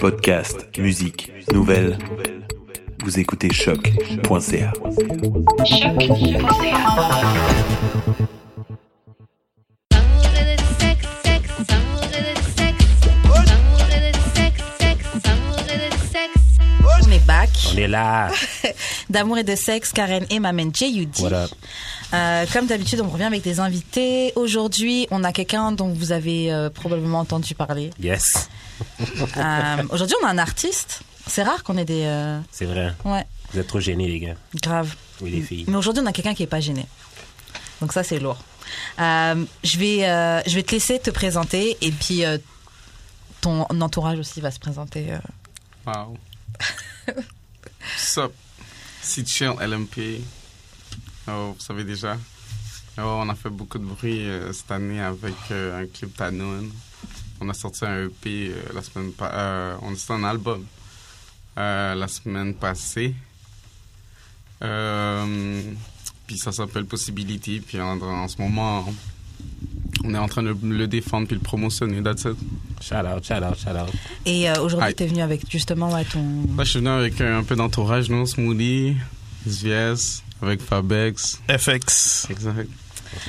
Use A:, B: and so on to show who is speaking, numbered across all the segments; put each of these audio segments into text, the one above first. A: Podcast, musique, nouvelles. Vous écoutez choc.ca.
B: On est back.
C: On est là.
B: D'amour et de sexe, Karen et ma man J.U.D.
C: What up?
B: Euh, comme d'habitude, on revient avec des invités. Aujourd'hui, on a quelqu'un dont vous avez euh, probablement entendu parler.
C: Yes.
B: Euh, Aujourd'hui, on a un artiste. C'est rare qu'on ait des... euh,
C: C'est vrai.
B: Ouais,
C: Vous êtes trop gênés, les gars.
B: grave.
C: Oui, les filles.
B: Mais aujourd'hui, on a quelqu'un qui est pas gêné. Donc ça, c'est lourd. Euh, je, vais, euh, je vais te laisser te présenter et puis euh, ton entourage aussi va se présenter. euh.
D: Wow. Sup, c'est Chill LMP. Oh, vous savez déjà. Oh, on a fait beaucoup de bruit euh, cette année avec euh, un clip Tanoun. On a sorti un EP euh, la semaine pa- euh, on a sorti un album euh, la semaine passée. Euh, puis ça s'appelle Possibility. Puis en, en ce moment, on est en train de le défendre puis le promotionner. That's it.
C: Shout out, shout out, shout out.
B: Et euh, aujourd'hui,
D: Hi.
B: tu es venu avec justement ouais, ton...
D: Là, je suis venu avec un, un peu d'entourage, non? Smoothie, Zvies, avec Fabex. Euh,
E: FX.
D: Exact.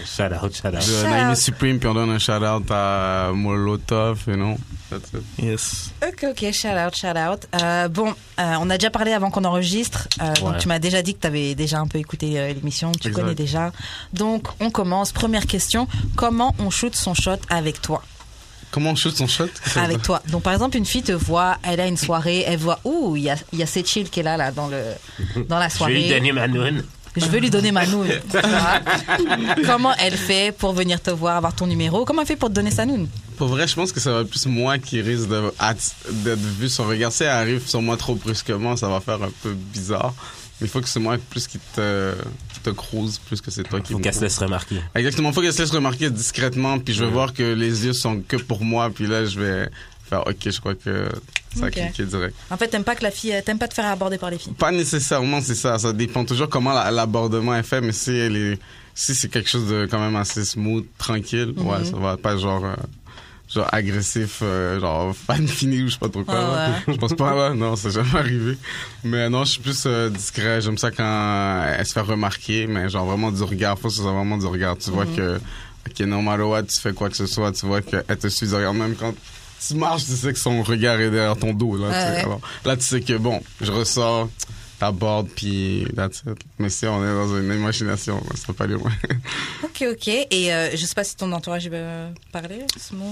C: Shout out, shout
D: Je-
C: out.
D: On a mis Supreme, puis on donne un shout-out à Molotov, you know? That's it.
E: Yes.
B: Ok, ok, shout out, shout out. Euh, bon, euh, on a déjà parlé avant qu'on enregistre. euh, Donc,
C: Ouais.
B: tu m'as déjà dit que tu avais déjà un peu écouté euh, l'émission, tu
D: Exact.
B: connais déjà. Donc, on commence. Première question comment on shoot son shot avec toi
D: Comment on shoot son shot?
B: Avec toi. Donc, par exemple, une fille te voit, elle a une soirée, elle voit Ouh, il y a, il y a cette chill qui est là, là, dans, le, dans la
C: Je vais
B: soirée.
C: lui donner ma noune.
B: Je veux lui donner ma noune. tu vois. comment elle fait pour venir te voir, avoir ton numéro Comment elle fait pour te donner sa noune
D: Pour vrai, je pense que ça va plus moi qui risque de- att- d'être vu son regard. Si elle arrive sur moi trop brusquement, ça va faire un peu bizarre. Mais il faut que c'est moi plus qui te, qui te crouse, plus que c'est toi qui
C: Faut
D: me
C: qu'elle se
D: crouse.
C: laisse remarquer.
D: Exactement, faut qu'elle se laisse remarquer discrètement, puis je vais voir que les yeux sont que pour moi, puis là je vais faire ok, je crois que ça a
B: Ok.
D: cliqué direct.
B: En fait, t'aimes pas que la fille, euh, t'aimes pas te faire aborder par les filles.
D: Pas nécessairement, c'est ça, ça dépend toujours comment la- l'abordement est fait, mais si elle est, si c'est quelque chose de quand même assez smooth, tranquille,
B: Mhm.
D: ouais, ça va pas genre. euh, Genre agressif, euh, genre fan fini ou je sais pas trop quoi.
B: Ah
D: là. Je pense pas, là. Non, c'est jamais arrivé. Mais non, je suis plus euh, discret. J'aime ça quand elle se fait remarquer, mais genre vraiment du regard. Faut que ce soit vraiment du regard. Tu vois que, ok, no matter what, tu fais quoi que ce soit, tu vois qu'elle te suit. Regarde, même quand tu marches, tu sais que son regard est derrière ton dos, là. tu sais.
B: ouais.
D: Alors, là, tu sais que bon, je ressors, t'abordes, puis that's it. Mais si on est dans une imagination, ça va pas aller loin.
B: Ok, ok. Et euh, je sais pas si ton entourage veut parler, Smooth.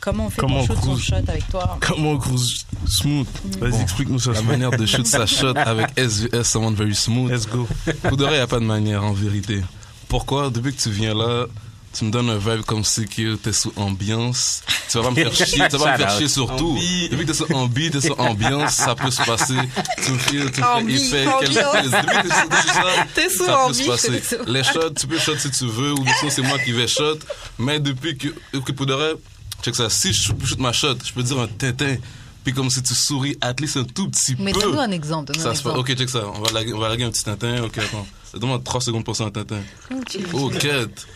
B: Comment on fait
E: Comment
B: pour
E: on
B: shoot son
E: cruise
B: shot avec toi
E: Comment on cruise smooth Vas-y, explique-nous ça.
F: La manière de shoot sa shot avec SVS, someone very smooth.
E: Let's go.
F: Pour de vrai, y a pas de manière en vérité. Pourquoi Depuis que tu viens là, tu me donnes un vibe comme si que t'es sous ambiance. Tu vas pas me faire chier, tu vas pas me faire
C: Shout
F: chier surtout. Depuis que t'es sous ambi, t'es sous ambiance, ça peut se passer. Tu me fais, tu me
B: Ambi,
F: fais effet,
B: ambiance.
F: quelque chose. Depuis que t'es sous- t'es sous ça,
B: T'es sous
F: ça
B: ambi,
F: peut se passer.
B: c'est sous-
F: Les shots, tu peux shot si tu veux, ou sinon c'est moi qui vais shot. Mais depuis que, que pour de vrai, check ça, si je shoot ma shot, je peux dire un tintin. Puis comme si tu souris, at least un tout petit
B: Mais
F: peu.
B: donne-nous un exemple. Donne-nous un
F: Ça se fait.
B: exemple.
F: Ok, check ça. On va laguer, on va laguer un petit Tintin. Ok, attends. Demande 3 secondes pour ça, un Tintin. Oh, quête.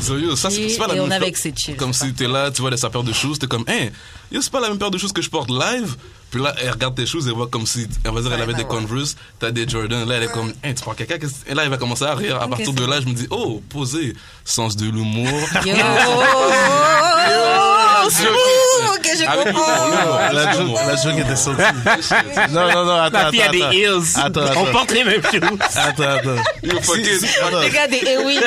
F: Sérieux, ça, c'est c'est pas la
B: Et
F: même
B: on est avec
F: chose.
B: ses chill.
F: Comme si t'es là, tu vois, elle a sa paire de choses, t'es comme, hein, yo, c'est pas la même paire de choses que je porte live. Puis là, elle regarde tes choses, elle voit comme si, elle va dire, elle
B: bah
F: avait des Converse, t'as des Jordan. Là, elle est comme, hein, tu portes quelqu'un. qu'est-ce- Et là, elle va commencer à rire. À
B: Ok,
F: partir de
B: c'est
F: là, je me dis, oh, posé, sens de l'humour.
B: Yo
F: Smooth.
B: Ok, je
F: Avec l'humour, l'humour,
B: comprends.
E: Ah, La
F: avec
E: joke,
F: l'humour.
E: la joke était sortie. Non, non, non, attends.
C: La fille a des
E: attends,
C: heels.
E: Attends, attends.
C: On porte les mêmes choses.
E: Attends, attends.
F: Yo, fuck
E: Si-
F: it,
E: si-
F: fuck
E: attends.
B: Les gars, des eh oui.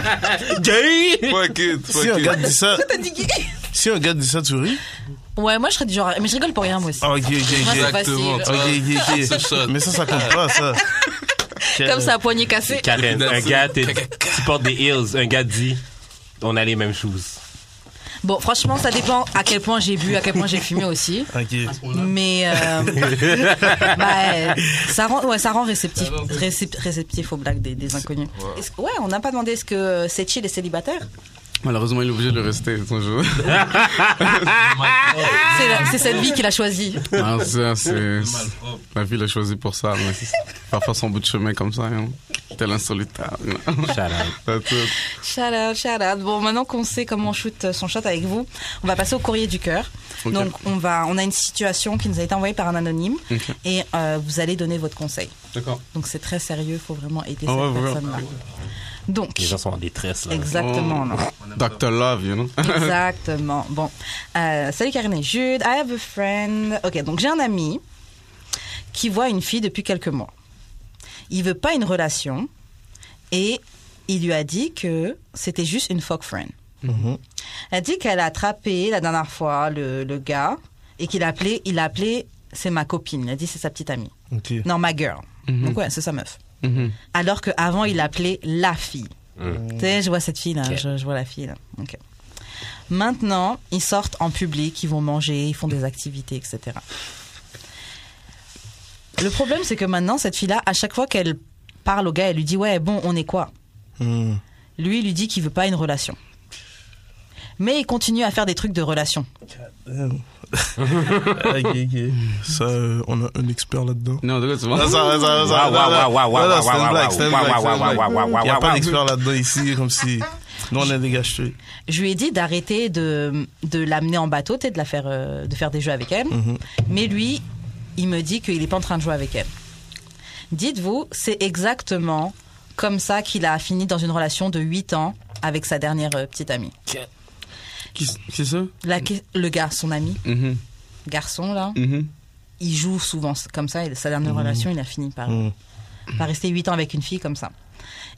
C: Gay.
F: Fuck it, fuck
E: Si un
F: it.
E: gars te dit ça, si un gars te dit ça, tu ris
B: Ouais, moi je serais du genre. Mais je rigole pour rien, moi aussi.
E: Ah, Ok, ok,
B: Moi, c'est
E: ok.
F: Exactement.
B: facile.
F: tu vois.
E: Ok, ok, ok.
F: C'est shot.
E: Mais ça, ça compte pas, ça.
B: Comme ça, poignée cassée.
C: Karen, un gars, t'es- tu portes des heels. Un gars dit, on a les mêmes choses.
B: Bon, franchement, ça dépend à quel point j'ai bu, à quel point j'ai fumé aussi.
E: Ok.
B: Mais euh, bah, euh, ça rend, ouais, ça rend réceptif, récep- réceptif aux blagues des, des inconnus. Est-ce que- Ouais, on n'a pas demandé est-ce que euh, c'est chill et célibataire.
D: Malheureusement, il est obligé de rester. son jeu.
B: C'est la- C'est cette vie qu'il a choisie.
D: Ah, c'est- c'est- La vie l'a choisi pour ça, mais c'est- parfois son bout de chemin comme ça. hein. Talent solitaire.
C: Shout out.
D: That's it.
B: Shout out, shout out. Bon, maintenant qu'on sait comment on shoot euh, son shot avec vous, on va passer au courrier du cœur.
D: Ok.
B: Donc, on va, on a une situation qui nous a été envoyée par un anonyme et euh, vous allez donner votre conseil.
D: D'accord.
B: Donc, c'est très sérieux, il faut vraiment aider
D: Ah ouais,
B: cette
D: vraiment.
B: personne-là. Donc,
C: Les gens sont en détresse, là.
B: exactement, non.
D: Dr. Oh. Love, you know.
B: Exactement. Bon. Euh, salut Karine et Jude. I have a friend. Ok, donc j'ai un ami qui voit une fille depuis quelques mois. Il veut pas une relation et il lui a dit que c'était juste une fuck friend. Elle dit qu'elle a attrapé la dernière fois le, le gars et qu'il a appelé, il a appelé, c'est ma copine. Il a dit c'est sa petite amie.
E: Ok.
B: Non, ma girl. Donc ouais, c'est sa meuf.
D: Mhm.
B: Alors qu'avant, il appelait la fille.
C: Mhm.
B: Tu sais, je vois cette fille là,
C: Ok.
B: je, je vois la fille là. Ok. Maintenant, ils sortent en public, ils vont manger, ils font des activités, etc. Le problème, c'est que maintenant, cette fille-là, à chaque fois qu'elle parle au gars, elle lui dit Ouais, bon, on est quoi
E: Hmm.
B: Lui, il lui dit qu'il veut pas une relation. Mais il continue à faire des trucs de relation.
E: Damn. ok, ok. Ça, euh, on a un expert là-dedans.
D: Non, de quoi tu
E: Non,
D: vois?
E: Ah, ça, ça, ça, ça,
C: Waouh, waouh, waouh, waouh, waouh,
E: non, non, c'est une
C: waouh,
E: blague, c'est une
C: waouh, waouh,
E: blague, c'est une
C: waouh,
E: blague.
C: waouh, waouh,
E: Il n'y a
C: waouh,
E: pas
C: waouh.
E: d'expert là-dedans ici, comme si. Nous, on est des gars straight.
B: Je lui ai dit d'arrêter de, de l'amener en bateau, tu sais, de, la faire, euh, de faire des jeux avec elle. Mais lui, il me dit qu'il n'est pas en train de jouer avec elle. Dites-vous, c'est exactement comme ça qu'il a fini dans une relation de 8 ans avec sa dernière euh, petite amie.
D: Qui c'est ça?
B: La que- le gars, son ami,
D: Mhm.
B: garçon, là,
D: Mhm.
B: il joue souvent c- comme ça. Et sa dernière relation, il a fini par,
E: Mhm.
B: par rester 8 ans avec une fille comme ça.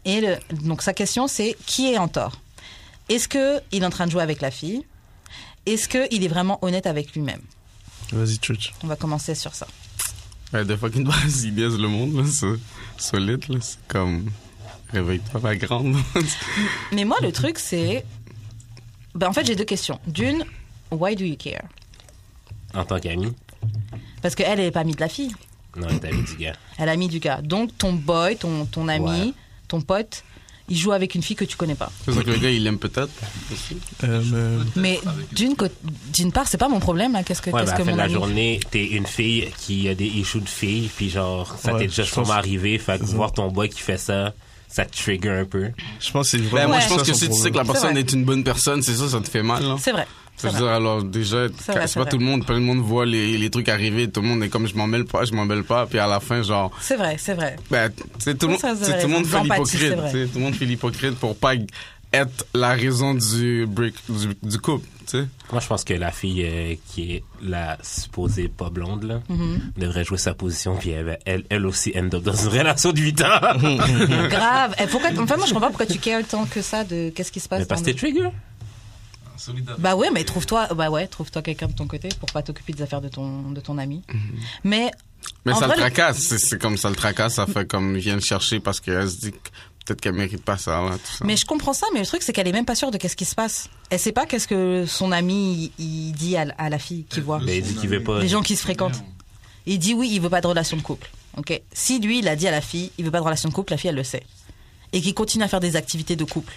B: Et le- donc sa question, c'est qui est en tort Est-ce qu'il est en train de jouer avec la fille Est-ce qu'il est vraiment honnête avec lui-même
E: Vas-y, church.
B: On va commencer sur ça.
D: Ouais, de fucking base, il biaise le monde, là. C'est solide, là. C'est comme. Réveille-toi, la grande.
B: Mais moi, le truc, c'est. Ben, en fait, j'ai deux questions. D'une, why do you care
C: En tant qu'ami,
B: Parce qu'elle, elle n'est pas amie de la fille.
C: non, t'as vu du gars.
B: Elle est amie du gars. Donc, ton boy, ton, ton ami,
C: Ouais.
B: ton pote, il joue avec une fille que tu connais pas.
D: c'est ça que le gars, il l'aime peut-être.
E: Euh, mais-
B: Mais d'une co- d'une part, c'est pas mon problème. là. Qu'est-ce que,
C: Ouais,
B: qu'est-ce
C: ben, à
B: que
C: la fin
B: mon
C: de la
B: ami
C: journée, t'es une fille qui a des issues de filles, puis genre, ça
E: Ouais,
C: t'est déjà
E: je pense-
C: sûrement arrivé, fait
D: Mhm.
C: que voir ton boy qui fait ça, ça te trigger un peu.
E: Je pense que c'est
D: Ben,
E: vraiment.
D: moi,
B: Ouais.
D: je pense
E: ça,
D: que
E: son
D: si tu sais que la
E: problème.
B: C'est
D: personne
B: vrai.
D: est une bonne personne, c'est ça, ça te fait mal, là.
B: C'est vrai.
D: Je
B: c'est
D: veux
B: vrai.
D: dire, alors déjà,
B: C'est
D: quand-
B: vrai,
D: c'est
B: c'est
D: pas
B: vrai.
D: tout le monde, plein de monde voit les, les trucs arriver, tout le monde est comme je m'en mêle pas, je m'en mêle pas, puis à la fin, genre,
B: C'est vrai, c'est vrai.
D: ben, tu sais, tout le monde,
B: Ça, c'est
D: tu sais,
B: vrai,
D: tout le monde fait
B: l'empathie, c'est
D: l'hypocrite,
B: vrai.
D: tu sais, tout le monde fait l'hypocrite pour pas être la raison du break, du, du couple, tu sais.
C: Moi, je pense que la fille euh, qui est la supposée pas blonde, là,
B: Mhm.
C: devrait jouer sa position, puis elle, elle, elle aussi end up dans une relation de 8 ans.
B: Mhm. Grave. Eh, pourquoi, enfin, moi, je comprends pas pourquoi tu cares tant que ça de qu'est-ce qui se passe.
C: Mais parce que
B: dans
C: t'es
B: le-
C: trigger.
F: Solidarité.
B: Bah ouais, mais trouve-toi, bah ouais, trouve-toi quelqu'un de ton côté pour pas t'occuper des affaires de ton, de ton ami.
C: Mm-hmm.
B: Mais
D: Mais
B: En
D: ça
B: vrai,
D: le
B: le-
D: tracasse, c'est- c'est comme ça le tracasse, ça fait comme, ils viennent chercher parce qu'elle se dit que peut-être qu'elle mérite pas ça, là, tout ça.
B: Mais je comprends ça, mais le truc, c'est qu'elle est même pas sûre de qu'est-ce qui se passe. Elle sait pas qu'est-ce que son ami il il dit à, la- à la fille qui voit.
C: Mais il dit qu'il veut pas.
B: Les gens qui se fréquentent. Il dit oui, il veut pas de relation de couple. Ok. Si lui, il a dit à la fille, il veut pas de relation de couple, la fille, elle le sait. Et qu'il continue à faire des activités de couple.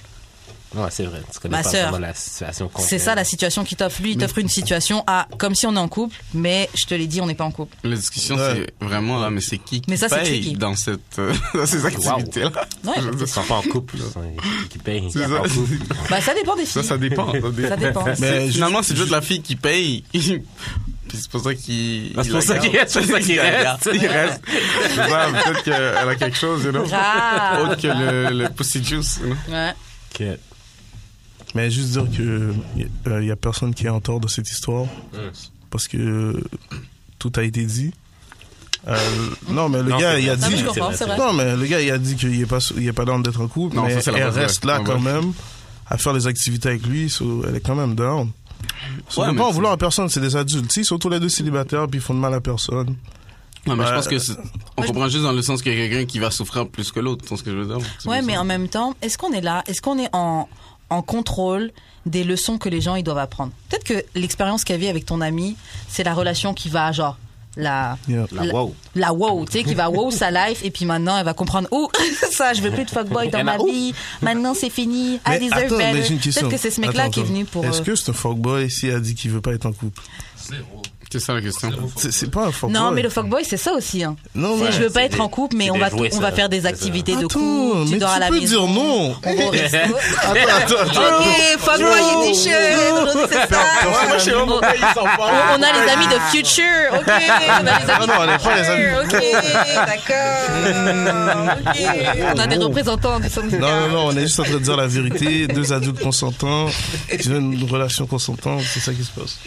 C: Ouais, c'est vrai. Tu connais
B: Ma
C: pas
B: sœur.
C: vraiment la situation concrète.
B: C'est ça la situation qu'il t'offre. Lui, il t'offre une situation à comme si on est en couple, mais je te l'ai dit, on n'est pas en couple.
D: La discussion,
E: Ouais.
D: c'est vraiment, là, mais c'est qui qui
B: Mais ça, c'est
D: paye
B: tricky.
D: dans cette, euh, dans ces activités-là?
B: Ouais,
D: Je veux
C: Ils
D: dire,
C: sont pas en couple, ils sont- qui payent.
D: C'est
C: Ils sont pas en
D: ça.
C: couple.
B: Bah, ça dépend des
D: Ça,
B: filles.
D: ça dépend. Ça dépend.
B: Ça dépend.
E: Mais juste-
D: Finalement, c'est juste la fille qui paye. Puis c'est pour ça qu'il.
C: Ah, c'est pour ça qu'il reste, c'est pour ça qu'il reste.
D: Il reste. Je sais pas, peut-être qu'elle a quelque chose, you know.
B: Grave.
D: Autre que le, le pussy juice, you know.
B: Ouais.
C: Ok.
E: Mais juste dire que il y a personne qui est en tort de cette histoire parce que euh, tout a été dit. Euh, non, mais le
C: Non,
E: gars,
C: c'est
E: il a
C: vrai.
B: Non, mais
E: dit.
B: je comprends, c'est vrai.
E: Non, mais le gars, il a dit qu'il est pas, il est pas down d'être en couple,
D: Non,
E: mais
D: ça, c'est la
E: elle
D: vraie.
E: reste là
D: Ouais,
E: quand
D: ouais.
E: même à faire des activités avec lui, so elle est quand même down. So,
D: Ouais,
E: ne
D: mais
E: pas en
D: c'est-
E: voulant à personne, c'est des adultes. S'ils sont tous les deux célibataires puis ils font de mal à personne.
D: Non, mais je
E: Ouais.
D: pense que c'est- on comprend juste dans le sens qu'il y a quelqu'un qui va souffrir plus que l'autre. Tu sais ce que je veux dire? C'est
B: Ouais,
D: pour
B: mais
D: ça.
B: en même temps, est-ce qu'on est là Est-ce qu'on est en, en contrôle des leçons que les gens ils doivent apprendre Peut-être que l'expérience qu'elle vit avec ton ami, c'est la relation qui va genre la
E: Yeah.
C: La wow.
B: la wow, tu sais, qui va wow sa life et puis maintenant elle va comprendre oh ça, je veux plus de fuckboy dans
C: Elle a,
B: ma
C: ouh.
B: vie. Maintenant c'est fini. I
E: Mais
B: deserve
E: attends, mais
B: better.
E: j'ai une question.
B: Ah, Peut-être que c'est ce mec-là
E: Attends,
B: qui est
E: attends.
B: venu pour.
E: Est-ce
B: euh,
E: que c'est un fuckboy s'il a dit qu'il veut pas être en couple
F: Zéro.
D: C'est ça la question.
F: Zéro fuckboy.
E: C'est- C'est pas un fuckboy.
B: Non, mais le fuckboy c'est ça aussi. Hein.
E: Non,
B: C'est,
E: mais-
B: je veux pas
C: c'est
B: être
C: des-
B: en couple, mais
C: c'est
B: on
C: des
B: va
C: jouets,
B: on va
C: ça.
B: faire des
C: C'est ça.
B: activités de
E: Attends,
B: couple. Tu
E: mais
B: dors
E: tu
B: à la
E: peux
B: maison.
E: dire non.
B: On va au resto. Ok, fuckboy il est déchiré. C'est ça. Bon. On a les amis de Future, ok. On a les amis
E: Ah non, on
B: de
E: n'est pas les
B: Future, ok. D'accord. ok. On a des représentants du syndicat.
E: Non, non, non, on est juste en train de dire la vérité. Deux adultes consentants, ils ont une relation consentante, c'est ça qui se passe.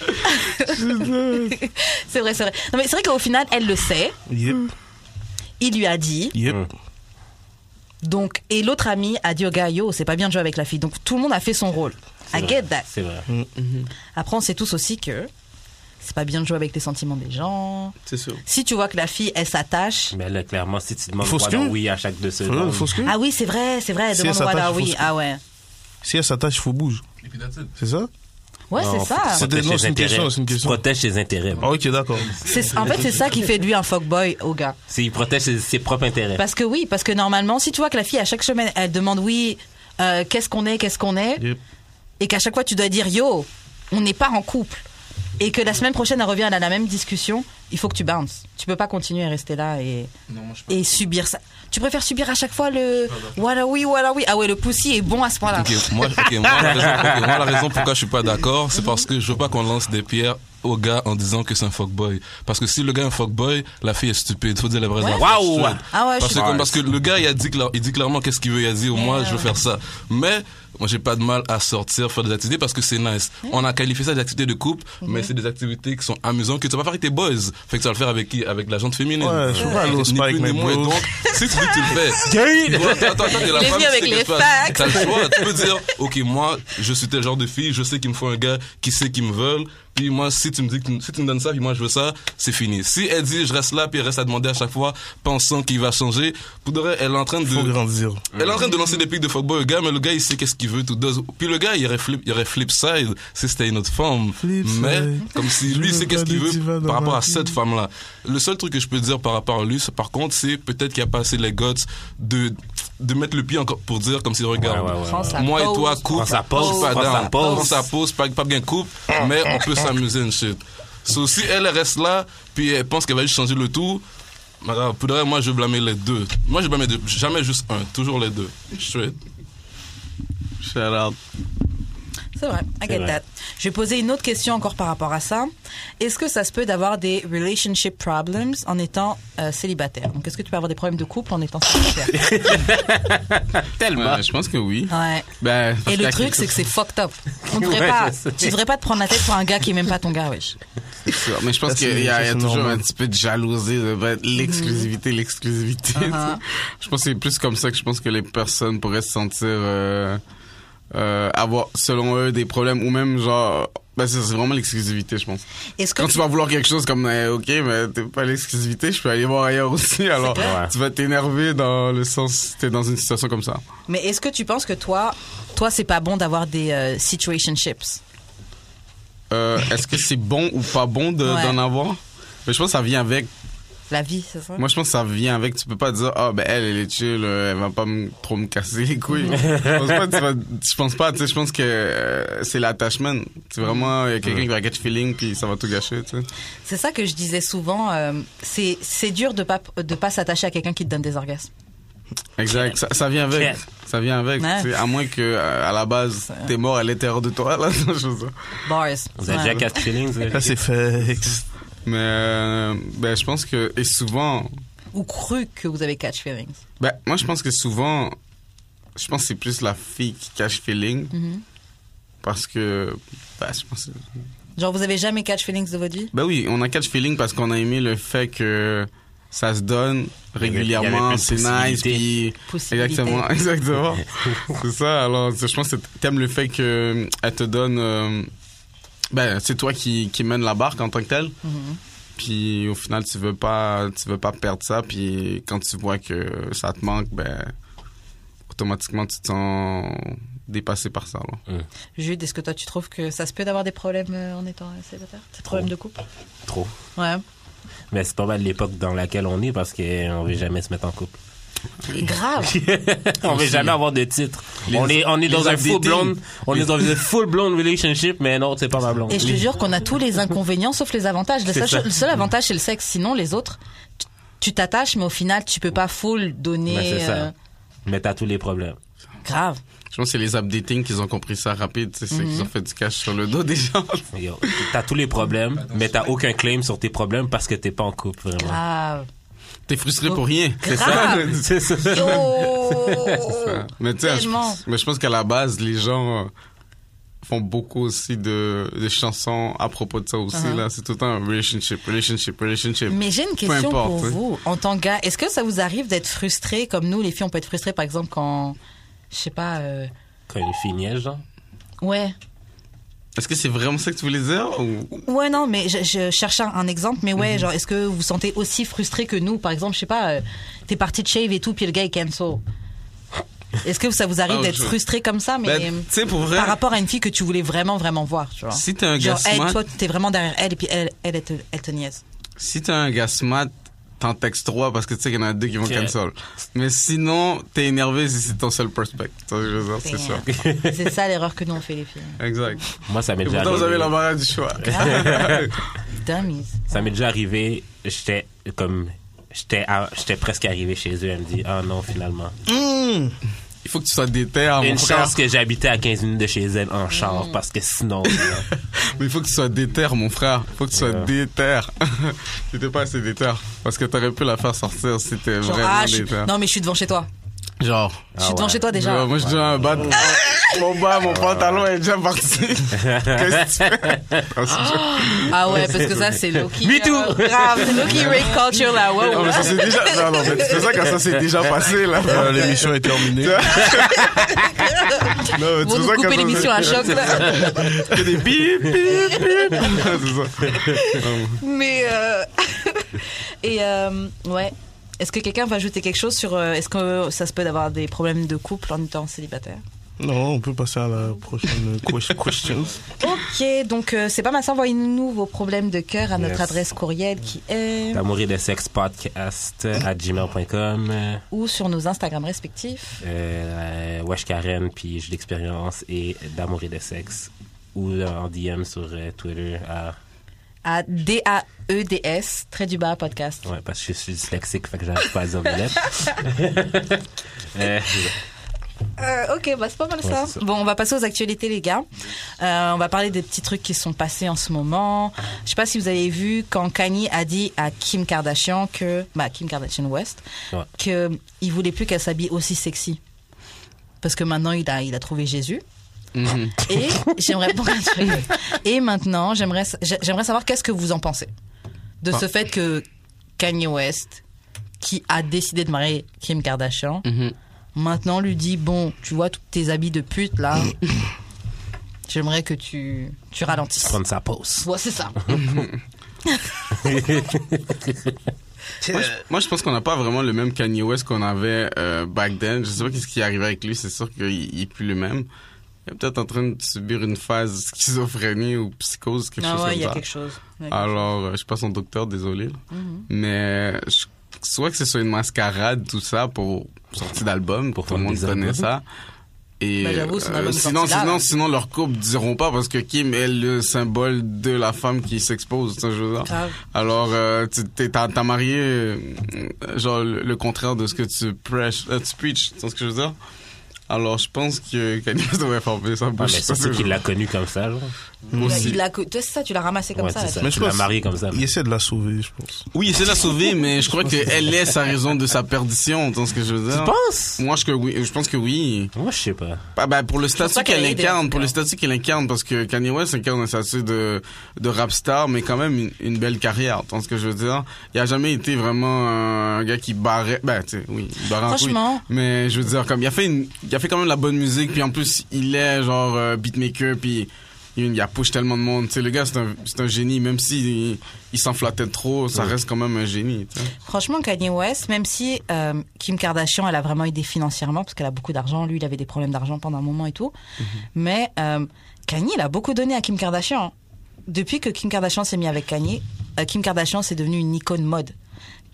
B: C'est vrai, c'est vrai. Non, mais c'est vrai qu'au final, elle le sait.
E: Yep,
B: Il lui a dit.
E: yep.
C: Hum.
B: Donc, et l'autre ami a dit au gars, yo, c'est pas bien de jouer avec la fille. Donc, tout le monde a fait son rôle. I get that.
C: C'est vrai.
B: Après, on sait tous aussi que c'est pas bien de jouer avec les sentiments des gens.
F: C'est sûr.
B: Si tu vois que la fille, elle s'attache.
C: Mais là, clairement, si tu demandes
E: Faut
C: quoi
E: ce que-
C: dans oui à chaque deux
E: Faut,
C: secondes.
E: faut se que.
B: Ah oui, c'est vrai, c'est vrai. Elle
E: Hmm. Si
B: demande
E: elle
B: voilà,
E: s'attache, faut
B: oui.
E: se-
B: Ah ouais.
E: Si elle s'attache, faut bouge.
F: Et puis that's it.
E: C'est ça
B: Ouais,
C: Non,
B: c'est
C: faut-
B: ça.
C: faut
E: C'était-
C: protéger
E: non,
C: ses
E: c'est une question,
C: intérêts.
E: c'est une question.
C: Protège ses intérêts.
E: Ah, Ok, d'accord.
B: C'est- En fait, c'est ça qui fait de lui un fuckboy au gars.
C: C'est- Il protège ses, ses propres intérêts.
B: Parce que oui, parce que normalement, si tu vois que la fille, à chaque semaine, elle demande oui, euh, qu'est-ce qu'on est, qu'est-ce qu'on est,
E: Yep.
B: et qu'à chaque fois, tu dois dire yo, on n'est pas en couple, et que la semaine prochaine, elle revient, elle a la même discussion, il faut que tu bounces. Tu peux pas continuer à rester là et,
F: Non, moi, je
B: et subir ça. Tu préfères subir à chaque fois le voilà oui, voilà oui. Ah ouais, le poussy est bon à ce point-là.
F: Ok, moi, ok, moi, la raison, ok, moi, la raison pourquoi je suis pas d'accord, c'est parce que je veux pas qu'on lance des pierres au gars en disant que c'est un fuckboy. Parce que si le gars est un fuckboy, la fille est stupide. Faut dire la vraie
B: Ouais.
F: affaire,
C: Waouh.
F: straight.
B: Ah ouais, je
F: parce,
B: suis
F: que, comme-
B: d'accord.
F: parce que le gars, il a dit, cla- il dit clairement qu'est-ce qu'il veut. Il a dit, au moins, je veux faire ça. Mais, moi, j'ai pas de mal à sortir, faire des activités parce que c'est nice. On a qualifié ça d'activités de couple, mais c'est des activités qui sont amusantes que tu vas pas faire avec tes boys. Fait que tu vas le faire avec qui? Avec la gente féminine.
E: Ouais, je suis pas allé au
F: Ni
E: spa avec
F: plus, ni
E: mes
F: moins.
E: bros.
F: Donc, si tu dis que tu le fais, Attends, attends, attends, et la
B: Il est
F: femme,
B: venu avec
F: tu
B: les
F: sais qu'est-ce qui se
B: fax.
F: passe. T'as le choix. Tu peux dire, OK, moi, je suis tel genre de fille, je sais qu'il me faut un gars qui sait qu'ils me veulent. Puis moi, si tu me dis que tu- si tu me donnes ça, puis moi, je veux ça, c'est fini. Si elle dit, je reste là, puis elle reste à demander à chaque fois, pensant qu'il va changer, pour de vrai, elle est en train de,
E: Faut grandir.
F: elle est en train de lancer des pics de fuckboy au gars, mais le gars, il sait qu'est-ce qu'il veut, tout dose. Puis le gars, il aurait flip, il aurait flip side si c'était une autre femme.
E: Flip
F: mais,
E: side.
F: comme si
E: Je
F: lui, il
E: veux
F: sait qu'est-ce
E: pas
F: qu'il
E: de diva
F: veut
E: dans
F: par rapport
E: ma
F: à cette
E: vie.
F: femme-là. Le seul truc que je peux dire par rapport à lui, c'est par contre, c'est peut-être qu'il a pas assez les guts de, de mettre le pied encore pour dire comme s'il regarde.
C: Ouais, ouais, ouais.
B: Prends sa
F: Moi et
B: pause.
F: toi, coupe.
C: Prends sa pause,
F: je suis pas
C: prends sa
F: down.
C: pause.
F: Prends sa pause, pas, pas bien coupe, mais on peut s'amuser une shit. So, si elle reste là, puis elle pense qu'elle va juste changer le tout, madame, pour de vrai, moi, je vais blâmer les deux. Moi, je blâme les deux. Jamais juste un, toujours les deux. Straight.
D: Shout out.
B: C'est vrai, I
C: C'est
B: get
C: vrai.
B: that. Je vais poser une autre question encore par rapport à ça. Est-ce que ça se peut d'avoir des relationship problems en étant euh, célibataire Donc, est-ce que tu peux avoir des problèmes de couple en étant célibataire
C: Tellement.
D: Ouais, je pense que oui.
B: Ouais.
D: Ben,
B: Et le
D: la
B: truc,
D: question,
B: c'est que c'est fucked up. On devrait
C: Ouais,
B: pas,
C: je sais.
B: tu devrais pas te prendre la tête pour un gars qui est même pas ton gars, wesh.
D: c'est sûr. Mais je pense
E: Ça,
D: qu'il y
E: c'est-
D: a, il y a
E: ça, c'est
D: toujours
E: normal.
D: un petit peu de jalousie, de ben, l'exclusivité, l'exclusivité. tu sais.
B: Uh-huh.
D: Je pense que c'est plus comme ça que je pense que les personnes pourraient se sentir euh, euh, avoir, selon eux, des problèmes ou même genre. Ben, c'est c'est vraiment l'exclusivité, je pense.
B: Est-ce que
D: Quand tu vas vouloir quelque chose comme, eh, ok, mais t'es pas l'exclusivité, je peux aller voir ailleurs aussi. Alors,
C: clair.
D: tu vas t'énerver dans le sens, si t'es dans une situation comme ça.
B: mais est-ce que tu penses que toi, toi, c'est pas bon d'avoir des euh, situationships
D: Euh, Est-ce que c'est bon ou pas bon de-
B: Ouais.
D: d'en avoir? Mais je pense que ça vient avec.
B: La vie, c'est ça
D: Moi, je pense que ça vient avec. Tu peux pas dire, ah, ben elle, elle est chill, euh, elle va pas me- trop me casser les couilles. je pense pas, tu vas- je pense pas, tu sais, je pense que euh, c'est l'attachement. C'est vraiment, il y a quelqu'un qui va get feeling, puis ça va tout gâcher, tu sais.
B: C'est ça que je disais souvent. euh, c'est c'est dur de pas de pas s'attacher à quelqu'un qui te donne des orgasmes.
D: Exact, ça, ça vient avec.
C: Claire.
D: Ça vient avec.
B: Ouais.
D: tu sais, À moins que, euh, à la base, t'es mort à l'intérieur de toi, là, je sais pas.
B: Bars.
C: Vous avez
B: Ouais.
C: déjà quatre feelings. euh, là?
E: Ça, c'est fait.
D: Mais, euh, ben, je pense que, et souvent,
B: Ou cru que vous avez catch feelings.
D: Ben, moi, je pense que souvent, je pense que c'est plus la fille qui cache feeling.
C: Mm-hmm.
D: Parce que, ben, je pense.
B: Genre, vous avez jamais catch feelings de votre vie
D: Ben oui, on a catch feeling parce qu'on a aimé le fait que ça se donne
C: avait- il y avait
D: régulièrement,
C: plus de
D: c'est nice,
C: possibilités.
D: puis.
B: Possibilité.
D: Exactement, exactement. c'est ça, alors, je pense que t'aimes le fait que elle te donne. euh, ben, c'est toi qui, qui mène la barque en tant que telle. Puis au final, tu veux pas, tu veux pas perdre ça. Puis quand tu vois que ça te manque, ben automatiquement tu te sens dépassé par ça. là.
B: Jude, est-ce que toi tu trouves que ça se peut d'avoir des problèmes euh, en étant euh, célibataire Des problèmes de couple
C: Trop.
B: Ouais.
C: Mais c'est pas mal l'époque dans laquelle on est parce qu'on veut jamais se mettre en couple.
B: Grave.
C: on veut jamais avoir de titre. on est, on est dans
F: les
C: un full
F: updating.
C: blown, on est dans une full blown relationship, mais non, c'est pas ma blonde.
B: Et je te jure qu'on a tous les inconvénients sauf les avantages. Le
C: C'est
B: seul,
C: ça.
B: le seul avantage, c'est le sexe. Sinon, les autres, tu- tu t'attaches, mais au final, tu peux pas full donner.
C: Ben, c'est
B: euh,
C: ça. Mais t'as tous les problèmes.
B: grave.
D: Je pense que c'est les updating qu'ils ont compris ça rapide. tu sais, C'est qu'ils ont fait du cash sur le dos des gens.
C: Yo, T'as tous les problèmes, mais t'as aucun claim sur tes problèmes parce que t'es pas en couple, vraiment.
B: Grave.
D: T'es frustré pour rien.
C: C'est ça. C'est ça.
B: Yo.
D: Mais tu sais, je
B: Tellement.
D: pense- mais je pense qu'à la base, les gens euh, font beaucoup aussi de, de chansons à propos de ça aussi.
B: Uh-huh.
D: là. C'est tout le temps relationship, relationship, relationship.
B: Mais j'ai une
D: Peu
B: question
D: importe,
B: pour
D: oui.
B: vous. En tant que gars, est-ce que ça vous arrive d'être frustré comme nous, les filles, on peut être frustré par exemple quand. Je sais pas. euh,
C: Quand une fille niaise, genre.
B: Ouais.
D: Est-ce que c'est vraiment ça que tu voulais dire ou...
B: Ouais, non, mais je, je cherchais un, un exemple, mais
D: Mhm.
B: ouais, genre, est-ce que vous vous sentez aussi frustré que nous Par exemple, je sais pas, euh, t'es parti de shave et tout, puis le gars est cancel. Est-ce que ça vous arrive
D: Ah,
B: d'être
D: je-
B: frustré comme ça, mais
D: Ben, tu sais, pour vrai,
B: par rapport à une fille que tu voulais vraiment, vraiment voir, tu vois
D: si t'es un gars
B: Genre, elle,
D: smart-
B: toi, t'es vraiment derrière elle, et puis elle, elle, elle, te, elle te niaise.
D: si t'es un gars smart, t'en textes trois parce que tu sais qu'il y en a deux qui vont
C: Ok.
D: cancel. Mais sinon, t'es énervé si c'est ton seul prospect. Tu vois ce que je veux dire, C'est sûr.
B: Damn. C'est ça l'erreur que nous on fait, les filles. Ah.
D: Exact.
C: Moi, ça m'est
D: Et
C: déjà
D: pourtant, vous avez
C: arrivé.
D: l'embarras du choix.
B: Dummies.
C: Ça m'est déjà arrivé. J'étais comme. J'étais à- j'étais presque arrivé chez eux. Elle me dit Ah non, finalement.
D: Il faut que tu sois déter, hein, Oh, mon
C: Une
D: frère.
C: chance que j'habitais à 15 minutes de chez elle en char parce que sinon. euh,
D: Mais il faut que tu sois déter, mon frère. Il faut que tu sois
C: Ouais.
D: déter. T'étais pas assez déter. Parce que t'aurais pu la faire sortir si t'étais
B: Genre,
D: vraiment
B: ah, je suis-
D: déter.
B: non, mais je suis devant chez toi.
D: Genre.
B: je suis devant
C: ouais.
B: chez toi déjà.
D: Genre, moi, je dis un bad. Mon bas, mon pantalon est déjà parti. Qu'est-ce que tu fais? Non, c'est juste-
B: Ah ouais, parce que ça, c'est Loki.
C: Me too.
B: euh, grave, c'est Loki rape culture là. Wow.
D: Non, mais ça, c'est déjà. Non, non, mais tu fais ça quand ça s'est déjà passé, là.
E: Euh, L'émission est terminée.
D: Non, mais tu
B: Vous
D: fais
B: nous
D: ça quand
B: coupez
D: ça
B: l'émission à
D: s'est-
B: choc là.
D: Que des bip, bip, bip. Non, c'est ça.
B: Mais. euh, Et euh, ouais. Est-ce que quelqu'un va ajouter quelque chose sur. euh, Est-ce que ça se peut d'avoir des problèmes de couple en étant célibataire
E: Non, on peut passer à la prochaine question. questions.
B: Ok, donc euh, c'est pas mal ça. Envoyez-nous vos problèmes de cœur à notre
C: Yes.
B: adresse courriel qui est.
C: D'amour et de sexe podcast à gmail.com. Euh,
B: ou sur nos Instagram respectifs.
C: euh, Wesh Karen, puis j'ai l'expérience et d'amour et de sexe. Ou euh, en DM sur euh, Twitter à
B: À D-A-E-D-S, très du bas podcast.
C: Ouais, parce que je suis dyslexique, fait que j'arrive pas à dire mes lettres. Euh,
B: Euh, ok, bah c'est pas mal ça.
C: c'est ça.
B: Bon, on va passer aux actualités, les gars. Euh, on va parler des petits trucs qui sont passés en ce moment. Je sais pas si vous avez vu quand Kanye a dit à Kim Kardashian que, bah Kim Kardashian West,
C: Ouais.
B: que il voulait plus qu'elle s'habille aussi sexy. Parce que maintenant il a, il a trouvé Jésus.
C: Mhm.
B: Et j'aimerais pour un truc. Et maintenant j'aimerais, j'a- j'aimerais savoir qu'est-ce que vous en pensez de ce fait que Kanye West, qui a décidé de marier Kim Kardashian
D: Mhm.
B: maintenant on lui dit bon, tu vois tous tes habits de pute là, j'aimerais que tu tu ralentisses.
C: prendre sa pause.
B: Ouais, c'est ça. Euh,
D: Moi, je- Moi, je pense qu'on n'a pas vraiment le même Kanye West qu'on avait euh, back then. Je sais pas qu'est-ce qui arrivait avec lui. C'est sûr qu'il il est plus le même. Il est peut-être en train de subir une phase de schizophrénie ou psychose, quelque
B: Non,
D: chose
B: Ah ouais,
D: comme
B: il y a
D: ça.
B: quelque chose. Mm-hmm. Il y a quelque chose.
D: Alors, euh, je suis pas son docteur, désolé. là. Mais je, soit que ce soit une mascarade, tout ça, pour sortie d'album, pour
C: Pour
D: tout le
C: vendre
D: monde
C: des
D: connaît
C: albums.
D: ça. Et euh,
B: Ben, j'avoue, son album est
D: sinon,
B: sorti là,
D: sinon,
B: là.
D: sinon, leurs couples diront pas parce que Kim est le symbole de la femme qui s'expose. tu sais, je veux dire.
B: Grave.
D: Alors, euh, tu- t'es- t'as t'as marié euh, genre le, le contraire de ce que tu prêches, euh, tu preach, tu sais ce que je veux dire. Alors, je pense que Kanye West devrait former sa
C: Ouais,
D: bouche.
C: Ah, mais
D: Ça,
C: surtout
D: c'est-
C: qu'il l'a connu comme ça, genre.
B: Il a-
D: aussi.
B: il l'a co- toi, c'est ça, tu l'as ramassé comme
C: Ouais,
B: ça.
C: c'est
B: la
C: ça.
E: Mais
C: tu
E: je
C: l'as
E: pense-
C: marié comme ça.
E: Il essaie de la sauver, je pense.
D: Oui, c'est la sauver, mais je crois qu'elle est sa raison de sa perdition, dans ce que je veux dire.
C: Tu penses?
D: Moi, je, que oui, je pense que oui.
C: Moi, je sais pas.
D: Ah, bah, pour le statut
B: pas qu'elle
D: qu'elle
B: ait aidé, en
D: incarne,
B: tout
D: pour le
B: cas.
D: statut qu'elle incarne, parce que Kanye West incarne un statut de, de rap star, mais quand même une, une belle carrière, dans ce que je veux dire. Il a jamais été vraiment un gars qui barrait, ben, tu sais, oui, il barrait en couille.
B: Franchement.
D: Mais je veux dire, comme, il a fait une, il a fait quand même la bonne musique, puis en plus, il est genre euh, beatmaker, puis il il a push tellement de monde. Tu sais, le gars, c'est un, c'est un génie, même si il, il s'en flattait trop, ça reste quand même un génie, tu sais.
B: Franchement, Kanye West, même si euh, Kim Kardashian, elle a vraiment aidé financièrement parce qu'elle a beaucoup d'argent, lui, il avait des problèmes d'argent pendant un moment et tout. Mais euh, Kanye, il a beaucoup donné à Kim Kardashian. Depuis que Kim Kardashian s'est mis avec Kanye, euh, Kim Kardashian, c'est devenu une icône mode.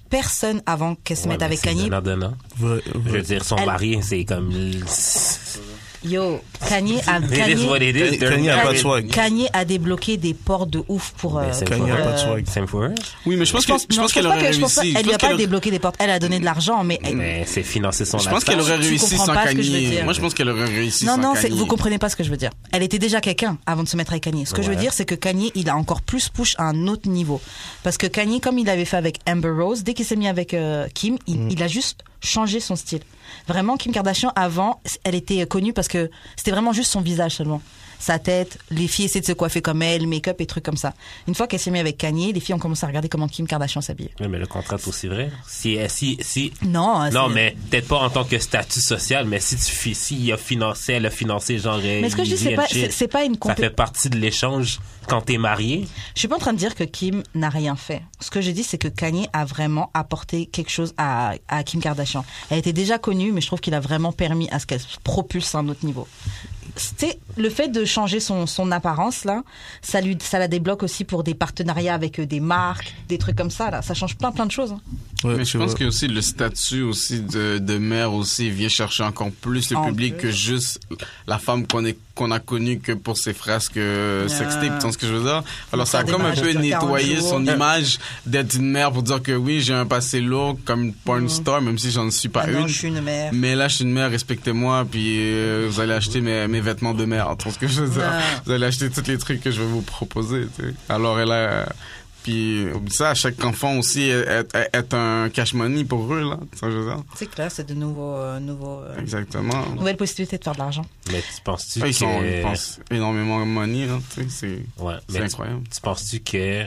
B: Personne avant qu'elle se
C: Ouais,
B: mette
C: mais
B: avec
C: c'est
B: Kanye.
C: donnant, donnant.
E: Vrai-
C: Je veux
E: vrai.
C: dire, son
B: Elle-
C: mari, c'est comme.
B: Yo, Kanye a,
C: It is what
B: Kanye,
C: it is. They're
E: Kanye a pas de
C: married.
E: swag.
B: Kanye a débloqué des portes de ouf pour. euh,
C: Mais c'est
E: Kanye a pas de
B: euh,
E: swag.
C: Same for her.
D: Oui, mais je pense,
B: Je pense,
D: que, je
B: non,
D: pense
B: je
D: qu'elle
B: pense
D: aurait
B: pas que- je pense pas-
D: réussi.
B: elle lui a pas
D: qu'elle-
B: débloqué des portes. Elle a donné de l'argent, mais elle-
C: Mais c'est financer son
D: Mm. je pense
C: lifestyle.
D: qu'elle aurait
B: Tu
D: réussi
B: comprends
D: sans
B: pas ce que je veux
D: Kanye.
B: dire.
D: Moi, je pense qu'elle aurait réussi
B: Non,
D: sans
B: non, c'est-
D: Kanye.
B: vous comprenez pas ce que je veux dire. Elle était déjà quelqu'un avant de se mettre avec Kanye. Ce que je veux
C: Ouais.
B: dire, c'est que Kanye, il a encore plus push à un autre niveau. Parce que Kanye, comme il avait fait avec Amber Rose, dès qu'il s'est mis avec euh, Kim, il,
C: Mm.
B: il a juste changé son style. Vraiment, Kim Kardashian, avant, elle était euh, connue parce que c'était vraiment juste son visage seulement. Sa tête, les filles essaient de se coiffer comme elle, le make-up et trucs comme ça. Une fois qu'elle s'est mise avec Kanye, les filles ont commencé à regarder comment Kim Kardashian s'habillait.
C: Oui, mais le contrat est aussi vrai. Si, euh, si, si.
B: Non, hein,
C: Non,
B: c'est-
C: mais peut-être pas en tant que statut social, mais si tu fais, si il a financé, elle a financé, genre. euh,
B: Mais ce que je dis, c'est pas, c'est c'est pas une
C: Ça
B: compé-
C: fait partie de l'échange quand t'es marié.
B: Je suis pas en train de dire que Kim n'a rien fait. Ce que je dis, c'est que Kanye a vraiment apporté quelque chose à, à Kim Kardashian. Elle était déjà connue, mais je trouve qu'il a vraiment permis à ce qu'elle se propulse à un autre niveau. C'était le fait de changer son, son apparence là, ça lui, ça la débloque aussi pour des partenariats avec euh, des marques, des trucs comme ça là. Ça change plein plein de choses. hein.
E: Ouais,
D: Mais je
E: c'est
D: pense
E: vrai.
D: que aussi le statut aussi de, de mère aussi vient chercher encore plus le
B: En
D: public
B: plus.
D: que juste la femme qu'on est qu'on a connue que pour ses frasques euh,
B: Ah.
D: sextapes, tu vois ce que je veux dire Alors
B: Faire
D: ça a
B: des
D: comme un
B: mariages
D: peu
B: de 40
D: nettoyé
B: jours.
D: son image d'être une mère pour dire que oui j'ai un passé lourd comme une porn star même si j'en suis pas
B: Mm. Ah
D: Bah, une. Mm.
B: non, je suis une mère.
D: Mais là, je suis une mère, respectez-moi, puis euh, vous allez acheter mes, mes vêtements de mère. Tu vois ce que je veux dire?
B: Ah.
D: Vous allez acheter tous les trucs que je vais vous proposer. tu sais. Alors, elle a. euh, Puis, oublie ça, chaque enfant aussi est, est- est un cash money pour eux, là. Tu vois ce que je veux dire?
B: C'est clair, c'est de nouveaux, euh, nouveaux, euh,
D: Exactement. Ah,
B: nouvelles possibilités de faire de l'argent.
C: Mais tu penses-tu que.
D: Ils, sont, ils pensent énormément money, là. tu sais, C'est
C: Ouais,
D: c'est
C: mais tu-
D: incroyable.
C: Tu penses-tu que,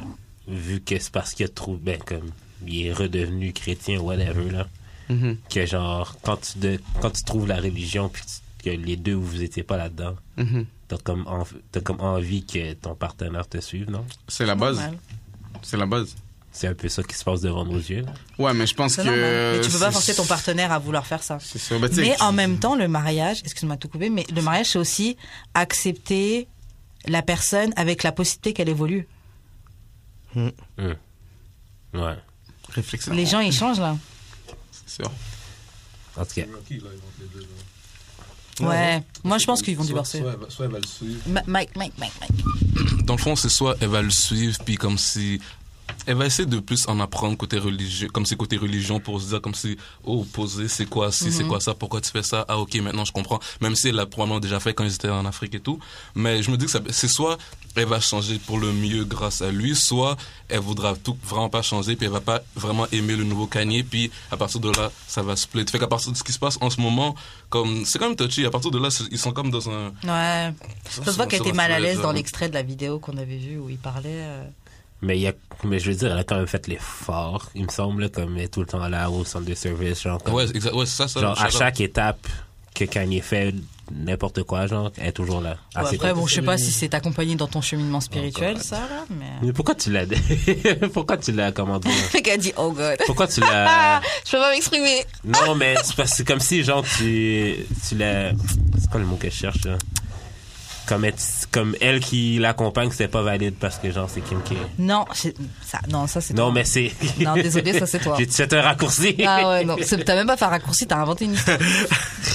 C: vu que c'est parce qu'il a trouvé, ben, comme, il est redevenu chrétien, whatever, là,
D: Mhm.
C: que genre, quand tu, de, quand tu trouves la religion, puis tu- que les deux, vous étiez pas là-dedans,
D: Mhm.
C: t'as comme, env- t'as comme envie que ton partenaire te suive, non?
D: C'est la base.
B: Normal.
D: C'est la base.
C: C'est un peu ça qui se passe devant nos yeux, là.
D: Ouais, mais je pense
B: C'est
D: que.
B: normal. Mais tu peux pas
D: c'est-
B: forcer ton partenaire à vouloir faire ça.
D: C'est sûr. Ben, tu sais,
B: Mais en même temps, le mariage, excuse-moi de tout couper, mais le mariage, c'est aussi accepter la personne avec la possibilité qu'elle évolue.
C: Ouais.
D: réflexion.
B: Les gens, ils changent, là.
D: C'est sûr.
C: En tout cas,
B: Ouais. Moi, je pense qu'ils vont divorcer.
F: Soit, soit elle va le suivre.
B: Ma- Mike, Mike, Mike, Mike.
F: Dans le fond, c'est soit elle va le suivre, puis comme si. Elle va essayer de plus en apprendre côté religieux, comme si côté religion pour se dire comme si, oh, poser, c'est quoi si,
C: Mhm.
F: c'est quoi ça, pourquoi tu fais ça, ah ok, maintenant je comprends, même si elle l'a probablement déjà fait quand ils étaient en Afrique et tout. Mais je me dis que ça- c'est soit elle va changer pour le mieux grâce à lui, soit elle voudra tout vraiment pas changer, puis elle va pas vraiment aimer le nouveau Kanye, puis à partir de là, ça va split. Fait qu'à partir de ce qui se passe en ce moment, comme, c'est quand même touchy, à partir de là, c'est- ils sont comme dans un,
B: Ouais. Ça se voit qu'elle était
F: va
B: mal à
F: faire
B: l'aise
F: ça.
B: dans l'extrait de la vidéo qu'on avait vu où il parlait. euh.
C: mais, il y a, mais je veux dire, elle a quand même fait l'effort, il me semble, là, comme elle est tout le temps là au centre de service, genre, comme-
F: Ouais, exa- ouais, c'est ça, ça.
C: Euh, genre à
F: Shout out.
C: chaque étape que Kanye fait n'importe quoi, genre, elle est toujours là. Ah, à
B: Ouais,
C: ses
B: après,
C: côtés.
B: bon, je sais pas si c'est accompagné dans ton cheminement spirituel, ça, là, mais.
C: Mais pourquoi tu l'as pourquoi tu l'as comment dire
B: Fait qu'elle dit, oh god. Ah,
C: Pourquoi tu l'as
B: Je peux pas m'exprimer.
C: Non mais c'est parce- c'est comme si genre tu tu l'as c'est quoi le mot que je cherche là? Comme elle, comme elle qui l'accompagne, c'était pas valide parce que genre c'est Kim qui.
B: Non, c'est- ça, non, ça, c'est
C: Non
B: toi.
C: mais c'est
B: Non, désolé, ça, c'est toi.
C: J'ai fait un raccourci.
B: Ah ouais, non. c'est- T'as même pas fait un raccourci, t'as inventé une histoire.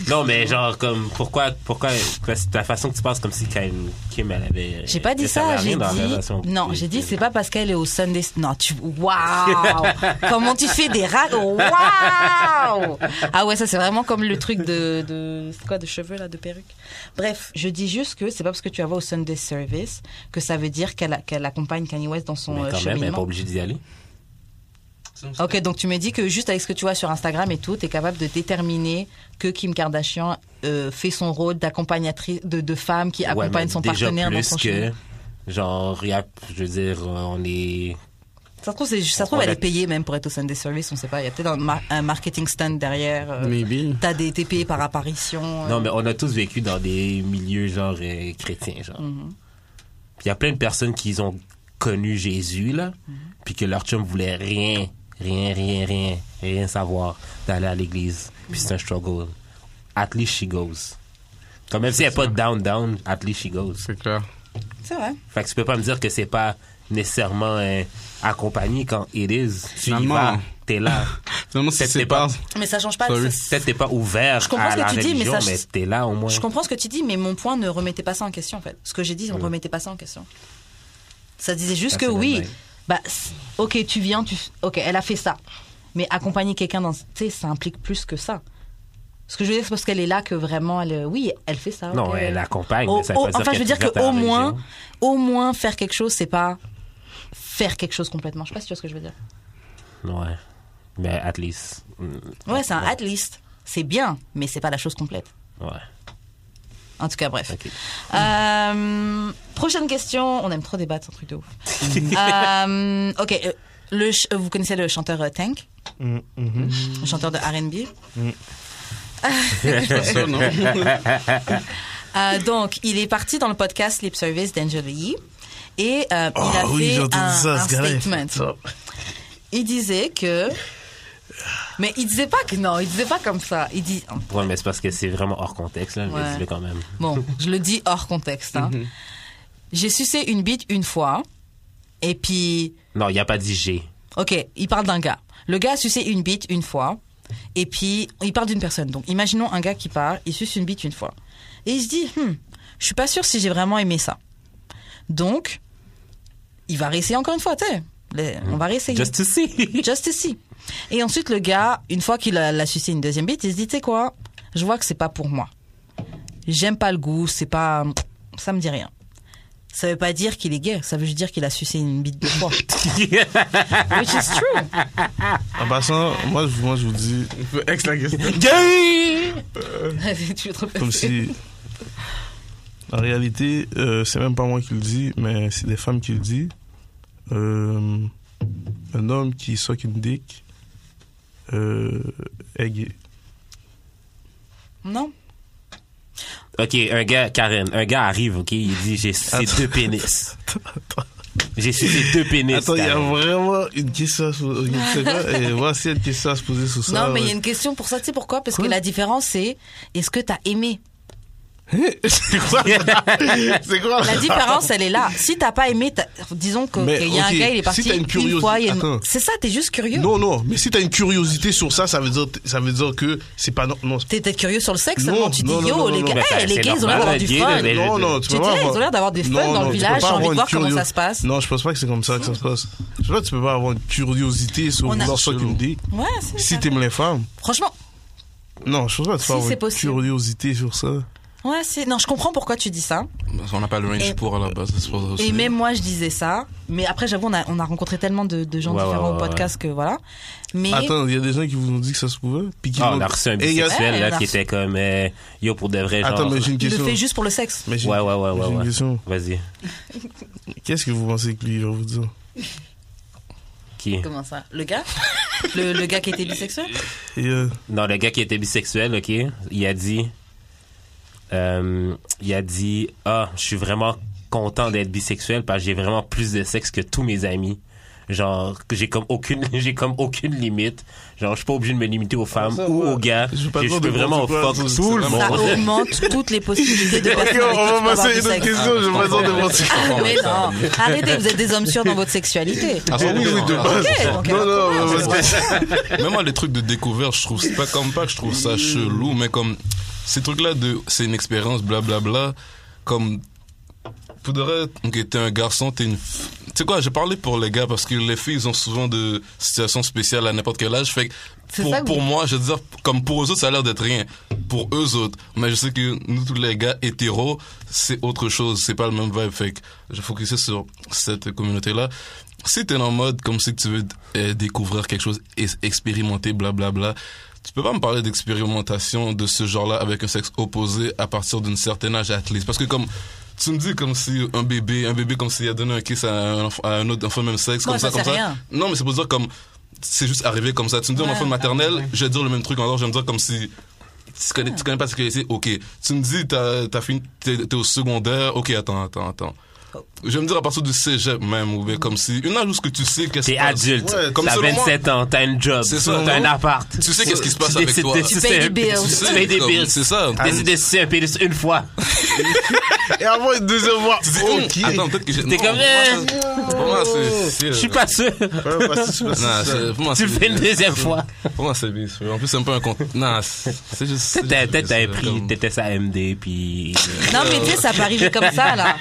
C: Non mais genre comme pourquoi pourquoi parce que la façon que tu penses comme si Kim, Kim elle avait
B: J'ai pas dit ça,
C: avait
B: j'ai
C: rien dans la
B: dit.
C: relation.
B: Non, j'ai dit c'est pas parce qu'elle est au Sunday. Non, tu. Waouh Comment tu fais des rats Waouh Ah ouais, ça c'est vraiment comme le truc de. de c'est quoi, de cheveux là, de perruque Bref, je dis juste que c'est pas parce que tu la vois au Sunday service que ça veut dire qu'elle qu'elle accompagne Kanye West dans son
C: mais
B: euh,
C: quand même, elle est pas
B: cheminement.
C: obligée d'y aller.
B: Ok, donc tu me dis que juste avec ce que tu vois sur Instagram et tout, t'es capable de déterminer que Kim Kardashian euh, fait son rôle d'accompagnatrice, de, de femme qui
C: Ouais,
B: accompagne
C: mais
B: son
C: déjà
B: partenaire dans
C: plus
B: son
C: que,
B: cheminement.
C: Genre, y a- je veux dire, euh, on est.
B: Ça se trouve, c'est- ça se trouve, elle est payée même pour être au Sunday Service, on sait pas. Il y a peut-être un, mar- un marketing stand derrière. euh,
D: Maybe.
B: T'as des t'es payé par apparition. euh.
C: Non, mais on a tous vécu dans des milieux, genre, euh, chrétiens, genre.
B: Mm-hmm.
C: Puis il y a plein de personnes qui ont connu Jésus, là,
B: Mm-hmm.
C: puis que leur chum voulait rien, rien, rien, rien, rien savoir d'aller à l'église. Puis
B: Mm-hmm.
C: c'est un struggle. At least she goes. Quand même si elle n'est pas down, down, at least she goes.
D: C'est clair.
B: C'est vrai.
C: Fait que tu peux pas me dire que c'est pas nécessairement euh, accompagné quand it is. Tu y
D: Finalement.
C: vas, t'es là.
D: Finalement, si
C: Peut-être
D: c'est
C: t'es
D: pas.
C: pas-
B: Mais ça change pas.
D: Sorry.
B: ça-
C: Peut-être t'es pas ouvert
B: Je comprends
C: à
B: ce que
C: la
B: tu dis, mais
C: religion, mais,
B: ça-
C: t'es là au moins.
B: Je comprends ce que tu dis, mais mon point ne remettait pas ça en question, en fait. Ce que j'ai dit, on remettait pas ça en question. Ça disait juste
C: Ah,
B: que oui,
C: Personnellement.
B: bah, c- ok, tu viens, tu, ok, elle a fait ça. Mais accompagner quelqu'un dans, tu sais, ça implique plus que ça. Ce que je veux dire, c'est parce qu'elle est là que vraiment, elle, euh, oui, elle fait ça.
C: Non,
B: ok.
C: elle accompagne.
B: Au-
C: mais ça veut
B: au-
C: pas
B: enfin, je
C: qu'elle
B: veux dire
C: est ouverte à
B: qu'au
C: la
B: moins,
C: religion.
B: au moins, faire quelque chose, c'est pas faire quelque chose complètement. Je sais pas si tu vois ce que je veux dire.
C: Ouais. Mais at least. mm,
B: Ouais, c'est un
C: ouais.
B: at least. C'est bien, mais c'est pas la chose complète.
C: Ouais.
B: En tout cas, bref.
C: Ok.
B: Euh, prochaine question. On aime trop débattre, c'est un truc de ouf. Euh, ok, euh, le ch- euh, vous connaissez le chanteur euh, Tank,
E: Mm, mhm.
B: le chanteur de R&B.
D: Ça, non?
B: Euh, donc, il est parti dans le podcast Lip Service d'Angel Yee et euh,
E: Oh,
B: il a
E: oui, j'ai
B: fait
E: entendu
B: un,
E: ça,
B: un
E: ce gars-là. il
B: statement.
E: fait ça.
B: Il disait que, mais il disait pas que non, il disait pas comme ça. Il dit
C: Ouais, mais c'est parce que c'est vraiment hors contexte, là.
B: Ouais.
C: Mais dis-le quand même.
B: Bon, je le dis hors contexte. hein.
E: Mm-hmm.
B: J'ai sucé une bite une fois, et puis,
C: Non, il a pas dit G.
B: ok, il parle d'un gars. Le gars a sucé une bite une fois, et puis, il parle d'une personne. Donc, imaginons un gars qui part, il suce une bite une fois. Et il se dit, hmm, je suis pas sûr si j'ai vraiment aimé ça. Donc, il va réessayer encore une fois, tu sais. Les- On va réessayer.
C: Just to see.
B: Just ici. Et ensuite, le gars, une fois qu'il a, l'a sucé une deuxième bite, il se dit, tu sais quoi, je vois que c'est pas pour moi. J'aime pas le goût, c'est pas... Ça me dit rien. Ça veut pas dire qu'il est gay, ça veut juste dire qu'il a sucé une bite deux fois. Which is true.
E: En passant, moi, je- moi, je vous dis,
D: Ex la question.
B: Vas-y, tu veux te repasser.
E: comme si. En réalité, euh, c'est même pas moi qui le dis, mais c'est des femmes qui le disent. Euh, un homme qui soque une dick euh, est gay.
B: Non.
C: OK, un gars, Karen, un gars arrive, OK, il dit j'ai sucé
E: Attends.
C: deux pénis. J'ai sucé deux pénis.
E: Attends, il y a
C: Karen.
E: vraiment une question à se poser. Je sais pas, Et voici une question à se poser sur ça.
B: non, mais il y a une question pour ça, tu sais pourquoi Parce que la différence, c'est est-ce que t'as aimé
E: c'est quoi la- C'est quoi
B: La différence, elle est là. Si t'as pas aimé, t'as- disons que-
E: Mais,
B: qu'il y a
E: ok,
B: un gars, il est
E: si
B: parti
E: t'as une curiosité-
B: fois. il y a une-
E: Attends.
B: C'est ça, t'es juste curieux.
E: Non, non, mais si t'as une curiosité sur ça, ça veut dire, ça veut dire que c'est pas. Non, non, c'est-
B: T'es peut-être curieux sur le sexe,
E: Non,
B: seulement tu dis
E: non, non,
B: yo,
E: non,
B: les
E: non, Bah,
B: gars,
C: mais
B: hey,
C: ça,
B: les
C: c'est
B: gars, ils ont l'air
C: normal,
B: d'avoir
C: le
B: du
C: gay,
B: fun.
C: le- le-
E: Ah, non, non,
B: Tu
E: tu peux
B: dis,
E: pas
B: ils ont
E: avoir-
B: l'air d'avoir des fun
E: Non,
B: dans le
E: non, tu peux
B: village,
E: pas
B: j'ai envie de
E: avoir une
B: voir comment
E: curio-
B: ça se passe.
E: Non, je pense pas que c'est comme ça que ça se passe. Je pense que tu peux pas avoir une curiosité sur
B: On a-
E: vouloir soit qu'une dick.
B: Ouais, c'est
E: Si
B: ça.
E: t'aimes les femmes.
B: Franchement,
E: Non, je pense pas que tu
B: Si,
E: peux avoir
B: c'est
E: une
B: possible.
E: curiosité sur ça.
B: ouais, c'est. Non, je comprends pourquoi tu dis ça.
F: On n'a pas le range
B: Et-
F: pour à la base. c'est pour ça aussi.
B: Et même moi, je disais ça. Mais après, j'avoue, on a, on a rencontré tellement de, de gens
C: Ouais,
B: différents
C: ouais,
B: au
C: ouais,
B: podcast que voilà. Mais
E: Attends, il y a des gens qui vous ont dit que ça se pouvait. Puis qui
C: Ah, on
E: l'ont-
C: a reçu un
E: Et il y a-
C: bisexuel,
B: Ouais,
C: là,
B: Eh, on a
C: qui
B: reçu-
C: était comme, euh, yo, pour de vrai, genre.
E: Attends, mais j'ai une
B: il le
E: question.
B: fait juste pour le sexe.
E: Mais j'ai-
C: Ouais, ouais, ouais, ouais.
E: j'ai une
C: ouais.
E: question.
C: Vas-y.
E: Qu'est-ce que vous pensez que lui va vous dire
C: Qui?
B: Comment ça Le gars le, le gars qui était bisexuel
E: Et, euh,
C: Non, le gars qui était bisexuel, OK, il a dit... euh, il a dit, ah, je suis vraiment content d'être bisexuel parce que j'ai vraiment plus de sexe que tous mes amis. Genre, que j'ai comme aucune, j'ai comme aucune limite. Genre, je suis pas obligé de me limiter aux femmes
E: ça,
C: ou
E: ouais.
C: aux gars.
E: Je veux pas
C: Je,
E: dire
C: peux
E: de
C: vraiment
E: quoi,
C: fuck
E: tout ça,
C: tout le
E: ça
B: Ça
C: monde.
B: augmente toutes les possibilités de personnes. avec qui tu peux
E: on va
B: avoir
E: passer à
B: du
E: une autre
B: sexe. Ah,
E: question, Ah, je vais pas demander
B: Mais
E: mon sexe.
B: non, arrêtez, vous êtes des hommes sûrs dans votre sexualité.
F: Ah, c'est
E: Oui, oui,
F: bon.
E: de base.
B: ok.
E: Non, non, mais parce que-
F: Même moi, les trucs de découverte, je trouve, c'est pas comme pas que je trouve ça chelou, mais comme, ces trucs-là de, c'est une expérience, blablabla, comme, pour de vrai, ok, t'es un garçon, t'es une, f- tu sais quoi, j'ai parlé pour les gars parce que les filles, ils ont souvent de situations spéciales à n'importe quel âge, fait que,
B: C'est
F: pour,
B: ça que
F: pour
B: vous-
F: moi, je veux dire, comme pour eux autres, ça a l'air d'être rien. Pour eux autres. Mais je sais que nous, tous les gars hétéros, c'est autre chose. C'est pas le même vibe. Fait que je focusais sur cette communauté-là. Si t'es en mode comme si tu veux euh, découvrir quelque chose, es- expérimenter, blablabla, tu peux pas me parler d'expérimentation de ce genre-là avec un sexe opposé à partir d'une certaine âge, at least. Parce que comme, tu me dis comme si un bébé, un bébé comme s'il a donné un kiss à un, enf- à un autre enfant même sexe,
B: Moi,
F: comme
B: ça
F: ça, comme
B: sert
F: ça.
B: rien.
F: Non, mais c'est pour dire comme. C'est juste arrivé comme ça. Tu me dis,
B: Ouais. Ah.
F: mon enfant de maternelle, je vais dire le même truc encore, je vais me dire comme si. Tu connais, tu connais pas ce que c'est, ok. Tu me dis, t'as, t'as fini, t'es, t'es au secondaire, ok, attends, attends, attends.
B: Oh.
F: Je vais me dire à partir du cégep même, ou bien comme si. Une âge où ce que tu sais qu'est-ce qui
C: T'es
F: se passe.
C: adulte.
F: Ouais, comme
C: t'as
F: selon moi,
C: 27 ans, t'as une job,
F: C'est ça,
C: t'as un
F: non?
C: appart.
F: Tu sais qu'est-ce qui se passe
C: Tu
F: avec
C: décides
F: toi.
C: de
F: Tu
C: sucer
B: payes
C: un-
B: des bills.
C: Tu
F: Tu sais,
C: payes des
F: comme,
C: bills.
F: c'est ça. Euh,
C: Tu décides de sucer un pénis une fois.
E: Et avant une deuxième fois,
F: Tu dis,
E: ok.
F: hum, attends, peut-être que j'ai.
C: T'es
F: non,
C: comme, euh, Oh.
F: pour moi, ça- Pour moi, c'est. c'est- euh,
C: Je suis pas sûr.
E: Ouais, bah, c'est- c'est- c'est-
F: Non, c'est- pour moi,
C: Tu le
F: c'est-
C: fais une deuxième fois.
F: Pour moi, c'est bien sûr. En plus, c'est un peu un compte. Non, c'est c'est juste. c'est
C: Peut-être
F: juste-
C: peut-être
F: c'est
C: t'avais pris,
F: comme-
C: t'étais ça AMD, puis...
B: Non, mais tu sais, ça peut arriver comme ça, là.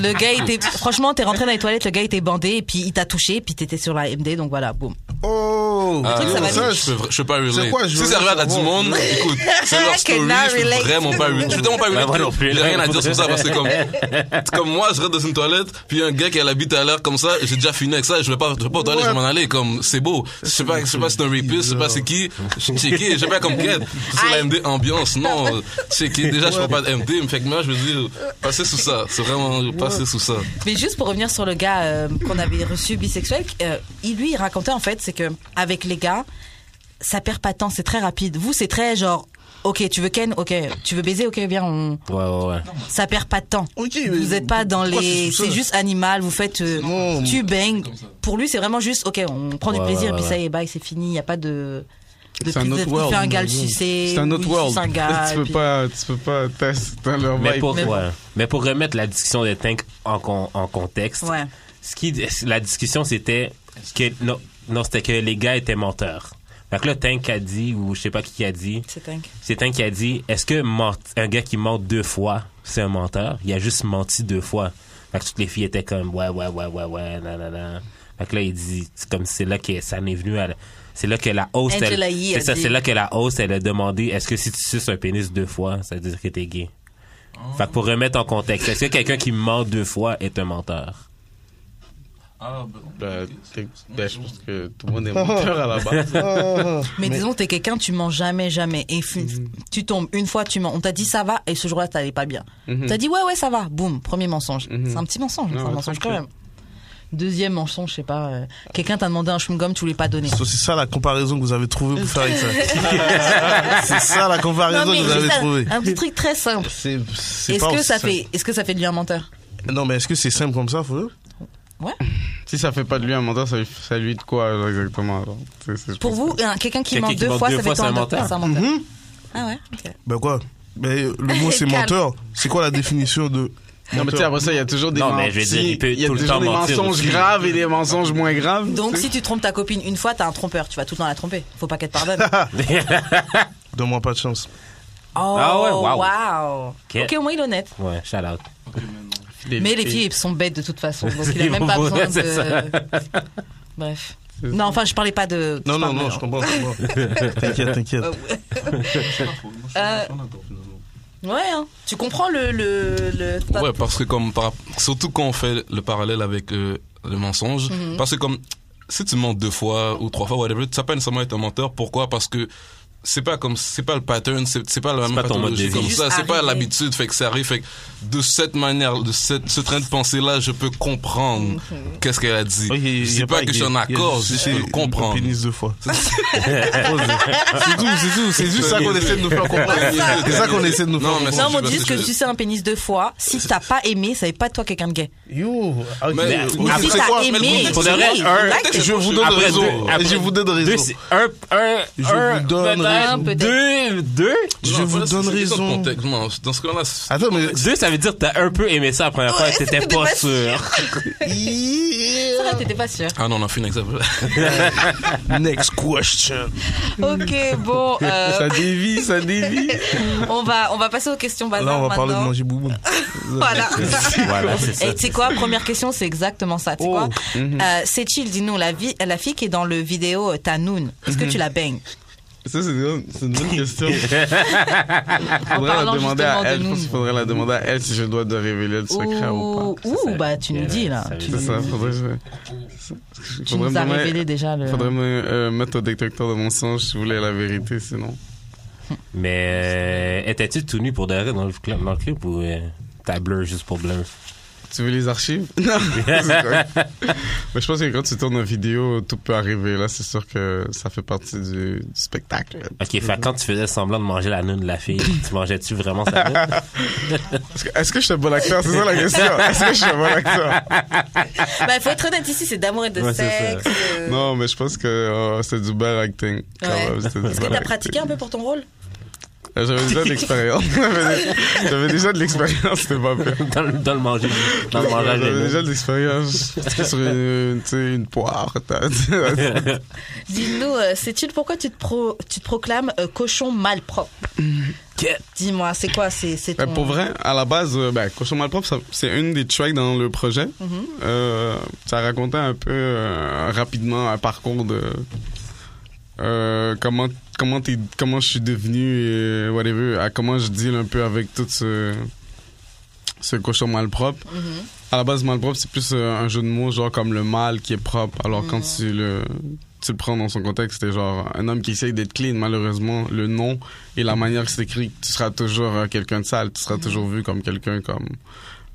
B: Le gars était. Franchement, t'es rentré dans les toilettes, le gars était bandé, et puis il t'a touché, puis t'étais sur la MD, donc voilà, boum.
E: Oh!
F: Ah,
B: truc, ça va
F: ça,
B: vite.
F: je peux, vra- je peux pas relate.
E: C'est quoi, je
F: si
E: veux
F: ça
E: rien
F: arrive à du
E: savoir.
F: monde, écoute, c'est leur
B: I
F: story,
B: cannot
F: je peux
B: relate.
F: vraiment pas relate. Je peux tellement pas
C: Bah, moi non
F: relate.
C: plus.
F: J'ai rien à dire sur ça parce que comme, c'est comme moi, je rentre dans une toilette, puis un gars qui a la bite à l'air comme ça, j'ai déjà fini avec ça, je vais pas, je vais pas aux toilettes, je vais m'en aller, comme, c'est beau. Je sais pas, je sais pas si c'est un rapiste, je sais pas c'est qui, je suis checké, je sais pas comme quête. Sur la MD ambiance, non, checké. Déjà, je prends pas de MD, mais fait que moi, je veux dire, passer sous ça. C'est vraiment, passer sous ça.
B: Mais juste pour revenir sur le gars euh, qu'on avait reçu bisexuel, euh, il lui il racontait en fait, c'est que avec les gars, ça perd pas de temps, c'est très rapide. Vous, c'est très genre, ok, tu veux Ken, ok, tu veux baiser, ok, viens, on...
C: Ouais, ouais, ouais.
B: ça perd pas de temps.
E: Ok,
B: Vous
E: mais
B: êtes pas dans
E: pourquoi
B: les,
E: c'est
B: c'est juste animal. Vous faites, euh,
E: Non.
B: tu bangs. Pour lui, c'est vraiment juste, ok, on prend du
C: Ouais,
B: plaisir,
C: ouais,
B: puis
C: ouais,
B: ça y est, bye, c'est fini. Il y a pas de, de
D: C'est un
B: plus
D: autre
B: de- il
D: world,
B: fait un gars le
D: mais bon.
B: sucer,
D: C'est un
B: ou
D: autre
B: il
D: world.
B: suce un gars,
D: tu
B: et
D: peux
B: puis-
D: pas, tu peux pas tester dans leur
C: Mais
D: vibe.
C: pour,
B: Mais-
C: ouais. mais pour remettre la discussion des tanks en, con- en contexte,
B: Ouais.
C: ce qui, la discussion, c'était que, non, non, c'était que les gars étaient menteurs. Fait que là, Tank a dit, ou je sais pas qui a dit,
B: C'est dingue.
C: c'est Tank qui a dit, est-ce que ment- un gars qui ment deux fois, c'est un menteur? Il a juste menti deux fois. Fait que toutes les filles étaient comme, ouais, ouais, ouais, ouais, ouais, nanana. Fait que là, il dit, c'est comme c'est là que ça en est venu à la- c'est là que la host, elle,
B: Angela Yee a
C: c'est ça,
B: dit.
C: c'est là que la host, elle a demandé, est-ce que si tu suces un pénis deux fois, ça veut dire que t'es gay?
E: Oh.
C: Fait que pour remettre en contexte, est-ce que quelqu'un qui ment deux fois est un menteur?
D: Ben, t'es- ben, je pense que tout le monde est menteur à la base.
B: Mais, disons, t'es quelqu'un, tu mens jamais, jamais. Et fu-
D: Mhm.
B: tu tombes une fois, tu mens. On t'a dit ça va, et ce jour-là, t'allais pas bien. T'as dit ouais, ouais, ça va. Boum, premier mensonge. C'est un petit mensonge, mais c'est un
D: Mhm. ouais,
B: mensonge quand
D: tranquille.
B: même. Deuxième mensonge, je sais pas. euh, quelqu'un t'a demandé un chewing-gum, tu voulais pas donner.
E: So, c'est ça la comparaison que vous avez trouvée pour faire avec ça. c'est ça la comparaison que vous avez
B: juste un-
E: trouvée.
B: un petit truc très simple.
E: C'est, c'est
B: Est-ce
E: pas
B: que
E: aussi
B: ça
E: simple.
B: fait, est-ce que ça fait de lui un menteur
E: Non, mais est-ce que c'est simple comme ça, faut dire
D: si ça fait pas de lui un menteur, ça lui, ça lui de quoi genre, exactement alors, tu sais, c'est- je
B: Pour
D: pense
B: vous, un- quelqu'un qui
C: Quelqu'un
B: ment
C: qui
B: deux
C: ment
B: fois,
C: deux
B: ça fait
C: fois,
B: être
C: c'est
B: un
C: un
B: menteur.
C: menteur.
B: c'est un menteur.
E: Mhm.
B: Ah ouais. ok.
E: Ben quoi Ben le mot c'est
B: Calme.
E: menteur. C'est quoi la définition de
D: que- Non, mais tu sais, après ça, il y a toujours des
C: Non, mais je veux
D: mentis,
C: dire, il peut
D: y a
C: tout le
D: toujours
C: temps
D: des
C: mentir
D: mensonges
C: aussi.
D: graves et des mensonges moins graves.
B: Donc
D: tu sais.
B: si tu trompes ta copine une fois, t'as un trompeur. Tu vas tout le temps la tromper. Faut pas qu'elle te pardonne.
E: Ah Donne-moi pas de chance.
B: Oh,
C: Ah ouais, waouh.
B: waouh.
C: Ok.
B: Ok, au moins il est honnête.
C: Ouais, shout out.
B: Mais les filles sont bêtes de toute façon, donc il a
C: Ils
B: même
C: vont
B: pas
C: vous-
B: besoin
C: c'est ça.
B: de. Bref. Non, enfin, je parlais pas de.
E: Non,
B: je
E: non,
B: parle
E: non,
B: de-
E: je comprends. je comprends. t'inquiète, t'inquiète.
B: Euh, Ouais, hein. tu comprends le. le, le...
F: Ouais, parce que comme par, surtout quand on fait le parallèle avec euh, le mensonge, parce que comme si tu mens deux fois ou trois fois whatever, ça peut pas nécessairement être un menteur. Pourquoi Parce que c'est pas comme c'est pas le pattern, c'est c'est pas la même
C: pas ton
F: pathologie
C: mode de
F: comme
C: vie.
F: ça,
B: Juste
F: c'est pas
B: arrivé.
F: l'habitude, fait que ça arrive, fait que de cette manière, de cette, ce train de pensée là, je peux comprendre qu'est-ce qu'elle a dit.
E: Ok, y a
F: je dis pas que je suis en
E: y a-
F: accord,
E: c'est-
F: je
E: c'est
F: peux comprendre.
E: un Pénis deux fois.
F: C'est-
E: C'est tout, c'est tout. C'est juste ça qu'on essaie de nous faire comprendre. C'est ça qu'on essaie de nous faire
F: Non, mais
E: comprendre.
B: Non, mais on
F: je sais
B: dit
F: pas
B: que
F: si je-
B: tu sais un pénis deux fois. Si t'as pas aimé, ça n'est pas de toi quelqu'un de gay.
E: Yo,
F: Mais-
E: ok. Ok,
F: Mais
B: si
E: Ah, c'est
B: t'as
E: quoi
F: mais le
B: aimé,
F: contexte,
C: c'est vrai,
B: oui,
C: un-
B: exact.
E: Je vous donne
C: Après
E: raison.
C: deux- après
E: Je vous donne
C: Deux,
E: raison.
C: c'est- un, un,
E: Je
C: un,
E: vous donne
C: peut-être,
E: raison.
C: Deux, deux,
E: Je
F: Non,
E: vous
F: voilà, c'est-
E: donne
F: c'est question de
E: raison.
F: contexte. Non, Dans ce cas-là, c'est-
E: Attends, mais
C: deux, ça veut dire que t'as un peu aimé ça la première fois
B: Ouais,
C: et t'étais
B: c'était
C: pas
B: pas
C: sûr.
B: C'est vrai, t'étais pas sûr.
F: ah non, on a fait une exemple.
E: next question.
B: Ok, bon, euh,
D: Ça dévie, ça dévie.
B: on va on va passer aux questions bazar
E: Là, on va
B: maintenant.
E: parler de manger bouboune.
B: Voilà.
C: voilà, c'est
B: Et tu sais quoi, première question, c'est exactement ça. Tu sais quoi Euh, C'est chill, dis-nous, la, vie, la fille qui est dans le vidéo euh, Tanoun, est-ce que tu la bangs
D: Ça, c'est une, c'est une bonne question.
B: En
D: faudrait la
B: parlant
D: demander
B: justement
D: à
B: de
D: elle. Je
B: nous.
D: pense qu'il faudrait la demander à elle si je dois te révéler le secret ou
B: Ouh,
D: pas.
B: ouh, bah tu nous dis là.
C: Ça
B: Tu,
D: C'est ça, faudrait.
B: tu nous as
D: demander-
B: révélé déjà le.
D: faudrait me euh, mettre au détecteur de mensonges si je voulais la vérité, sinon.
C: Mais euh, étais-tu tout nu pour de vrai dans le, cl- dans le clip ou euh, t'as blur juste pour blur?
D: Tu veux les archives? Non. C'est vrai. Mais je pense que quand tu tournes une vidéo, tout peut arriver. Là, c'est sûr que ça fait partie du, du spectacle.
C: Ok, fait quand tu faisais semblant de manger la nune de la fille, tu mangeais-tu vraiment sa nune?
D: Est-ce que, est-ce que je suis un bon acteur? C'est ça la question. Est-ce que je suis un bon acteur?
B: Bah, il faut être honnête ici, c'est d'amour et de
C: Ouais, c'est
B: sexe. euh,
D: Non, mais je pense que euh, c'est du bel acting. quand
B: Ouais.
D: même, c'était du
B: Est-ce que
D: bel
B: t'as
D: acting.
B: pratiqué un peu pour ton rôle
D: Euh, J'avais déjà de l'expérience. J'avais- J'avais déjà de l'expérience, c'était pas pire.
C: dans, le- dans le manger, dans le mangeage
D: J'avais
C: des
D: déjà
C: nunes.
D: de l'expérience. Parce que sur une, tu sais, une poire, t'as-
B: Dis-nous, c'est-il euh, pourquoi tu te, pro- tu te proclames euh, cochon malpropre Dis-moi, c'est quoi C'est c'est
D: Ben,
B: ton-
D: Mm. pour vrai, à la base, euh, ben, Cochon Malpropre, ça- c'est une des tracks dans le projet.
B: Mhm.
D: Euh, ça racontait un peu euh, rapidement un parcours de euh, comment comment t'es- comment je suis devenu et whatever, à comment je deal un peu avec tout ce ce cochon malpropre. À la base, malpropre, c'est plus euh, un jeu de mots, genre comme le mal qui est propre. Alors quand
B: Mm.
D: tu le tu le prends dans son contexte, c'est genre un homme qui essaye d'être clean, malheureusement, le nom et la manière que c'est écrit, tu seras toujours euh, quelqu'un de sale, tu
B: Mm.
D: seras toujours vu comme quelqu'un comme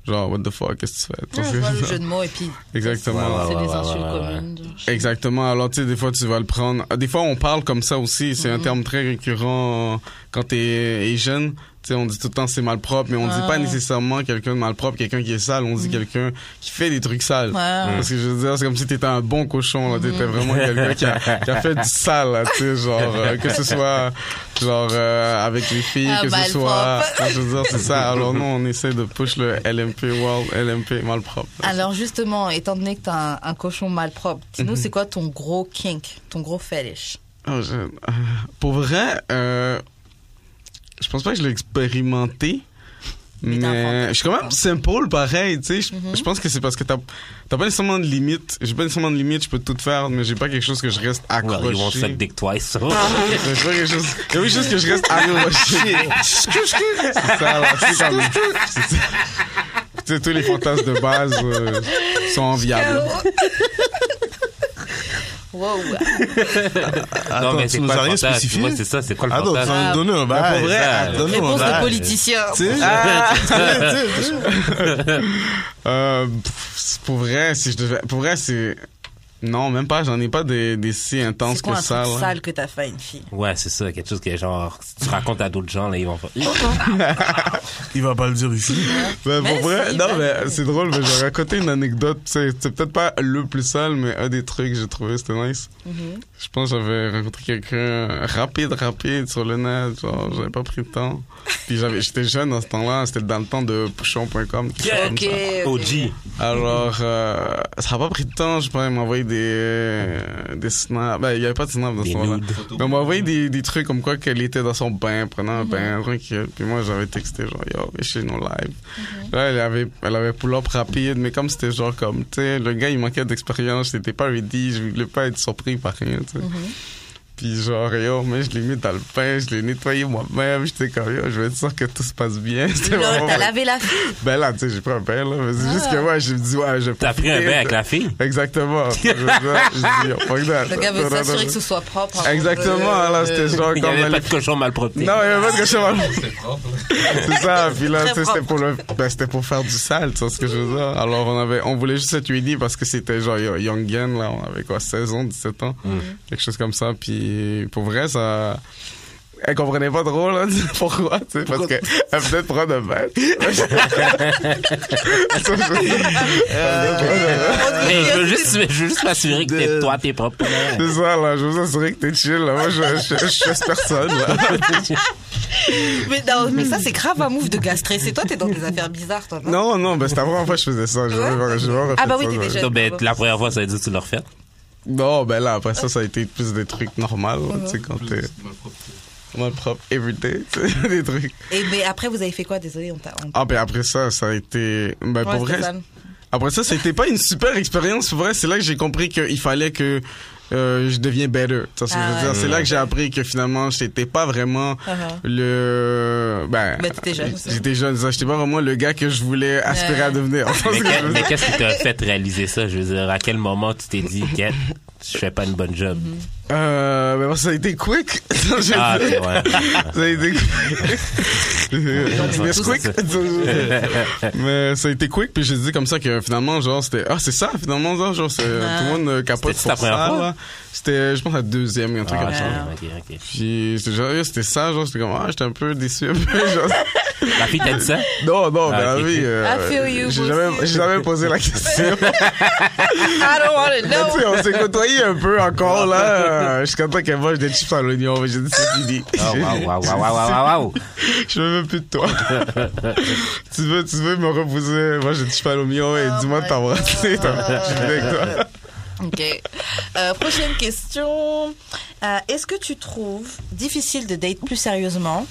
D: genre what the fuck, qu'est-ce que tu fais? Tu
B: Ouais, je
D: vois,
B: vois Ah, le
D: genre.
B: jeu de mots et puis
D: Exactement.
B: c'est
C: ouais,
B: des
C: ouais,
B: insultes
C: ouais, ouais,
B: communes. genre, je-
D: Exactement. Alors, tu sais, des fois, tu vas le prendre. Ah, Des fois, on parle comme ça aussi. C'est un terme très récurrent euh, quand t'es Asian. Tu sais, on dit tout le temps c'est malpropre, mais on dit
B: Ah. Mm.
D: pas nécessairement quelqu'un de malpropre, quelqu'un qui est sale. On dit quelqu'un qui fait des trucs sales.
B: Ouais. Mm.
D: Parce que je veux dire, c'est comme si t'étais un bon cochon. là. T'étais vraiment quelqu'un qui a, qui a fait du sale, là, tu sais, genre euh, que ce soit genre euh, avec les filles,
B: Ah,
D: que ce soit.
B: malpropre.
D: Je veux dire, c'est ça. Alors non, on essaie de push le LMP world, LMP malpropre.
B: Alors justement, étant donné que t'as un, un cochon malpropre,
D: Mhm.
B: dis-nous c'est quoi ton gros kink, ton gros fetish
D: Oh, je- euh, pour vrai, euh, je pense pas que je l'ai expérimenté.
B: Mais t'as
D: Mais
B: inventé. Mm-hmm.
D: je suis quand même simple, pareil, tu sais. Je, je pense que c'est parce que t'as t'as pas nécessairement de limite. J'ai pas nécessairement de limite, je peux tout faire, mais j'ai pas quelque chose que je reste accroché.
C: Well, you won't suck dick twice. so.
D: Mais c'est pas quelque chose. Il y a quelque chose que je reste accroché. c'est ça, là. C'est comme. c'est ça. Tu sais, tous les fantasmes de base euh, sont enviables.
B: Wow.
E: Attends,
C: mais
E: tu
C: c'est
E: nous
C: quoi
E: as
C: le
E: rien
C: fantasme?
E: spécifié? Ah,
C: Moi, c'est ça, c'est quoi le
E: Attends, tu
C: fantasme?
E: vas nous donner un bail.
D: pour vrai,
E: ça.
D: donne-nous un
B: Réponse de
E: bail.
B: politicien.
E: Tu sais, tu sais, tu sais.
D: Euh, pff, pour vrai, si je devais. Pour vrai, c'est. Non, même pas. J'en ai pas des, des si intenses
B: C'est quoi
D: que
B: un
D: ça.
B: truc
D: là.
B: sale que t'as fait à une fille
C: Ouais, c'est ça, quelque chose que genre, si tu racontes à d'autres gens, là, ils vont faire.
E: Il va pas le dire ici.
D: Ben,
B: Mais
D: pour vrai,
B: si,
D: non,
B: ben-
D: mais c'est drôle. Mais j'ai raconté une anecdote. C'est c'est peut-être pas le plus sale, mais un des trucs que j'ai trouvé, c'était nice.
B: Mm-hmm.
D: Je pense que j'avais rencontré quelqu'un rapide, rapide sur le net. Genre, j'avais pas pris le temps. Puis j'avais- j'étais jeune dans ce temps-là. C'était dans le temps de pouchon.com. quelque chose comme
B: Ok.
D: ça.
C: OG.
D: Alors, euh, ça n'a pas pris de temps, je pense, il m'a envoyé des, euh, des snaps. Ben, il n'y avait pas de snaps dans ce
C: Des
D: moment-là.
C: nudes.
D: Mais il m'a envoyé des, des trucs comme quoi qu'elle était dans son bain, prenant un
B: Mhm.
D: bain, tranquille. Puis moi, j'avais texté, genre, yo, chez nos live.
B: Mhm.
D: Là, elle avait, elle avait pull-up rapide, mais comme c'était genre comme, tu sais, le gars, il manquait d'expérience, c'était pas ready, je voulais pas être surpris par rien, tu sais.
B: Mhm.
D: Puis genre, yo, mais je l'ai mis dans le bain, je l'ai nettoyé moi-même, j'étais comme, yo, je vais être sûr que tout se passe bien. C'était
B: Lol,
D: vraiment
B: t'as lavé la fille.
D: ben là, tu sais, j'ai pris un bain, là. Mais c'est juste que moi, je me dis, ouais, je
C: T'as pris un bain avec la fille?
D: Exactement. je dis, yo, fuck that.
B: Le gars veut s'assurer que ce soit propre. hein, euh, avant
D: Exactement,
B: de-
D: là, c'était genre
C: Il
D: comme...
C: n'y avait
D: elle-
C: pas de cochon mal propre.
D: Non, il y avait pas de cochon. C'est ça, puis là,
B: Très
D: tu sais, c'était
B: propre.
D: pour le, ben, c'était pour faire du sale, tu vois ce que je veux dire. Alors, on avait, on voulait juste être ready parce que c'était genre yo- young gun, là, on avait quoi, 16 ans, 17 ans,
C: Mm.
D: quelque chose comme ça, puis pour vrai, ça, elle comprenait pas trop, là, pourquoi, tu sais, parce que, elle venait de prendre un bain. Elle venait de prendre un bain.
C: Mais
B: euh,
C: je veux juste, je veux juste m'assurer que t'es toi, t'es propre.
D: C'est ça, là, je vous assurer que t'es chill, là, moi, je, je, je, stresse personne, là.
B: Mais, non, mais ça, c'est grave un move de gars stressé. Toi, t'es dans des affaires bizarres, toi. Non,
D: Non, non, ben, c'était la première fois que je faisais ça, je vais, je vais refaire
B: Ah, bah oui,
D: ça,
B: t'étais
D: je-
B: jeune.
C: Non, ben, la première fois, ça veut dire que tu l'as refait.
D: Non, ben là, après ça, ça a été plus des trucs normaux, tu sais, quand t'es malpropre, everyday, tu sais, des trucs.
B: Et Eh, mais après, vous avez fait quoi Désolé, on t'a. on-
D: Ah, ben après ça, ça a été... Ben
B: Ouais,
D: pour vrai,
B: c'était sale.
D: après ça, c'était pas une super expérience, pour vrai, c'est là que j'ai compris qu'il fallait que euh, je devienne better, tu vois ce que
B: Ah
D: je veux dire.
B: ouais.
D: C'est là que j'ai appris que finalement, j'étais pas vraiment le... Ben,
B: Ben, t'étais jeune aussi.
D: J'étais jeune, c'est ça, j'étais pas vraiment le gars que je voulais aspirer
B: Ouais.
D: à devenir. Tu vois ce
C: Mais
D: que je
C: que-
D: veux
C: mais
D: dire?
C: qu'est-ce qui t'a fait réaliser ça? Je veux dire, à quel moment tu t'es dit, que je fais pas une bonne job?
B: Mm-hmm.
D: Euh, ben, ça a été quick.
C: Ah, ok, ouais.
D: Ça a été Nesquik. Mais ça a été quick, puis j'ai dit comme ça que finalement, genre, c'était. Ah, c'est ça, finalement, genre, genre, c'est- tout
B: Ah.
D: le monde euh, capote
C: C'était
D: pour
C: ta première
D: ça.
C: fois?
D: là. C'était, je pense, la deuxième, un truc
C: Ah,
D: comme ça.
C: ok, ok.
D: Puis c'était genre, yo, c'était ça, genre, c'était comme, ah, j'étais un peu déçu. un peu, genre.
C: La fille t'a dit ça?
D: non, non, mais
C: Ah,
D: la
C: ok.
D: vie, euh,
B: I feel you,
D: j'ai
B: moi
D: jamais,
B: aussi.
D: j'ai jamais posé la question.
B: I don't want
D: Mais tu
B: to
D: sais,
B: know.
D: on s'est côtoyé un peu encore, là, euh, jusqu'à temps qu'elle mange des chips à l'oignon, mais j'ai dit, c'est fini.
C: Oh, waouh, waouh, waouh, waouh, waouh.
D: Je me veux plus de toi. tu veux, tu veux me reposer. Moi, j'ai dit pas le mien et dis-moi de
G: my
D: t'embrasser. t'as- Je suis avec toi.
G: Ok. Euh, prochaine question.
B: Euh, Est-ce que tu trouves difficile de date plus sérieusement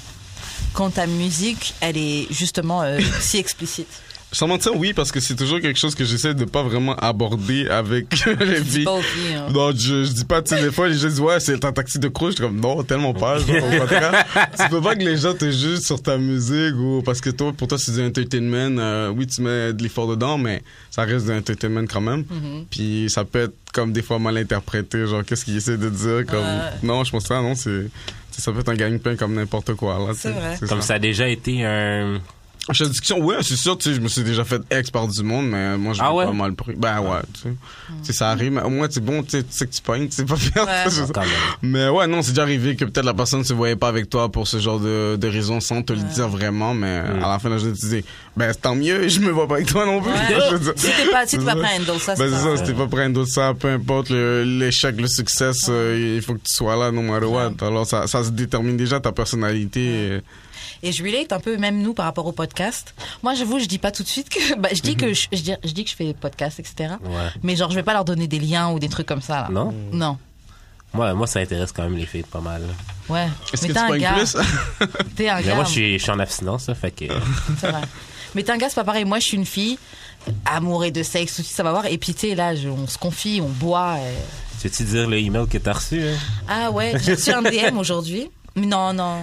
B: quand ta musique, elle est justement euh, si explicite
D: Sans mentir, oui, parce que c'est toujours quelque chose que j'essaie de pas vraiment aborder avec les filles.
B: Pas aux filles, hein.
D: Non, je, je dis pas, tu sais, des fois, les gens disent, ouais, c'est ta tactique de crush. Je suis comme, non, tellement pas. je vois, au contraire. tu peux pas que les gens te jugent sur ta musique ou parce que toi, pour toi, c'est du entertainment. Euh, oui, tu mets de l'effort dedans, mais ça reste de l'entertainment quand même.
B: Mm-hmm.
D: Puis ça peut être comme des fois mal interprété, genre, qu'est-ce qu'ils essaient de dire? Comme, non, je pense que ça, non, c'est. tu sais, Ça peut être un gagne-pain comme n'importe quoi. là, tu sais,
B: C'est vrai.
C: Comme ça a déjà été un.
D: Chaque discussion, ouais, c'est sûr, tu sais, je me suis déjà fait ex par du monde, mais moi, je
C: Ah
D: l'ai
C: ouais?
D: pas mal pris. Ben ouais, tu sais. Tu sais, ça arrive, mais au moins, c'est bon, tu sais, tu sais que tu pognes, tu sais pas faire
B: Ouais.
D: ça.
C: Quand même.
D: Mais ouais, non, c'est déjà arrivé que peut-être la personne ne se voyait pas avec toi pour ce genre de, de raison sans te le dire vraiment, mais
C: Hmm.
D: à la fin, là, je te disais, ben tant mieux, je me vois pas avec toi non plus.
B: Ouais.
D: Je veux dire,
B: Si t'es pas, si t'es pas
D: C'est ça.
B: prêt à handle ça,
D: ben c'est ça,
B: pas-
D: si t'es pas prêt d'autre ça, peu importe le- l'échec, le succès, euh, il faut que tu sois là, no matter what. Alors, ça, ça se détermine déjà ta personnalité. Euh,
B: Et je relate un peu, même nous, par rapport au podcast. Moi, j'avoue, je dis pas tout de suite que. Bah, je dis
D: Mhm.
B: que je, je dis, je dis que je fais des podcasts, etc.
C: Ouais.
B: Mais genre, je vais pas leur donner des liens ou des trucs comme ça. Là.
C: Non?
B: Non.
C: Moi, moi, ça intéresse quand même les filles pas mal. là.
B: Ouais.
D: Est-ce
B: Mais
D: que
B: t'es
D: tu
B: un
D: pognes
B: gars.
D: plus?
B: T'es un
C: Mais
B: gars.
C: moi, je suis, je suis en abstinence, là, fait que.
B: c'est vrai. Mais t'es un gars, c'est pas pareil. Moi, je suis une fille amourée de sexe, tout de suite, ça va voir. Et puis, tu sais, là, je- on se confie, on boit. et-
C: Tu veux-tu dire le email que t'as reçu, hein?
B: Ah ouais, j'ai reçu un DM aujourd'hui. Mais Non, non.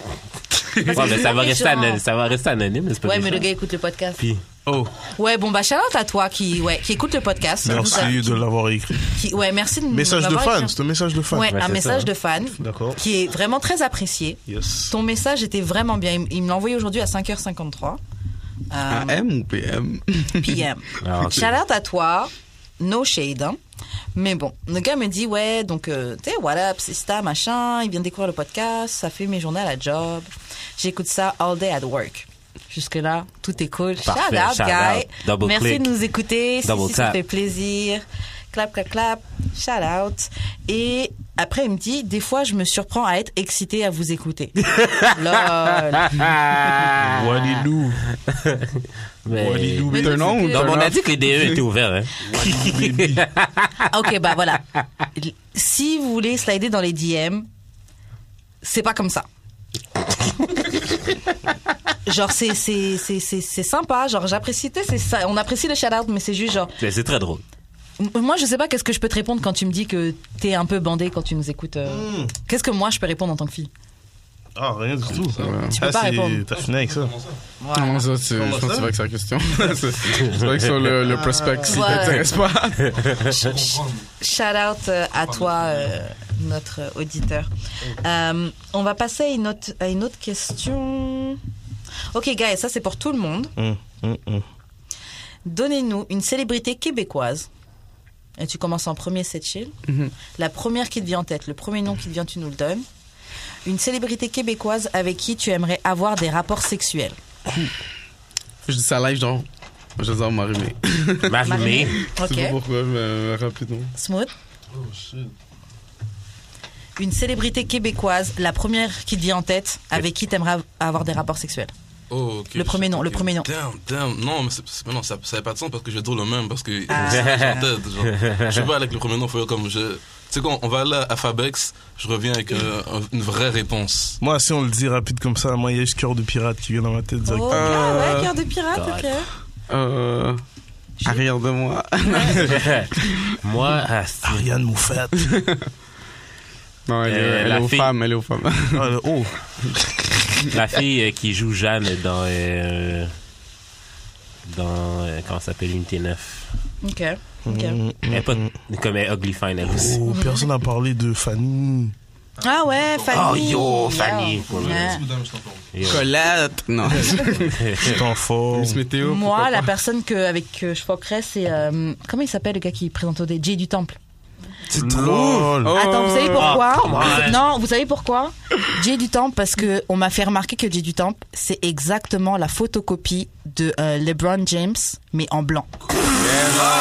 B: Parce
C: Ouais,
B: que c'est
C: mais ça
B: pas
C: va, rester
B: méchant.
C: anonyme, ça va rester anonyme, c'est pas
B: Ouais, mais
C: méchant.
B: le gars écoute le podcast.
C: Puis,
F: Oh,
B: Ouais, bon, bah, shout out à toi qui, ouais, qui écoute le podcast.
E: Merci de l'avoir écrit.
B: Qui- ouais, merci de nous
E: Message de
B: l'avoir
E: fan,
B: écrit.
E: c'est un message de fan.
B: Ouais,
C: Ouais,
B: un
C: c'est
B: message
C: ça.
B: de fan
E: D'accord.
B: qui est vraiment très apprécié.
E: Yes.
B: Ton message était vraiment bien. Il- Il me l'a envoyé aujourd'hui à 5h53 euh,
D: AM ou PM?
B: PM.
C: Ah, ok.
B: Shout out à toi. No shade. hein. Mais bon, le gars me dit Ouais, donc, euh, tu sais, what up, Sista, machin. Il vient de découvrir le podcast. Ça fait mes journées à la job. J'écoute ça all day at work. Jusque-là, tout est cool.
C: Parfait,
B: shout out,
C: shout
B: guy.
C: out. Double
B: Merci
C: click.
B: de nous écouter. Si,
C: Double
B: si, ça
C: tap.
B: fait plaisir. Clap, clap, clap. Shout out. Et après, il me dit Des fois, je me surprends à être excité à vous écouter. Lol.
E: Walidou.
C: mais...
D: Walidou,
B: Mais
D: turn
B: non,
D: on
B: c'est
D: ou
B: que-
C: Non,
D: turn
C: mais on a
D: off?
C: dit que les DE étaient ouverts, hein.
B: Ok, bah voilà. Si vous voulez slider dans les DM, c'est pas comme ça. genre, c'est, c'est, c'est, c'est, c'est sympa. Genre, j'apprécie, tu sais, c'est ça. On apprécie le shout-out, mais c'est juste genre.
C: Mais c'est très drôle.
B: M- Moi, je sais pas qu'est-ce que je peux te répondre quand tu me dis que t'es un peu bandé quand tu nous écoutes. euh. Qu'est-ce que moi je peux répondre en tant que fille
E: Ah, rien du tout.
B: Tu peux pas
E: Ah, c'est-
B: répondre.
E: T'as fini avec ça.
D: Ah non, ça, c'est- je pense que c'est vrai que c'est la question. c'est c'est vrai que sur le, le prospect, si
B: Ouais.
D: t'intéresse pas.
B: Shout out euh, à toi, euh, notre euh, auditeur. Euh, on va passer à une autre, à une autre question. Ok, guys, ça c'est pour tout le monde.
E: Hum, hum, hum.
B: Donnez-nous une célébrité québécoise. Et tu commences en premier, c'est chill.
C: Mhm.
B: La première qui te vient en tête, le premier nom qui te vient, tu nous le donnes. Une célébrité québécoise avec qui tu aimerais avoir des rapports sexuels.
D: Je dis ça live, genre, j'adore m'arrimer.
C: Marimé.
D: Je sais pas
B: Ok.
D: pourquoi, mais rapidement.
B: Smooth. Une célébrité québécoise, la première qui te vient en tête, avec qui tu aimerais avoir des rapports sexuels.
F: oh, ok.
B: Le premier nom, le premier nom.
F: Damn, damn. Non, mais c'est- c'est- mais non, ça n'avait pas de sens parce que je drôle le même parce que
B: Ah.
F: c'est ça que j'ai en tête. Genre, je vais avec le premier nom, faut comme je. Tu sais quoi, on va aller à Fabex, je reviens avec euh, un- une vraie réponse.
E: Moi, si on le dit rapide comme ça, moi, il y a juste cœur de pirate qui vient dans ma tête direct.
B: Oh, ah ouais, cœur de pirate, ok.
D: Euh. Arrière de moi.
C: Moi, ah, c'est-
E: Ariane Moufat.
D: Non, elle, est-
C: Euh,
D: elle
C: la
D: est aux
C: fille.
D: femmes, elle est aux femmes.
E: Ah, le- oh,
C: la fille euh, qui joue Jeanne dans. euh, dans. euh, comment ça s'appelle Unité 9.
B: Ok, ok.
C: Mhm. Elle est pas. Comme elle est Ugly Fine, elle aussi.
E: oh, personne n'a parlé de Fanny.
B: Ah ouais,
C: Oh
B: Fanny.
C: yo, Fanny.
B: Ouais.
C: Yo.
D: Colette! Non.
E: Temps fort.
D: Miss Météo.
B: Moi,
D: pourquoi
B: la
D: pas.
B: personne que, avec que je foquerais, c'est. euh, comment il s'appelle le gars qui présente au DJ du Temple
E: Tu trouves?
D: Oh.
B: Attends, vous savez pourquoi
C: come on.
B: Non, vous savez pourquoi J'ai du Temple, parce que on m'a fait remarquer que J'ai du Temple, c'est exactement la photocopie de euh, LeBron James, mais en blanc.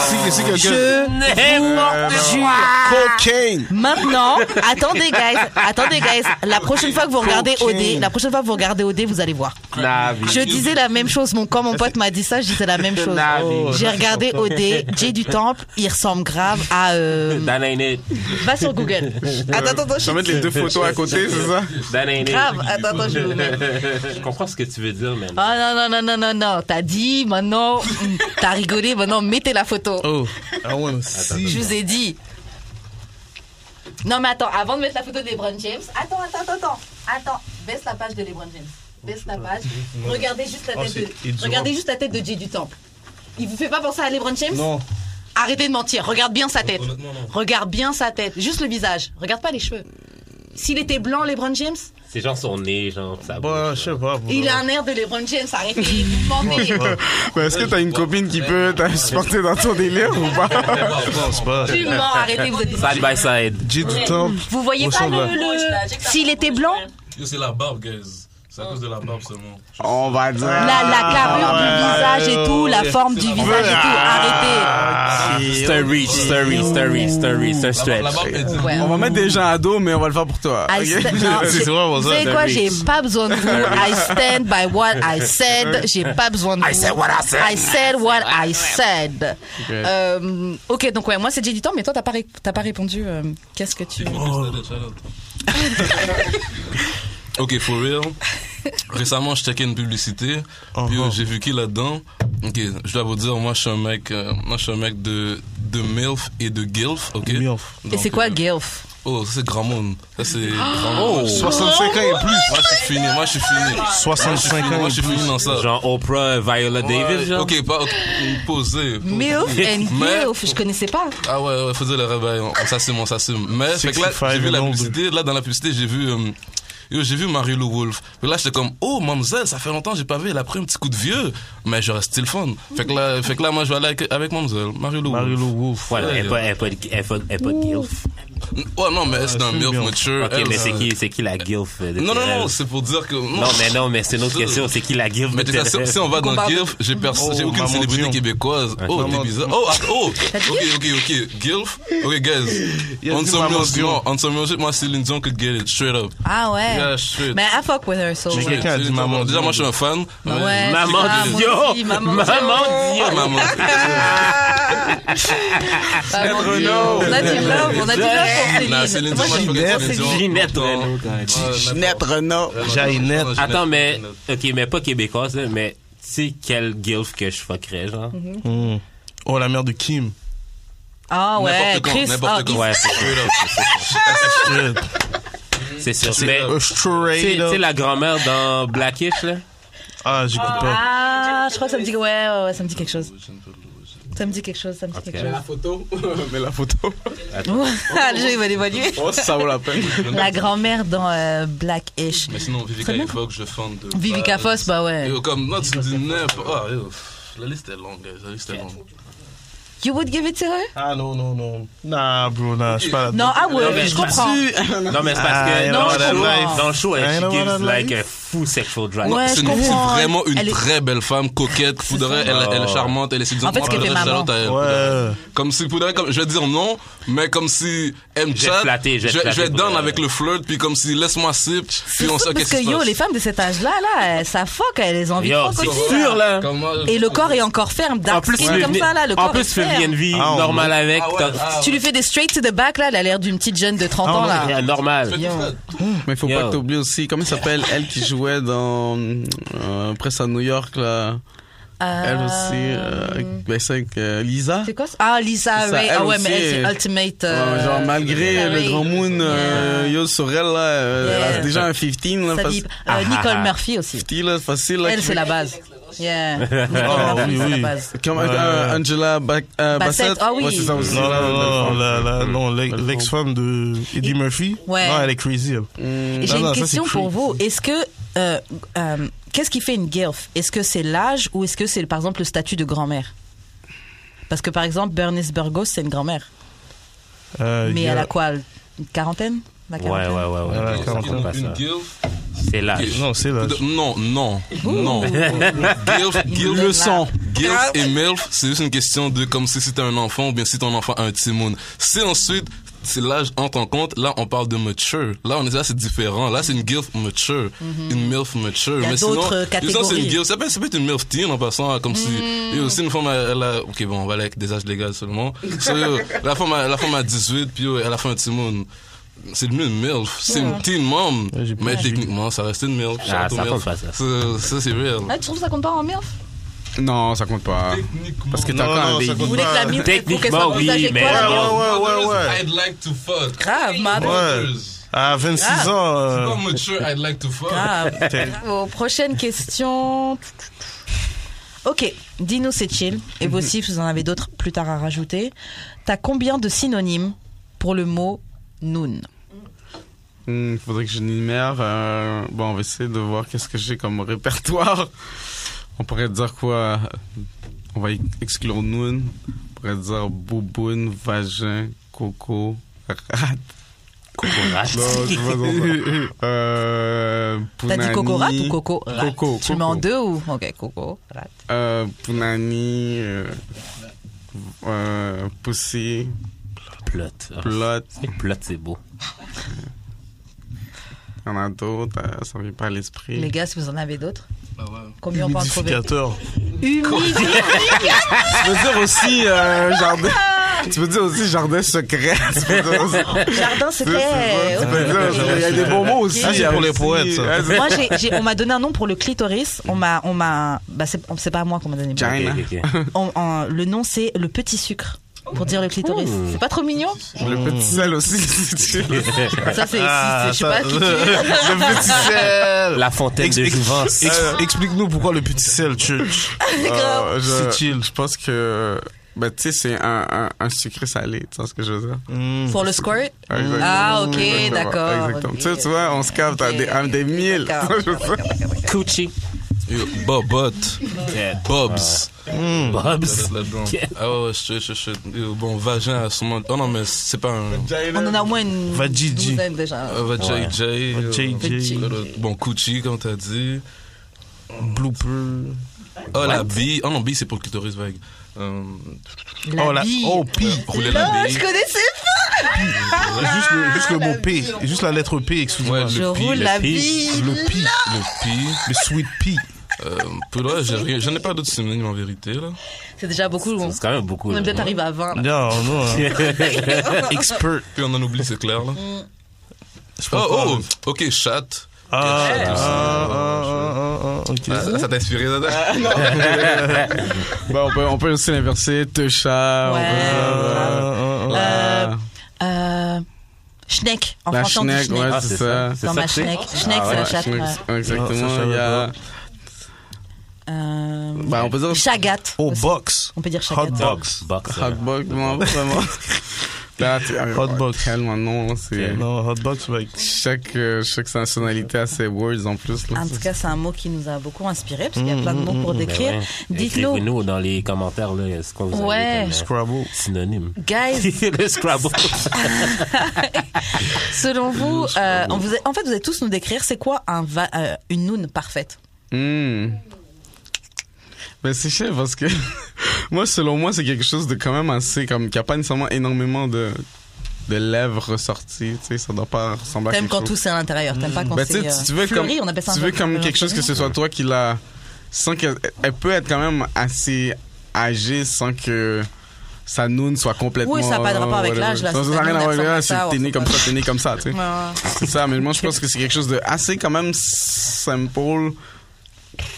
D: Si, si quelqu'un-
B: Je vous jure.
E: Cocaine!
B: Maintenant, attendez, guys, attendez, guys. La prochaine fois que vous regardez
E: Cocaine.
B: OD, la prochaine fois que vous regardez OD, vous allez voir. Je disais la même chose. Mon, quand mon pote m'a dit ça, je disais la même chose.
C: Navi.
B: J'ai regardé OD, J'ai du Temple, il ressemble grave à. euh,
C: That ain't it.
B: va sur Google. Attends, attends, attends.
D: Je vais mettre les deux photos à côté, c'est ça?
C: That ain't it.
B: Grave, attends, attends, je vais vous mettre.
C: Je comprends ce que tu veux dire, man.
B: Ah non, non, non, non, non, non. T'as dit, maintenant, mm, t'as rigolé, maintenant, mettez la photo.
E: Oh, I wanna see.
B: Je vous ai dit. Non, mais attends, avant de mettre la photo de LeBron James, attends, attends, attends, attends. Attends, baisse la page de LeBron James. Baisse la page. Regardez juste la
E: Oh,
B: tête,
E: c'est
B: de,
E: Idzoro.
B: regardez juste la tête de Jay du Temple. Il vous fait pas penser à LeBron James
E: Non.
B: Arrêtez de mentir, regarde bien sa tête.
F: Honnêtement, non.
B: Regarde bien sa tête, juste le visage. Regarde pas les cheveux. S'il était blanc, LeBron James,
C: Ces gens sont nés, genre, ça
E: Bah, je sais pas. bro.
B: il a un air de LeBron James. Arrêtez, vous mentez.
D: Ben, Est-ce que t'as une copine qui peut t'a supporter dans ton délire ou pas?
E: Je pense pas.
B: Tu mens, arrêtez, vous êtes des
C: Side by side.
E: J'ai du temps.
B: Vous voyez pas
E: ressemble
B: le,
E: à-
B: le- S'il était blanc,
F: Yo, c'est la barbe, guys. C'est à cause de la barbe seulement.
D: On va dire. Ah,
B: la, la carrure du visage et tout, la forme du visage et tout, arrêtez.
C: C'est un reach, c'est un reach, c'est un reach, c'est un reach, c'est un
F: La,
C: stretch.
F: barbe est dit.
B: Ouais.
D: On va mettre des gens à dos, mais on va le faire pour toi.
B: I
D: ok?
B: sta- non,
E: C'est
B: j'ai-
E: vrai, bon,
B: vous
E: ça,
B: savez
C: c'est
B: quoi,
C: un
B: j'ai
C: riz.
B: pas besoin de vous. I stand by what I said. J'ai pas besoin de vous. Ah I said what I said. I said what I said. Euh, ok, donc ouais, moi c'est Jay du temps, mais toi t'as pas, ré- t'as pas répondu. euh, Qu'est-ce que tu.
F: Oh. ok, for real. Récemment, je checkais une publicité. Puis euh,
E: Uh-huh.
F: j'ai vu qui là-dedans. Ok, je dois vous dire, moi, je suis un mec, euh, moi, je suis un mec de, de MILF et de GILF. Ok.
E: Milf.
B: Et
F: Donc,
B: c'est quoi, Ah!
F: euh,
B: Gilf
F: Oh, ça, c'est grand monde. Ça, c'est grand monde.
E: 65 Oh, ans et plus.
F: Moi, je suis fini. Moi, je suis fini.
E: 65 ans
F: Moi,
E: et
F: je suis fini dans ça.
C: Genre Oprah, Viola Davis, genre.
F: Ok, pas posé.
B: Euh, Milf and
F: Mais-
B: Gilf, je connaissais pas.
F: Ah ouais, ouais, faut dire le réveil, on, on s'assume, on s'assume. Mais fait que là,
E: 65
F: j'ai vu la
E: nombre.
F: publicité, là dans la publicité, j'ai vu, euh, yo, j'ai vu Marie-Lou Wolfe. Puis là, j'étais comme, oh, mademoiselle, ça fait longtemps que j'ai pas vu, elle a pris un petit coup de vieux, mais je reste le fun. Fait que là, fait que là, moi, je vais aller avec, avec mademoiselle, Marie-Lou Wolfe.
E: Marie-Lou Wolf.
C: Voilà, elle est pas, elle est pas, elle est pas, elle est pas guilf.
F: Ouais, non, mais elle, c'est dans
E: c'est
F: MILF
E: bien.
F: Mature.
C: Ok,
F: elle,
C: mais c'est
F: euh,
C: qui, c'est qui la guilf euh, de
F: Non, non,
C: tes
F: non,
C: rêves?
F: c'est pour dire que.
C: Non, mais non, mais c'est une autre
F: Ça-
C: question. C'est qui la guilf
F: Mais
C: de
F: t'es
C: tes
F: ça, si,
C: rêves?
F: si on va dans
B: Comparé-
F: GILF, j'ai perso-
E: Oh,
F: j'ai aucune
E: maman
F: célébrité
E: Dion.
F: québécoise. Oh,
E: Maman
F: t'es bizarre. Oh, ah, oh!
B: T'as dit
F: Ok, ok, ok. GILF? Ok, guys.
E: Il a
F: On
E: dit
F: se
E: maman
F: mélange-
E: Dion.
F: non, on se mélange- moi, Céline Dion could get it, straight up.
B: Ah ouais.
F: Yeah, shit.
B: Mais I fuck with her, so.
E: J'ai
F: Ouais,
E: quelqu'un a dit
F: Céline Dion,
E: maman
F: Déjà,
E: Dion.
F: moi, je suis un fan.
B: Ouais,
F: Ouais.
C: Maman
B: ah, moi
C: Dion!
B: aussi, maman
C: Maman
F: Ah,
C: Dion!
F: maman.
B: Maman Dion. Ben, On a du love, on a du love
F: Non,
B: pour
F: Céline
B: Céline.
F: Dion,
B: Moi,
F: moi, je
B: j'aime
F: suis
B: bien
F: Céline
B: Céline.
F: Dion.
C: Ginette hein.
F: Attends.
C: Renaud.
F: Ouais,
D: Ginette Renault.
E: Jainette.
C: Attends, mais, ok, mais pas québécoise, là, mais tu sais quelle guilf que je fuckerais, genre?
B: Mm-hmm.
E: Hmm. Oh, la mère de Kim.
B: Ah ouais,
F: N'importe quand,
B: Chris.
F: n'importe
B: ah,
F: quand.
B: il-
C: Ouais, c'est sûr.
F: Straight up.
E: Shit.
C: C'est sûr. Mais,
E: A
C: tu sais-
E: straight
C: tu sais
E: up.
C: la grand-mère dans Blackish, là?
E: Ah, j'écoute pas.
B: Ah, je crois que ça me dit. Ouais, ouais, ouais, ça me dit quelque chose. Ça me dit quelque chose, ça me dit quelque chose.
D: La photo. Mais la photo.
B: Ah, Le jeu, il va l'évaluer.
D: Oh, ça vaut la peine.
B: La grand-mère dans euh, Black-ish.
F: Mais sinon, Vivica Fox, je fan de.
B: Vivica Foss, bah ouais.
F: Yo, comme, non, tu me dis n'importe. Ah, yo, pff, La liste est longue, guys. La liste est longue.
B: You would give it to her?
E: Ah, non, non, non. Nah, bro, nah, je suis pas là.
B: Non, ah
C: Non,
B: ouais,
C: mais
B: je
C: je
B: comprends.
C: Non, mais c'est parce
F: Ah,
C: que
E: I
C: dans,
E: know
B: that
C: le show,
B: life.
C: dans le show,
E: I
C: elle
E: know
C: she
E: that
C: gives like
E: life.
C: a fou sexual drive.
B: Ouais,
F: C'est
B: je
F: une-
B: comprends.
F: vraiment une
B: Elle est-
F: très belle femme, coquette. Pour de vrai, elle, elle est charmante, elle est séduisante.
B: En fait,
F: Moi,
B: ce qu'elle
F: pour de
B: fait
F: vrai,
B: maman.
F: Charlotte, elle-
E: Ouais.
F: Comme si, pour de vrai, comme, je vais dire non, mais comme si elle me
C: Je vais
F: chatte,
C: te flatter, je vais te
F: je vais
C: flatter
F: être
C: pour
F: down
C: de-
F: avec le flirt, puis comme si laisse-moi sip, puis on sait
B: Surtout parce
F: qu'est-ce
B: que
F: qui se
B: yo,
F: passe.
B: les femmes de cet âge-là, là, elles- ça fuck, elles ont envie de
C: Yo,
B: fuck
C: c'est
B: aussi,
C: sûr,
B: là.
C: là.
F: Comme moi, je-
B: Et le corps est encore ferme,
C: En
B: dark
C: plus,
B: skin
C: tu
B: comme
C: lui-
B: ça, là, le
C: en
B: corps est
C: plus, tu
B: ferme.
C: fais une vie
E: Ah, on-
C: normale avec.
F: Ah ouais,
C: t'as-
F: ah
B: Tu lui fais des straight to the back, là, elle a l'air d'une petite jeune de
D: Ah,
B: 30 ans, là.
C: Yeah, normal.
F: ouais.
B: Yo.
D: Mais faut
C: Yo.
D: pas que t'oublies aussi, comment elle s'appelle, elle qui jouait dans euh, Presse à New York, là.
B: Ah.
D: Elle aussi, euh, ben c'est euh, Lisa.
B: C'est quoi ça Ah, Lisa
D: Ça,
B: Ray.
D: elle
B: Ah ouais,
D: aussi
B: mais elle,
D: est-
B: c'est Ultimate. euh,
D: Ouais, genre, malgré
B: Lisa
D: le
B: Ray.
D: grand moon, euh, yo, sur elle, là, euh,
B: Ah Yeah.
D: elle a Ah, déjà un 15, là,
B: Ça
D: faci-
B: dit- euh, Nicole Murphy aussi.
D: 50, là, facile, là,
B: Elle,
D: qui-
B: c'est la base.
D: Oh,
B: Yeah. Ah
E: oui, oui.
D: Comme
E: Ouais.
D: euh, Angela Ba- euh,
B: Bassett,
D: Bassett.
B: ah oui.
D: Ouais, c'est ça aussi.
E: Non, non,
D: Là,
E: non, la- la- non, l'ex- l'ex-femme de Eddie Murphy.
B: Ouais.
E: Non, elle est crazy, elle.
D: Mm.
B: J'ai
E: Non,
B: une
E: non, ça,
B: question
E: c'est
B: pour
E: creep.
B: vous. Est-ce que euh, euh, qu'est-ce qui fait une guelf Est-ce que c'est l'âge ou est-ce que c'est par exemple le statut de grand-mère Parce que par exemple Bernice Burgos c'est une grand-mère,
E: Euh, il
B: mais
E: y a-
B: elle a quoi Une quarantaine La
C: Ouais, ouais,
B: quarantaine
C: ouais, ouais.
E: Voilà,
C: Non,
E: quarante
C: c'est
E: ans.
C: pas ça.
F: Une guilf.
C: C'est l'âge.
E: Non, c'est là.
F: Non, non, non. Guilf, guilf,
B: Le sang. Ah
F: Guilf et MILF, c'est juste une question de comme si c'était un enfant ou bien si ton enfant a un timoun. Si ensuite, c'est l'âge en tant compte, là, on parle de mature. Là, on est là, c'est différent. Là, c'est une guilf mature. Une MILF mature.
B: Mhm. Il y a
F: Mais sinon,
B: d'autres
F: sinon, c'est
B: catégories. Mhm.
F: une guilf. Ça peut, ça peut être une MILF teen en passant, comme si, et aussi une femme, elle, elle a, ok, bon, on va aller avec des âges légaux seulement. So, yo, la femme, a- la femme a 18, puis yo, elle a fait un timoun. C'est devenu une MILF. C'est une teen mom.
E: Ouais, j'ai
F: mais
E: pas-
F: techniquement, ça reste une MILF.
C: Ah,
F: Shout out
C: ça
F: aux
C: compte
F: MILF.
C: pas, ça.
F: Ça, ça, c'est real.
B: Ah, tu trouves que ça compte pas en merde
D: Mm. Non, ça compte pas. Parce que t'as
E: Non,
D: encore
E: non,
D: un baby.
E: ça compte
B: Vous voulez que la mine pour qu'elle soit
C: Techniquement,
B: plus
C: oui,
B: âgée que
C: mais-
B: moi, la
E: Ouais,
B: mienne
E: ouais, ouais, ouais.
F: Ah, I'd like to fuck.
B: Grave, man.
E: Ouais. À 26
B: Ah.
E: ans, euh,
F: Pas mature, I'd like to fuck.
B: Grave.
E: t'es-
B: Bon, prochaine question. Ok, dis-nous c'est chill. Et vous aussi, vous en avez d'autres plus tard à rajouter. T'as combien de synonymes pour le mot noon
D: Hmm, Il faudrait que je numère. euh, bon, on va essayer de voir qu'est-ce que j'ai comme répertoire. On pourrait dire quoi On va exclure Noun. On pourrait dire Bouboune, Vagin, Coco, Rat.
C: Courage.
D: Non, je vois dans ça. Euh,
B: T'as dit
D: Pounani.
B: coco rat ou coco rat
D: Coco,
B: Tu le mets en
D: coco.
B: deux ou Ok, coco rat.
D: Euh, Pounani, euh, euh, Pussy,
C: Plot.
D: Plot.
C: Plot, c'est beau.
D: Il y en a d'autres, euh, ça ne vient pas à l'esprit.
B: Les gars, si vous en avez d'autres,
F: Ah ouais.
B: combien on peut en trouver
E: humidificateur.
B: Humide.
D: Tu peux dire aussi euh, jardin. Tu peux dire aussi jardin secret. Tu peux dire aussi-
B: Jardin,
D: tu peux-
B: c'était.
D: tu peux dire- Il y a des bons mots aussi.
E: Ah, c'est
D: il y a
E: pour les
D: aussi-
E: poètes, ça.
D: Ah, c'est-
B: Moi, j'ai- j'ai- on m'a donné un nom pour le clitoris. On m'a, on m'a, bah c'est c'est pas à moi qu'on m'a donné.
D: Jack.
C: Ok, ok, ok.
B: On- on- le nom c'est le petit sucre pour dire le clitoris.
C: Ouh.
D: Oh.
B: C'est pas trop mignon
D: Le petit sel aussi. Le
B: Ça c'est,
E: Ah,
B: c'est- je sais pas.
E: ça-
B: qui
D: petit
B: tu-
D: sel.
C: La fontaine de
E: Explique-
C: jouvence.
E: Ex- Explique-nous pourquoi le petit sel, church.
D: Euh, je-
E: C'est chill.
D: Je pense que. bah, tu sais, c'est un, un, un sucré salé, tu vois ce que je veux dire?
E: Mm.
B: Pour le squirt.
D: Exactement.
B: Ah, ok,
D: Exactement.
B: d'accord,
D: Exactement.
B: ok.
D: Tu sais, tu vois, on se capte à des, à des mille.
B: D'accord,
D: tu vois ce que je veux dire?
C: Coochie.
F: Yo, Bobot. Bobs.
C: Bobs.
F: Là-dedans. Ah ouais, ouais, shit, shit, shit. Yo, Bon, vagin à ce moment. Oh non, mais c'est pas un.
B: On en a au moins une
E: Va Gigi.
B: douzaine déjà.
F: Un vagin J.
E: Va
F: yo.
E: JJ.
F: Bon, Coochie, comme t'as dit.
E: Blooper.
F: Oh, la bille. Oh non, bille, c'est pour le clitoris vague. Euh,
B: La
E: oh, la-
B: bille.
E: oh, P.
F: rouler
B: Ah,
F: la
B: je
F: bille.
B: connaissais.
E: Juste le, juste le mot P. Juste la lettre P,
F: Ouais,
E: excuse-moi.
F: le
B: Je
F: pi,
B: roule
F: le
B: la
F: pi,
B: bille.
F: Le pi. Le pi.
E: Le sweet P.
F: Euh, pour le reste, j'ai rien. J'en ai pas d'autres synonymes en vérité, là.
B: C'est déjà beaucoup. On
C: C'est quand même beaucoup.
B: on est
C: là.
B: peut-être arrivé à 20.
E: Non, non. hein. Expert.
F: Puis on en oublie, c'est clair, là.
E: Je pense
F: Oh,
E: pas.
F: oh, ok, chat.
E: Ah,
F: Chat
E: ah,
F: aussi.
E: ah, ah, ah, ok.
F: Ah, ça- ça t'a inspiré, Dada
D: Bah, on, peut, on peut aussi l'inverser, te chat. on
B: Ouais.
D: peut dire,
E: Ah, ah, ah.
D: euh,
B: Euh, euh, Schneck, en
D: La
B: français on dit
D: schneck, ouais,
B: Schneck.
D: c'est ça.
B: Dans ma
C: que c'est?
B: Schneck. Schneck, c'est la chatte.
D: Schneck,
B: ouais.
E: Non, ça,
D: Exactement.
E: je
D: Il y a...
E: savais
B: Euh,
D: Bah, on peut dire bah.
B: Chagat.
E: Oh,
B: aussi.
E: box.
B: On peut dire Chagat.
E: Hot box.
C: Box. euh,
D: Hotbox, non, pas vraiment. Là, tu- ah,
E: Hotbox.
D: Tellement non, là, c'est...
E: Non, hot box, mec.
D: Chaque, euh, chaque nationalité a ses words en plus. Là,
B: En tout cas, c'est un mot qui nous a beaucoup inspiré, parce qu'il y a plein de mots pour décrire.
C: Mmh, Ben ouais.
B: Dites-nous,
C: Écrivez-nous dans les commentaires là, ce qu'on vous
B: Ouais.
C: a dit comme
E: Scrabble.
C: euh, synonyme.
B: guys,
C: le Scrabble.
B: selon vous, euh, on vous a- en fait, vous allez tous nous décrire c'est quoi un va- euh, une noun parfaite
D: Hmm. Ben, c'est chiant parce que moi, selon moi, c'est quelque chose de quand même assez comme qui a pas nécessairement énormément de de lèvres ressorties. Tu sais, ça doit pas ressembler à
B: T'aimes
D: quelque
B: quand
D: chose.
B: tout c'est à l'intérieur, t'aimes pas quand
D: Ben, tu
B: c'est
D: sais,
B: euh,
D: tu veux
B: fleuri,
D: comme
B: on appelle ça un
D: tu veux
B: peu-
D: comme quelque chose que ce soit toi qui l'a sans qu'elle elle peut être quand même assez âgée sans que sa noun soit complètement
B: Oui, ça a pas de rapport avec
D: whatever.
B: l'âge, là,
D: Ça
B: si
D: ça
B: ta
D: a rien
B: noun,
D: à voir
B: elle
D: avec l'âge,
B: ressemble à ça,
D: c'est t'es
B: on
D: né
B: sait
D: comme
B: pas.
D: ça, t'es né comme ça, tu sais.
B: Ouais, ouais.
D: C'est ça, mais moi je pense que c'est quelque chose de assez quand même simple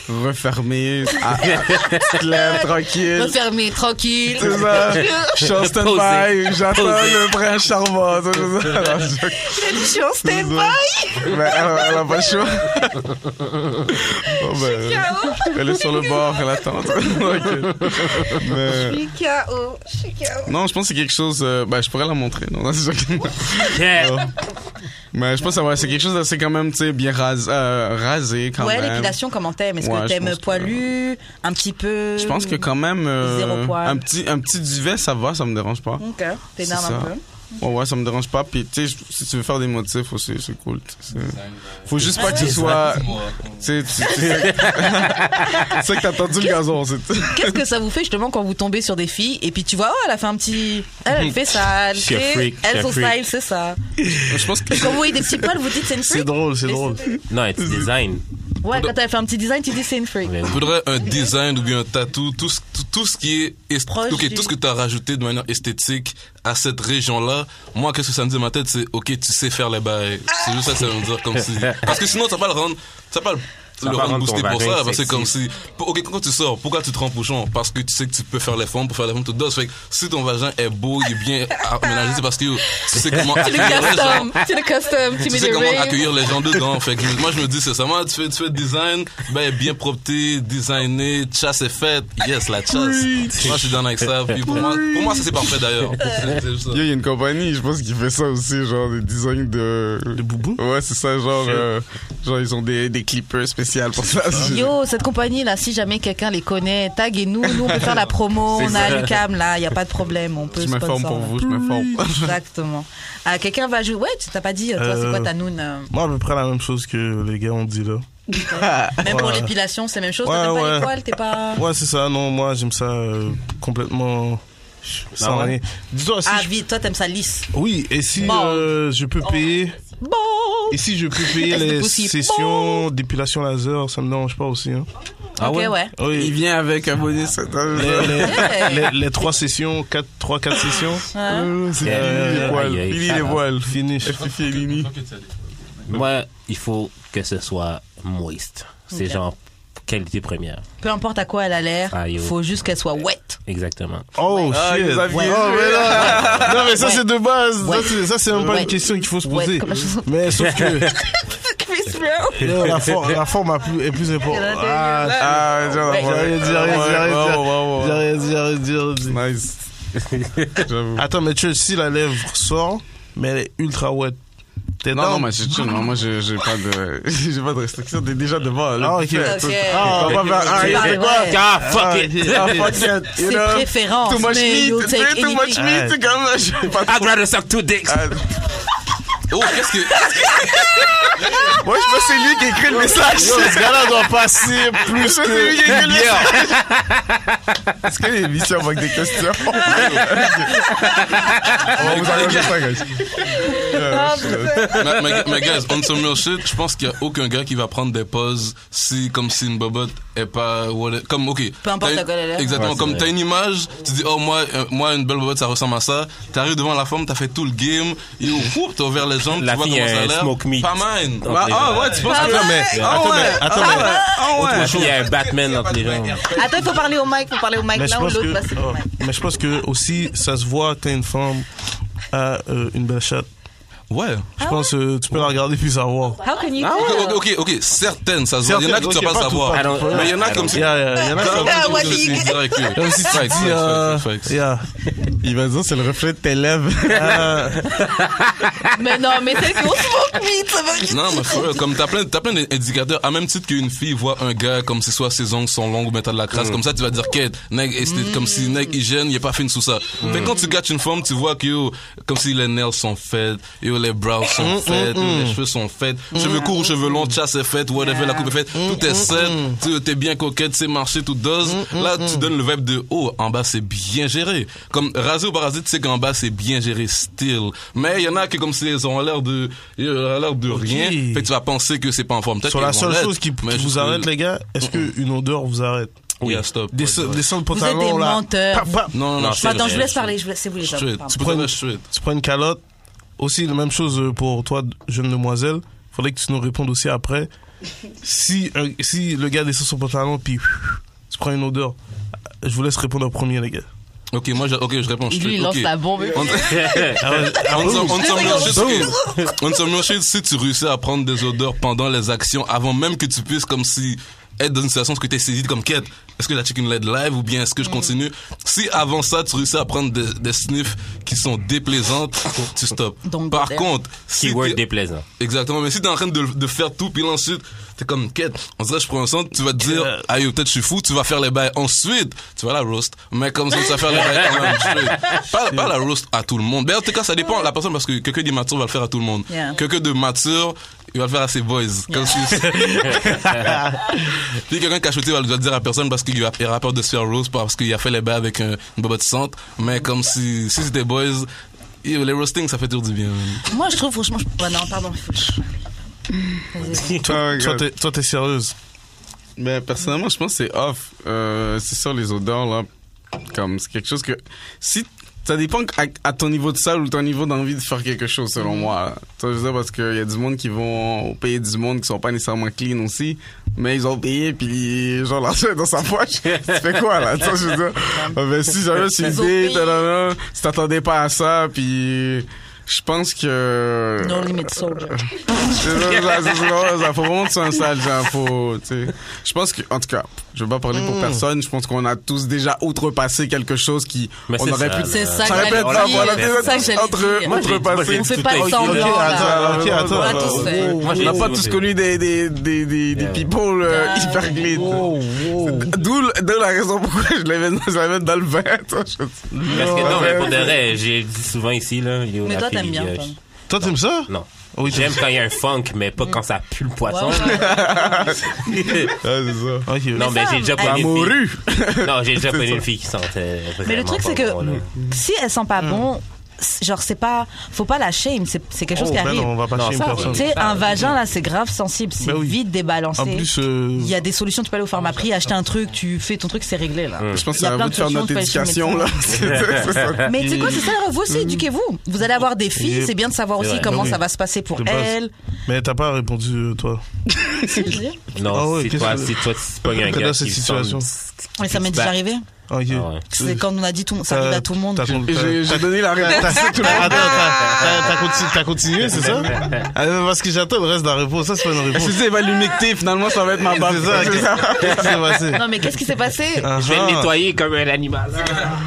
D: refermé, à- à- tu te lèves tranquille.
G: Refermé, tranquille.
D: C'est ça. Je suis en stand-by, j'attends
C: Posé.
D: le prince charmant. tu sais, c'est ça. Non, je-
B: Je suis en stand-by.
D: Ben, elle, elle a pas le choix. Bon, ben, elle est sur le bord, elle attend. Ok. Mais-
B: Je suis KO. Je suis KO.
D: non, je pense que c'est quelque chose. euh, ben, je pourrais la montrer. Non, non, c'est sûr que- Oh.
C: Yeah.
D: Mais je pense que ça va- c'est quelque chose d'assez quand même, tu sais, bien ras- euh, rasé quand
B: Ouais,
D: même.
B: l'épilation, comment t'aimes Est-ce
D: Ouais,
B: que
D: je
B: t'aimes
D: pense que-
B: poilu Un petit peu
D: Je pense que quand même, euh,
B: Zéro poil.
D: un petit, un petit duvet, ça va, ça me dérange pas.
B: Ok, t'énerves
D: C'est
B: un
D: ça.
B: peu.
D: Ouais, ouais, ça me dérange pas. Puis, tu sais, je- si tu veux faire des motifs aussi, c'est cool. tu sais. Faut juste pas que tu sois. Tu sais, tu- tu sais, tu sais que t'as tendu le gazon, c'est tout.
B: Qu'est-ce que ça vous fait justement quand vous tombez sur des filles et puis tu vois, oh, elle a fait un petit. Elle, elle fait ça. Elle,
C: Je suis un
B: fait-
C: freak, je suis
B: elle
C: un
B: son
C: freak.
B: style, c'est ça.
D: Je pense que.
B: Quand vous voyez des petits poils, vous dites c'est une
E: C'est
B: freak.
E: drôle, c'est
B: Et
E: drôle.
C: Non, it's design.
B: Ouais, quand elle fait un petit design, tu dis c'est une freak.
C: Mais
F: Il faudrait un design ou bien un tatou, tout, ce- tout, tout ce qui est est-
B: Proche
F: ok,
B: du-
F: tout ce que tu as rajouté de manière esthétique à cette région-là. Moi, qu'est-ce que ça me dit dans ma tête, c'est ok, tu sais faire les bails. C'est juste ça que ça veut me dire comme si. Parce que sinon, ça va le rendre, ça va le-
C: va
F: le
C: pas
F: rendre
C: rendre
F: boosté
C: ton
F: pour
C: vagin
F: ça. Parce que
C: sexy.
F: comme si, ok, quand tu sors, pourquoi tu te rends bouchon Parce que tu sais que tu peux faire les formes pour faire les formes tout d'autres. Fait que si ton vagin est beau, il est bien aménagé, c'est parce que yo, tu sais comment
B: Tu le
F: accueillir les gens
B: custom, tu le custom, tu
F: tu
B: mets
F: sais
B: des
F: comment
B: rings.
F: accueillir les gens dedans. Fait que moi, je me dis, c'est ça. Moi, tu fais, tu fais design, ben, bien propreté, designé, chasse est faite. Yes, la chasse. Moi, je suis dans avec ça. Puis pour moi, pour moi, ça, c'est parfait d'ailleurs. C'est- c'est juste ça.
D: Yo, Il y a une compagnie, je pense, qui fait ça aussi, genre des designs de.
E: De boubou?
D: Ouais, c'est ça, genre.
E: Shit.
D: euh, genre, ils ont des, des clippers spéciales pour ça.
B: Yo, cette compagnie là, si jamais quelqu'un les connaît, taguez-nous, nous on peut faire la promo,
C: C'est
B: on a
C: ça.
B: Lucam là, il y a pas de problème, on peut
D: Je m'informe
B: sponsor,
D: pour
B: là.
D: vous, je m'informe.
B: Exactement. Ah, quelqu'un va jouer. Ouais, tu t'as pas dit, euh, toi, c'est quoi ta noun euh,
E: Moi, à peu près la même chose que les gars ont dit là.
B: Même pour
E: Ouais.
B: l'épilation, c'est la même chose.
E: Ouais,
B: t'aimes pas
E: ouais.
B: les poils, t'es pas.
E: Ouais, c'est ça. Non, moi, j'aime ça euh, complètement. Sans
C: ouais?
E: rien. Dis-toi, si
B: Ah,
E: je-
B: vite, toi, t'aimes ça lisse.
E: Oui, et si
B: Bon.
E: euh, je peux payer.
B: Bon.
E: Et si je peux payer
B: Test de
E: les
B: poussy.
E: sessions d'épilation laser, ça me dérange pas aussi. Hein.
B: ok, ouais.
E: Oui.
D: vient avec un bonnet, ça.
E: Les, les-
B: Yeah.
E: les- les trois sessions, quatre, trois, quatre sessions.
B: Hein
D: Euh, C'est
C: Yeah, yeah,
D: fini
C: yeah.
D: les voiles.
C: Aïe, aïe,
D: Fini
C: ça
D: les
C: va.
D: voiles.
E: Finish.
D: Fini.
C: Moi, il faut que ce soit moist. C'est
B: Ok.
C: genre qualité première.
B: Peu importe à quoi elle a l'air,
C: Ah, yo.
B: faut juste qu'elle soit wet.
C: Exactement.
E: Oh
D: Ah,
E: shit.
D: ils avaient-
B: Ouais.
E: Oh, mais là. Non, mais ça,
B: Ouais.
E: c'est de base.
B: Ouais.
E: Ça, c'est- Ça, c'est même pas
B: Ouais.
E: une question qu'il faut se
B: Ouais,
E: poser.
B: comme je-
E: Mais sauf que
B: Chris Brown.
E: là, la, for- la forme a plus- est plus importante. Ah,
D: Ah, j'en ai
E: j'ai rien dit, j'ai rien dit, j'ai rien dit.
D: ouais,
E: j'ai rien dit, j'ai rien dit, j'ai rien dit.
D: ouais. Nice. J'avoue.
E: Attends, mais tu sais, si la lèvre sort, mais elle est ultra wet. T'es
D: Non, non,
E: down
D: mais c'est chill. Moi, j'ai j'ai pas de, j'ai pas de restriction. T'es déjà devant. là.
E: Ah, ok.
B: Ok.
E: Ah,
D: On va faire un,
B: C'est
D: il
B: pas
D: fait
B: vrai.
D: quoi?
C: Ah, fuck
E: Ah,
C: it!
E: ok.
D: Ah, fuck it. You
B: C'est
D: know?
B: préférence.
D: Too much
B: mais
D: meat.
B: you'll
D: Tu sais,
B: take
D: Too much
B: anything.
D: meat. C'est comme là, j'ai pas
C: I'd
D: trop.
C: rather suck two dicks!
D: Ah.
F: Oh, qu'est-ce que.
D: Moi, je pense que c'est lui qui écrit le message.
E: Ce gars-là doit passer plus
D: Ça, c'est lui qui
E: que.
D: a écrit le message. Est-ce que l'émission manque des questions? On va vous arranger ça, guys. Euh, shit.
F: Mais- mais- Mais guys, on some real shit, je pense qu'il y a aucun gars qui va prendre des pauses si, comme si une bobotte est pas, what- comme, ok.
B: Peu importe
F: T'as une-
B: la gueule, elle est.
F: Exactement.
C: Ouais, c'est
F: comme
C: vrai.
F: t'as une image, tu dis, oh, moi, euh, moi, une belle bobotte, ça ressemble à ça. T'arrives devant la femme, t'as fait tout le game, et whoop, t'as ouvert les jambes,
C: La
F: tu vois
C: fille
F: comment ça a
C: est
F: l'air.
C: smoke meat.
F: Pas mine. Bah, ah,
C: Entre les jambes.
D: tu
B: Ah,
D: penses que.
C: Euh,
E: Ah
C: Attends, mais-
E: Attends, mais.
C: Autre chose, il y a un Batman entre les jambes.
B: Attends, il faut parler au mic, faut parler au mic.
E: Mais je
B: Là ou
E: pense
B: l'autre,
E: que,
B: là, c'est
E: oh,
B: le mic.
E: mais je pense que aussi, ça se voit quand une femme a euh, une belle chatte.
F: Ouais.
B: Ah
E: Je pense que tu peux la regarder puis savoir.
B: How can you
F: Ok,
B: tell?
F: ok, ok, ok, certaines, ça se voit. Il y en a qui tu
E: Certaines,
F: vas
E: ok,
F: pas
E: pas
F: savoir.
E: tout, pas
C: tout. I don't-
F: Mais il y en a
C: I
F: comme
C: don't-
F: si.
E: Yeah, yeah, y en a qui
F: Comme
E: sont-
F: si tu
B: what
F: le
B: you-
F: dis direct, oui.
E: Comme si tu
F: Facts,
E: dis,
F: facts,
E: euh,
F: facts, facts.
E: yeah. Ah,
D: Il va dire, c'est le reflet de tes lèvres.
B: Mais non, mais c'est qu'on smoke meat, ça veut dire.
F: Non, mais for real, comme t'as plein, t'as plein d'indicateurs. À même titre qu'une fille voit un gars comme si soit ses ongles sont longs ou bien t'as de la crasse, comme ça tu vas dire qu'est, nègre, et c'est comme si nègre hygiène, il est pas fine sous ça. Mais quand tu gâtes une femme, tu vois que yo, comme si les nails sont faits, yo, les brows sont faits, yo, les cheveux sont faits, cheveux courts, ou cheveux longs, chasse est faite, whatever, la coupe est faite, tout est set, tu t'es bien coquette, c'est marché, tout dose. Là, tu donnes le vibe de oh, en bas c'est bien géré. Comme rasé ou parasite, tu sais qu'en bas c'est bien géré, style. Mais il y en a qui comme si ils ont l'air de, ils ont l'air de rien. Fait que tu vas penser que c'est pas en forme. Peut-être
E: Sur la
F: qu'ils
E: seule
F: vont l'être,
E: chose qui, qui
F: mais juste
E: vous
F: que-
E: arrête, les gars, est-ce qu'une odeur vous arrête
F: Oui, yeah, stop.
E: Descends
F: Ouais,
E: descends le
B: Vous êtes des
E: pantalon, là.
B: menteurs.
E: Pap, pap.
F: Non, non, non,
C: Non,
F: je
C: c'est
B: Attends,
C: vrai.
B: je vous laisse parler, je vous laisse, c'est vous les hommes,
F: suis
B: pardon.
F: Tu peux
E: Prends-
F: dire je suis
E: Tu prends une calotte. Aussi, la même chose pour toi, euh, jeune demoiselle. faudrait que tu nous répondes aussi après. Si, un- si le gars descend son pantalon, puis tu prends une odeur, je vous laisse répondre en premier, les gars.
F: Ok, moi, je, ok, je réponds. Je
G: Lui, il lance
F: ok.
G: la bombe.
F: On-
E: Ah ouais, ah
F: On
E: ouais,
F: s'en-
E: ouais.
F: on ne s'en juste que- on ne s'en mélange si tu réussis à prendre des odeurs pendant les actions avant même que tu puisses comme si être dans une situation où tu es saisi comme quête. Est-ce que la chicken led live ou bien est-ce que je continue Si avant ça tu réussis à prendre des, des sniffs qui sont déplaisantes, tu stops.
B: Donc,
F: Par
B: des-
F: contre, si
C: Keyword
F: t'es-
C: déplaisant.
F: exactement, mais si t'es en train de, de faire tout puis là, ensuite t'es comme quête, on dirait que je prends un centre, tu vas te dire ah yo peut-être je suis fou, tu vas faire les bails. Ensuite tu vas la roast, mais comme ça tu vas faire les bails quand même. straight. Pas, pas la roast à tout le monde. Mais en tout cas ça dépend de la personne parce que quelqu'un d'immature va le faire à tout le monde.
B: Yeah.
F: Quelqu'un de mature il va le faire à ses boys. Comme si- puis quelqu'un cachoté va le va le dire à personne parce qu'il a, il a peur de se faire roast parce qu'il a fait les bails avec un, une bobotte centre. Mais comme si, si c'était boys, yo, les roastings, ça fait toujours du bien. man.
B: Moi, je trouve, franchement, je- ouais, non, pardon. faut- Vas-y.
D: Oh my
E: Toi,
D: God.
E: t'es- toi, t'es sérieuse.
D: Mais personnellement, je pense que c'est off. Euh, c'est sur les odeurs, là. Comme, c'est quelque chose que. Si. Ça dépend à, à ton niveau de salle ou ton niveau d'envie de faire quelque chose, selon moi. là. Tu vois, je veux dire, parce qu'il y a du monde qui vont au pays du monde qui sont pas nécessairement clean aussi, mais ils ont payé, puis genre, l'argent est dans sa poche. tu fais quoi, là? Tu vois, je veux dire. Ah, ben, si j'avais sur
B: Ils ont
D: le date,
B: payé.
D: nanana, si t'attendais pas à ça, puis je pense que.
B: No limit soldier.
D: C'est ça, ça, ça, ça, ça, faut vraiment que tu sois un sale genre, faut, tu sais. Je pense que, en tout cas, je veux pas parler
B: Mm.
D: pour personne, je pense qu'on a tous déjà outrepassé quelque chose qui,
C: Mais
D: on
C: c'est
D: aurait
C: ça,
D: pu,
C: là.
G: C'est ça
D: ça
G: que
D: aurait pu être ça,
G: j'allais
D: voilà,
G: dire. C'est ça que
D: c'est
G: j'allais
D: entre,
G: dire.
D: outrepassé.
G: On fait pas de semblant, là.
E: Ok, attends,
G: On a
E: attends.
G: tous fait.
C: Moi,
D: On
C: j'ai-
D: n'a pas tous connu des, des, des, des, des
C: Yeah.
D: people euh,
B: Ah,
D: hyper clean. D'où, le- d'où la raison pourquoi je l'avais, je l'avais dans le vin, toi, je-
C: Parce que non, mais
D: Ouais.
C: pour de vrai, j'ai dit souvent ici, là. yo,
B: Mais
C: la
B: toi, t'aimes
C: fille,
B: bien,
C: euh,
B: toi.
E: Toi, t'aimes ça?
C: Non.
E: Oui, t'aimes
C: J'aime quand il y a un funk, mais pas quand ça pue le poisson.
B: Ouais, ouais, ouais.
E: ça. Ok.
C: Non, mais
B: ça,
C: j'ai déjà
B: elle-
C: connu une fille.
D: Mouru!
C: Non, j'ai déjà connu une fille qui sentait vraiment
B: Mais le truc,
C: pas
B: c'est que
C: bon, là.
B: si elle sent
E: Mm.
B: pas bon, c'est- genre, c'est pas. Faut pas la shame, c'est c'est quelque chose
E: Oh,
B: qui
E: ben
B: arrive.
E: non, on va pas
C: Non,
E: chez une
C: ça,
E: personne.
B: Tu sais, un vagin, là, c'est grave sensible. C'est
E: Ben oui.
B: vite débalancé.
E: En plus, euh,
B: Il y a des solutions, tu peux aller au pharmaprix, acheter un truc, tu fais ton truc, c'est réglé, là.
D: Je pense que
B: Il y
D: c'est
B: a
D: à
B: plein
D: vous
B: de
D: de faire
B: solutions,
D: notre
B: tu peux aller chez le
D: éducation, là. C'est- c'est ça.
B: Mais tu sais quoi, c'est ça, vous
E: Mm.
B: aussi, éduquez-vous. Vous allez avoir des filles,
E: Et-
B: c'est bien de savoir
C: C'est
B: aussi
C: vrai.
B: comment
E: Ben oui.
B: ça va se passer pour
E: De base.
B: elles.
E: mais t'as pas répondu, euh, toi.
C: Non,
E: Ah ouais,
C: si, toi,
E: qu'est-ce que-
C: si toi, tu pognes un
E: Dans
C: gars
E: cette
C: qui
E: situation.
C: sent-
B: Mais ça m'est déjà arrivé.
E: Ok.
C: Ah ouais.
B: C'est quand on a dit tout, ça
E: Bah, euh, T'as-
B: arrive à tout le monde.
E: t'as-
D: Et J'ai j'ai donné la réponse.
E: T'as t'as- attends, t'as- t'as continu- t'as continué, c'est ça Ah, non, Parce que j'attends le reste de la réponse. Ça, c'est pas une
D: Je
E: réponse.
D: me suis dit, il va l'humecter, finalement, ça va être ma barbe.
E: C'est ça, qu'est-ce qu'est-ce qui s'est passé
B: Non, mais qu'est-ce qui s'est passé?
E: Ah,
C: Je vais le
E: ah.
C: nettoyer comme un animal.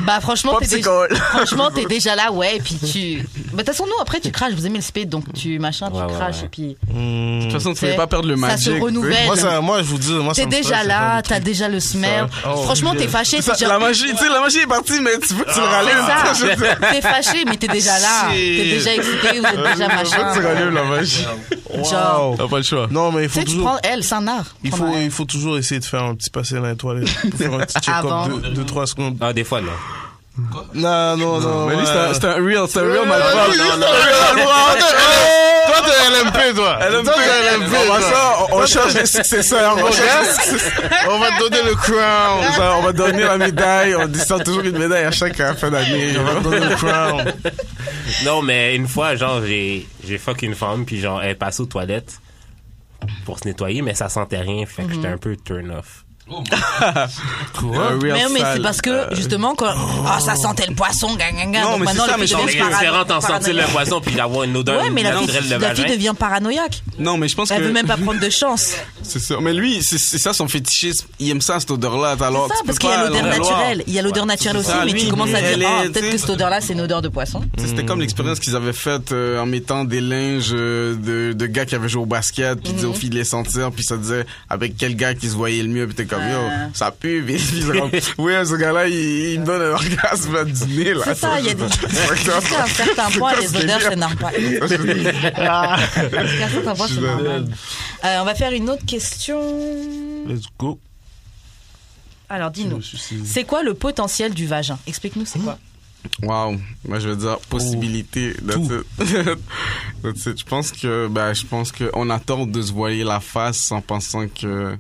B: Bah, franchement, t'es déjà,
D: Popsicle.
B: franchement, t'es déjà là, ouais, et puis tu. Bah, de toute façon, nous, après, tu craches, vous aimez le speed, donc tu machin, tu
C: Ouais, ouais,
B: craches,
C: ouais.
B: et puis.
E: Hmm.
D: De toute façon, tu pouvais
B: C'est-
D: pas perdre le
B: ça
D: magic.
B: se renouvelle.
E: Moi, ça, moi, je vous dis, moi, ça
B: T'es
E: me
B: déjà
E: stresse,
B: là,
E: ce genre
B: t'as déjà le smell.
E: Oh,
B: Franchement, t'es
E: Dieu.
B: fâché,
D: tu
B: t'es
D: sais. Ça,
B: déjà.
D: La magie, tu sais, la magie est partie, mais tu peux, tu le
B: C'est
D: rallumes.
B: ça.
D: tu sais, je veux dire.
B: T'es fâché, mais t'es déjà là.
E: Shit.
B: T'es déjà excité, vous êtes déjà machin.
D: Tu rallumes la magie.
E: de truc.
B: Genre-
E: Wow.
D: T'as pas le choix.
E: Non, mais il
B: Tu
E: faut
B: sais, tu
E: toujours.
B: prends elle, c'est un art.
E: Il
B: Prendre
E: faut,
B: un-
E: il faut toujours essayer de faire un petit passé dans les toilettes pour faire un petit
B: Avant.
E: check-up de 2-3 secondes.
C: Ah, des fois, non.
E: Non, non, non.
D: Mais lui,
E: ouais.
D: c'est un- c'est un real, c'est un real malpropre.
E: non, non, non. Toi, t'es LMP, toi. Toi, t'es LMP.
D: On va ça, on- on cherche les successeurs. On cherche-
E: On va te donner le crown.
D: on va- on va donner la médaille. On descend toujours une médaille à chaque euh, fin d'année.
E: On va te donner le crown.
C: Non, mais une fois, genre, j'ai, j'ai fuck une femme, puis genre, elle passe aux toilettes pour se nettoyer, mais ça sentait rien, fait que j'étais un peu turn off.
D: Un real
B: Mais, mais c'est
D: sale.
B: parce que, justement, quand. Ah, ça sentait le poisson, gang, gang, gang.
D: Non, mais
B: Donc
D: c'est
B: maintenant,
D: ça,
B: la
D: mais
B: fille
D: genre,
C: C'est
B: devient
D: parano-
C: différent en
B: parano-
C: sentir le poison, puis d'avoir une odeur
B: Ouais, mais la fille,
C: naturelle de
B: la fille
C: vagin.
B: devient paranoïaque.
D: Non, mais je pense que.
B: Elle veut même pas prendre de chance.
D: C'est ça. Mais lui, c'est c'est ça son fétichisme. Il aime ça, cette odeur-là.
B: C'est
D: Alors,
B: ça,
D: tu
B: parce
D: peux
B: qu'il y
D: pas
B: a l'odeur
D: l'en vouloir.
B: naturelle. Il y a l'odeur naturelle aussi,
D: ça,
B: mais
D: lui,
B: tu commences à
D: elle
B: dire,
D: est-
B: ah,
D: tu
B: peut-être
D: sais-
B: que cette odeur-là, c'est une odeur de poisson.
D: Tu sais, C'était comme l'expérience qu'ils avaient faite euh, en mettant des linges euh, de, de gars qui avaient joué au basket, puis ils
B: Mhm.
D: disaient aux filles de les sentir, puis ça disait avec quel gars qu'ils se voyaient le mieux, puis t'es comme yo,
B: Ah.
D: ça pue, puis ils sont comme, oui, ce gars-là, il, il me donne un orgasme à dîner, là.
B: C'est ça, il y a des. Jusqu'à un certain point,
D: quoi
B: les
D: ce
B: odeurs,
D: délire
B: c'est normal. Jusqu'à un certain point, c'est normal. Euh, on va faire une autre question.
E: Let's go.
B: Alors, dis-nous.
E: Je suis saisi.
B: C'est quoi le potentiel du vagin Explique-nous, c'est
D: Mmh.
B: quoi
D: Wow, moi je veux dire possibilité. That's it. That's it. Je pense que, ben, je pense que on a tort de se voiler la face en pensant que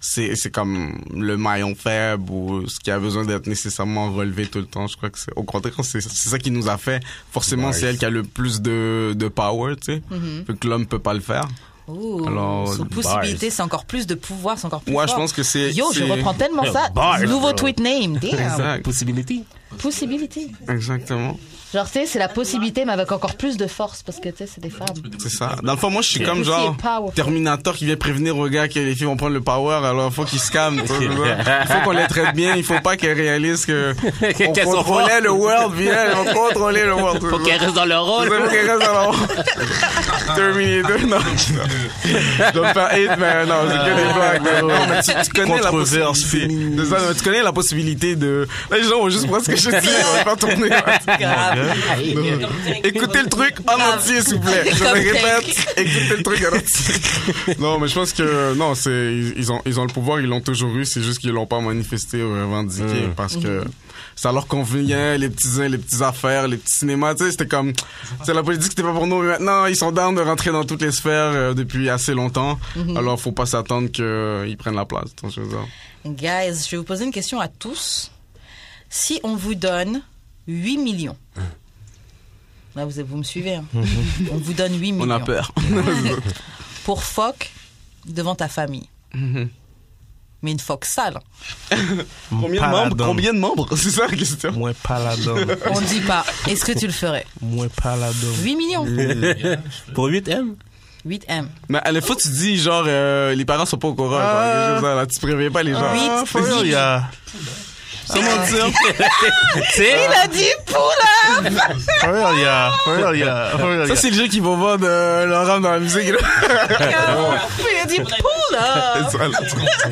D: c'est c'est comme le maillon faible ou ce qui a besoin d'être nécessairement relevé tout le temps. Je crois que c'est au contraire, c'est c'est ça qui nous
B: Mm-hmm.
D: a fait. Forcément, c'est elle qui a le plus de de power, tu sais. Fait que l'homme peut pas le faire.
B: Ouh.
D: Alors,
B: Oh, Sous possibilité, c'est encore plus de pouvoir, c'est encore plus
D: Ouais, je
B: fort.
D: pense que c'est-
B: Yo, je
D: c'est-
B: reprends tellement
C: Yo,
B: ça.
C: bars,
B: Nouveau
C: bro.
B: tweet name, damn.
D: Exact.
C: Possibility.
B: Possibilité.
D: Exactement.
H: Genre, tu sais, c'est la possibilité, mais avec encore plus de force, parce que, tu sais, c'est des femmes.
D: C'est ça. Dans le fond, moi, je suis
C: Ok.
D: comme
H: Pussy
D: genre
H: is powerful.
D: Terminator qui vient prévenir aux gars que les filles vont prendre le power, alors faut qu'ils se calment. tu vois, Il faut qu'on les traite bien, il faut pas qu'elles réalisent que on
C: Qu'elles sont
D: contrôlait
C: fortes.
D: le world, puis elles vont contrôler le world.
C: Faut qu'elle reste dans le
D: C'est ça,
C: rôle.
D: faut qu'elles restent dans leur world. Terminator, non. Je dois me faire hate, mais non, c'est que des blagues. Non, mais tu, tu connais la
E: Controverse
D: possibilité.
E: féministe.
D: C'est ça, mais tu connais la possibilité de. Là, les gens vont juste prendre ce que je dis, ils vont faire tourner.
C: Ah,
B: Grave.
D: Écoutez le truc Ah. en entier, s'il vous plaît. Je le répète, écoutez le truc en entier. non, mais je pense que non, c'est ils ils ont ils ont le pouvoir, ils l'ont toujours eu. C'est juste qu'ils l'ont pas manifesté ou revendiqué parce que ça leur convenait les petits les petites affaires, les petits cinémas. Tu sais, c'était comme c'est la politique, c'était pas pour nous. Mais maintenant, ils sont down de rentrer dans toutes les sphères euh, depuis assez longtemps. Alors, faut pas s'attendre qu'ils prennent la place. tu vois ce que je veux dire.
B: Guys, je vais vous poser une question à tous. Si on vous donne 8 millions, là vous, vous me suivez, hein. on vous donne 8 millions
D: On a peur.
B: pour fuck devant ta famille. Mais une fuck sale.
D: combien de membres Combien de membres C'est ça la question.
E: Moins paladin.
B: On dit pas. Est-ce que tu le ferais
E: Moins paladin.
B: 8 millions
C: Pour 8M.
B: 8M.
D: Mais à la fois, tu dis genre, euh, les parents sont pas au courant.
E: Ah.
D: genre, quelque chose, là, tu préviens pas les gens.
E: Ah, for real,
D: Il
E: yeah.
C: Ah.
B: Il a dit pour
E: For real, yeah. For real, yeah. For real,
D: Ça,
E: yeah.
D: c'est les gens qui vont vendre euh, leur âme dans la musique. Là.
B: là Il a dit pour là
D: Ça, là, tu comprends.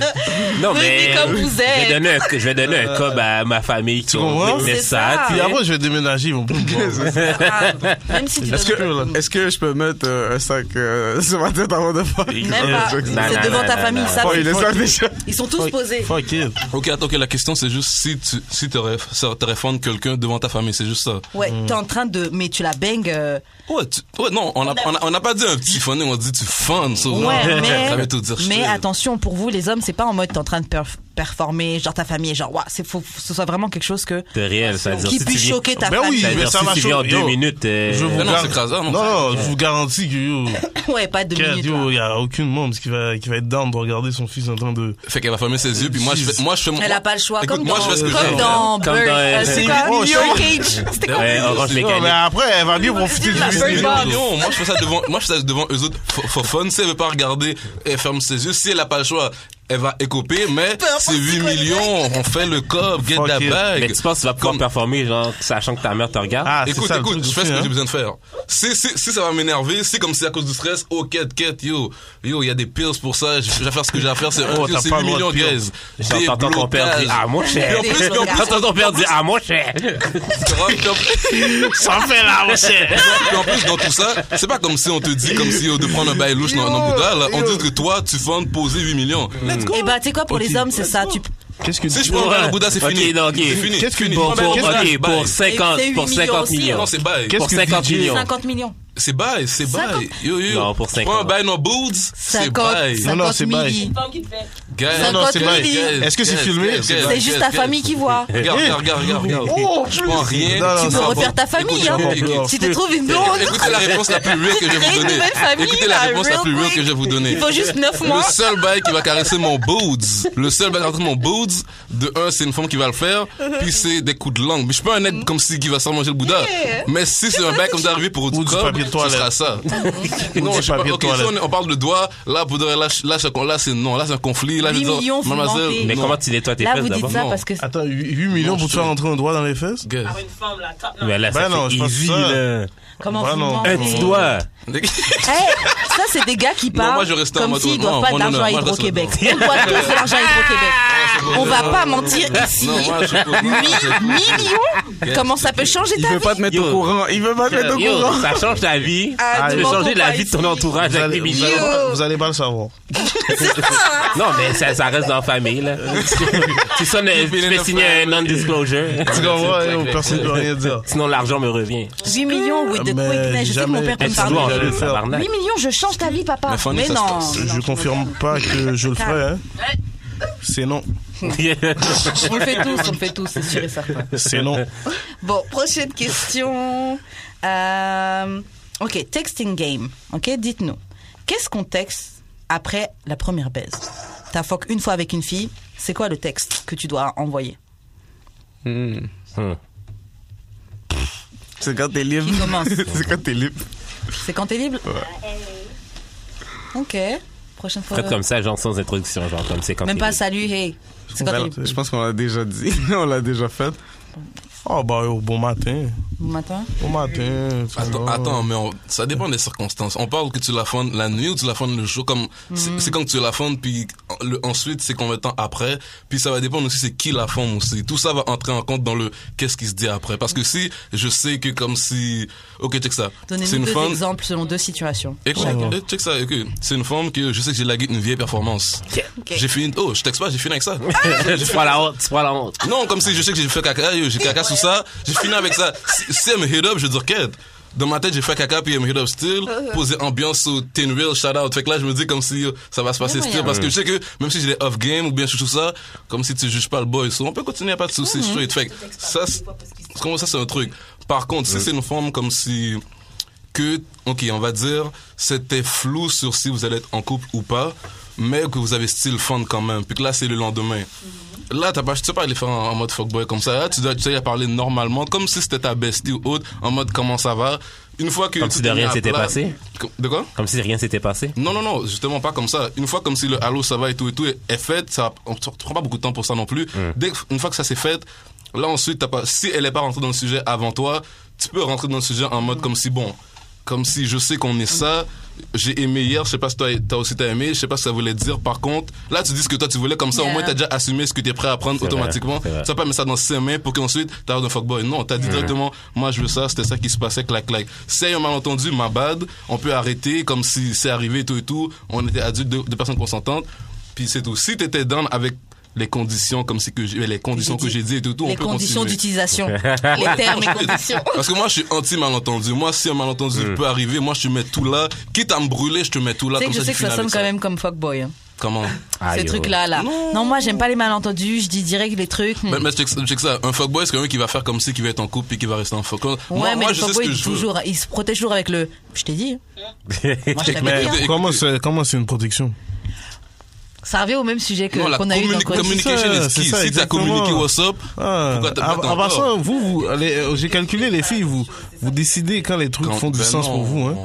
C: Non,
B: Venez
C: mais.
B: comme vous êtes.
C: Je vais donner un, je vais donner un cob à ma famille qui ont
E: comprends?
C: witness
B: C'est
C: ça.
B: ça.
C: tu
E: Puis
C: sais.
E: après, je vais déménager, ils vont pas me voir.
B: Même si tu
D: Est-ce
B: donnes-
D: que, est-ce que je peux mettre euh, un sac euh, sur ma tête avant de faire
B: Même pas.
D: Non, non,
B: C'est devant
C: non,
B: ta
C: non,
B: famille,
C: non.
B: ils savent.
D: Oh, il est ça déjà.
B: Ils sont tous posés.
E: Fuck it.
F: Ok, attends, ok, la question c'est juste si tu si t'aurais ça- t'aurais fendre quelqu'un devant ta famille, c'est juste ça.
B: Ouais, t'es en train de. Mais tu la bangs. euh,
F: Ouais, tu- ouais non, on n'a on a, on a pas dit un petit funny, on dit tu fun, ça.
B: Ouais, mais,
F: ça veut tout dire.
B: mais
F: shit.
B: attention, pour vous, les hommes, c'est pas en mode t'es en train de perf- performer, genre ta famille, est genre, ouais, c'est faut que ce soit vraiment quelque chose que,
C: De réel, ça veut dire
B: qui
C: si tu
B: puisse
C: viens-
B: choquer ta
E: Ben
B: famille.
E: oui,
C: ça veut
E: Mais
C: dire
E: ça
C: si
E: va
C: tu viens en
E: chaud,
C: deux
E: yo.
C: minutes. euh,
E: Je vous
F: non,
E: gar-
F: c'est crasard, non,
E: Non, non, je vous garantis que yo,
B: Ouais, pas de
E: qu'il
B: minutes. là.
E: y a aucune membre qui va, qui va être down de regarder son fils en train de.
F: Fait qu'elle va fermer ses yeux, puis moi je fais, moi je fais mon.
B: Elle a pas le choix.
F: Écoute,
B: comme
F: moi
B: dans,
F: je fais ce que
B: comme
F: j'ai hein.
B: dans
C: Comme
B: Bird,
C: dans,
B: euh,
C: euh,
B: c'est
C: c'est
B: quoi
F: Oh,
E: bon,
B: Nicolas Cage. C'était quoi
C: Ouais, orange
E: Non, mais
C: mécanique.
E: après, elle va mieux profiter du
B: la
E: business.
B: seule base.
F: Non, moi je fais ça devant, moi je fais ça devant eux autres for, for fun. Si elle veut pas regarder, elle ferme ses yeux. Si elle a pas le choix, elle va écoper. Mais c'est 8 millions, on fait le cop, get
E: Fuck
F: that
E: it.
F: bag.
C: Mais tu penses que tu vas pouvoir
F: Comme-
C: performer, genre, sachant que ta mère te regarde?
E: Ah, c'est
F: écoute,
E: ça, le
F: écoute,
E: truc
F: je fais
E: aussi,
F: ce que
E: hein.
F: j'ai besoin de faire. Si, si, si ça va m'énerver, si comme c'est à cause du stress, oh, quête, quête, yo, yo, il y a des pills pour ça, je je vais faire ce que j'ai à faire, c'est
E: Oh,
F: un yo,
E: t'as
F: c'est
E: pas
F: 8
E: le
F: millions,
E: droit de pills.
F: guys. Des
C: J'entends ton père
F: blocages.
C: dire, ah, mon
F: Puis en
C: cher.
F: plus, puis en plus,
C: J'entends ton père dire, ah, mon cher.
F: tu rentres, puis en plus-
E: Ça fait là, mon cher.
F: puis en plus, dans tout ça, c'est pas comme si on te dit, comme si, yo, de prendre un bail louche dans dans le Bouddha, là. On dit que toi, tu vas te poser 8 millions.
B: Et bah, tu sais quoi, pour les hommes, c'est ça. Tu...
E: Qu'est-ce que
F: Si je
E: tu
F: prends un bail au
C: Ouais.
F: Bouddha, c'est
C: Ok,
F: fini.
C: non, ok.
F: C'est fini.
E: Qu'est-ce qu'une
F: Fini.
E: banque-
F: Je prends un
E: qu'est-ce
F: bail,
C: Ok,
F: bail.
C: pour 50,
B: Et c'est
C: pour
B: 8 millions
C: 50
B: aussi, hein.
C: millions.
F: Non, c'est bail.
E: Qu'est-ce
C: Pour
E: que
C: 50
E: DJ?
C: millions.
B: 50 millions.
F: C'est bail, c'est bail. Yo, yo.
C: Non, pour
F: Je prends un
C: 50.
F: bail dans Boots, c'est
B: 50,
F: bail.
E: Non, non,
B: 50
E: c'est bail.
B: millions.
F: Guys,
B: Non, non, c'est 50 bail.
F: guys,
E: Est-ce que c'est
F: guys,
E: filmé?
F: guys,
E: C'est
F: guys,
B: C'est
F: guys,
B: juste ta
F: guys.
B: famille qui voit.
F: Regarde,
E: Eh.
F: regarde, regarde, regarde. je prends rien.
E: Non, non,
F: tu
B: Tu
F: m'en
B: veux
E: non,
F: vas.
B: refaire ta famille,
F: Écoute,
B: hein.
E: j'en peux
B: Tu te trouves une blonde.
F: Écoutez la réponse la plus rude que je vais
B: Créer
F: vous
B: une
F: donner.
B: nouvelle famille,
F: Écoutez la
B: là,
F: réponse la
B: real
F: plus rude
B: quick.
F: que je vais vous donner.
B: Il faut juste 9
F: Le
B: mois.
F: seul bail qui va caresser mon boots, le seul bail qui va caresser mon boots, de un, c'est une femme qui va le faire, puis c'est des coups de langue. Mais je suis pas un être comme si qui va s'en manger le Bouddha.
B: Yeah.
F: Mais si c'est un bail comme d'arriver pour
E: Ou du
F: corps,
E: papier de
F: ce
E: toilette.
F: sera ça. Non,
E: du
F: je sais pas.
E: papier de
F: Ok, si
E: toilette.
F: on, on parle de doigts, là, pour de vrai, là, je- là, je- là, c'est non, là, c'est un conflit, là, je
B: 10
F: dis,
B: millions, vous mentez.
F: mademoiselle,
C: Mais
F: non.
C: comment tu nettoies tes
B: Là,
C: fesses
B: vous dites
C: d'abord?
B: ça
F: non.
B: parce que.
E: Attends, 8, millions pour te faire entrer un doigt dans les fesses
F: Guys.
C: Mais là,
E: Ben
C: ça
E: non,
C: fait
E: je pense
C: easy,
E: ça.
C: là.
B: Comment
E: Bah
B: vous
E: non.
B: mentez
C: Un petit doigt.
B: Hey, ça, c'est des gars qui parlent
F: moi, je reste en
B: comme
F: mode-
B: s'ils ne
F: non,
B: doivent pas
F: moi,
B: de
F: non, non,
B: l'argent à
F: moi, je reste
B: Hydro-Québec. On doit tous de l'argent à Hydro-Québec. On va pas mentir ici.
F: Non, moi, je
B: Mi- Millions Comment ça peut changer
D: Il
B: ta
D: veut
B: vie
D: pas te mettre
C: Yo.
D: au courant. Il veut pas te mettre au
C: Yo,
D: courant.
C: ça change ta vie.
B: Ah, ne
C: tu veux changer
B: m'entends
C: la
B: pas
C: vie de
B: ici.
C: ton entourage
E: vous
C: avec
E: allez,
C: des
E: vous, allez
C: millions.
E: pas, vous allez pas le savoir.
B: hein
C: Non, mais ça, ça reste dans la famille, là. tu, sonnes, tu fais signer un non-disclosure.
E: Tu comprends, yo, personne ne peut rien dire.
C: Sinon, l'argent me revient.
B: 8 millions, with the
E: Mais
B: quickness. Je sais que mon
E: jamais.
B: père peut
C: Un
B: me
C: petit doigt Eh, en
B: parler.
E: j'allais
C: plus,
E: faire.
C: tabarnak.
H: 8 millions, je change ta vie, papa.
F: Fanny,
B: Mais
F: ça se
B: non.
F: passe.
E: Je confirme pas que je le ferai, hein. C'est non.
B: On le fait tous, on le fait tous, c'est sûr et certain.
E: C'est non.
B: Bon, prochaine question. Euh, ok, texting game. Ok, dites-nous. Qu'est-ce qu'on texte après la première baise T'as fuck une fois avec une fille, c'est quoi le texte que tu dois envoyer
D: Hmm.
F: hein.
C: Hmm.
D: C'est quand t'es libre.
B: Qui commence
D: C'est quand t'es libre.
B: C'est quand t'es libre Ok. Prochaine fois.
C: Faites comme ça, genre sans introduction, genre comme c'est quand
B: euh, Même
C: t'es
B: pas
C: libre.
B: salut, hey. C'est quand t'es libre.
D: Je pense qu'on l'a déjà dit. on l'a déjà fait.
E: Ah, bah, yo, bon matin.
B: Bon matin.
E: Bon matin. tu
F: Attends,
E: vois.
F: attends, mais on- ça dépend des circonstances. On parle que tu la fondes la nuit ou tu la fondes le jour. Comme c'est
B: Hmm.
F: c'est quand tu la fondes, puis en- le- ensuite c'est combien de temps après. Puis ça va dépendre aussi c'est qui la fonde aussi. Tout ça va entrer en compte dans le qu'est-ce qui se dit après. Parce que si je sais que comme si ok check ça, c'est
B: Donnez-nous
F: une
B: deux
F: femme.
B: exemples selon deux situations.
F: Écoute, eh, check ça, ok. C'est une femme que je sais que j'ai lagué une vieille performance. J'ai fini. Oh, je texte pas, j'ai fini avec ça.
C: tu prends la honte, tu prends la honte.
F: Non, comme si je sais que j'ai fait caca, yo, j'ai caca sous ça, j'ai fini avec ça. Si, si elle me hit up, je vais dire qu'est. Dans ma tête, j'ai fait caca puis elle me hit up still. Poser ambiance au Tin Real shout out. Fait que là, je me dis comme si yo, ça va se passer
B: Ouais,
F: still.
B: ouais.
F: Parce que je sais que même si j'ai des off game ou bien je suis tout ça, comme si tu juges pas le boy. So, on peut continuer, pas de soucis straight. Fait que ça, c'est- comment ça, c'est un truc. Par contre, si c'est une forme comme si que, ok, on va dire, c'était flou sur si vous allez être en couple ou pas, mais que vous avez style fun quand même, puis que là, c'est le lendemain. Là, t'as pas, tu sais pas aller faire en, en mode fuckboy comme ça. Là, tu dois, tu sais, parler normalement, comme si c'était ta bestie ou autre, en mode comment ça va. Une fois que.
C: Comme
F: tu
C: si de
F: t'es mis
C: rien
F: à
C: s'était
F: plat-
C: passé.
F: Com- De quoi?
C: Comme si rien s'était passé.
F: Non, non, non, justement pas comme ça. Une fois comme si le halo ça va et tout et tout est- est fait, ça, on ne prend pas beaucoup de temps pour ça non plus. Dès, que- une fois que ça c'est fait, là ensuite, t'as pas, si elle est pas rentrée dans le sujet avant toi, tu peux rentrer dans le sujet en mode comme si bon, comme si je sais qu'on est ça, j'ai aimé hier, je sais pas si toi t'as aussi t'as aimé, je sais pas si ça voulait dire. Par contre, là tu dis ce que toi tu voulais, comme ça au
B: Yeah.
F: moins t'as déjà assumé ce que t'es prêt à prendre
C: C'est vrai,
F: automatiquement.
C: c'est vrai. Mm.
F: Tu vas pas mettre ça dans ses mains pour qu'ensuite t'arrives d'un fuckboy. Non, t'as dit directement, moi je veux ça, c'était ça qui se passait, clac clac. S'il y a un malentendu, ma bad, on peut arrêter comme si c'est arrivé et tout et tout. On était adultes, deux, deux personnes consentantes. Puis c'est tout. Si t'étais down avec les conditions comme si que j'ai, les conditions que j'ai dit et tout, tout on
B: Les
F: peut
B: conditions
F: continuer.
B: d'utilisation. les termes et conditions.
F: Parce que moi, je suis anti-malentendu. Moi, si un malentendu
C: Mm.
F: peut arriver, moi, je te mets tout là. Quitte à me brûler, je te mets tout
B: Tu
F: là.
B: sais
F: Comme
B: que je
F: ça,
B: sais
F: tu
B: que ça
F: finis
B: sonne
F: avec
B: quand même comme fuckboy. hein.
F: Comment?
C: Aïe,
B: Ces
C: oh.
B: trucs-là, là.
F: Non.
B: Non, moi, j'aime pas les malentendus. Je dis direct les trucs. hmm.
F: Mais, mais check, ça- check ça. Un fuckboy, c'est quelqu'un qui va faire comme si, qui va être en couple puis qui va rester en fuck. Moi,
B: Ouais, mais
F: moi,
B: le
F: je sais ce
B: fuckboy,
F: que
B: il,
F: je
B: dit
F: veux.
B: toujours, il se protège toujours avec le. Je t'ai dit. hein. moi, je t'avais
E: Mais
B: dit. hein.
F: Écoutez,
E: comment c'est comment c'est une protection
H: Ça revient au même sujet que-
F: Non,
H: qu'on
F: la
H: a eu dans
F: communi-
H: Quoi de Suisse.
F: communication
E: C'est ça,
F: est
E: c'est
F: key.
E: ça,
F: Si t'as
E: exactement.
F: communiqué what's up,
E: Ah,
F: pourquoi t'as
E: av-
F: pas
E: avant ça,
F: encore?
E: vous, vous allez- euh, j'ai calculé les filles, vous, vous décidez quand les trucs
F: Quand-
E: font du
F: ben
E: sens
F: non.
E: pour vous. Hein.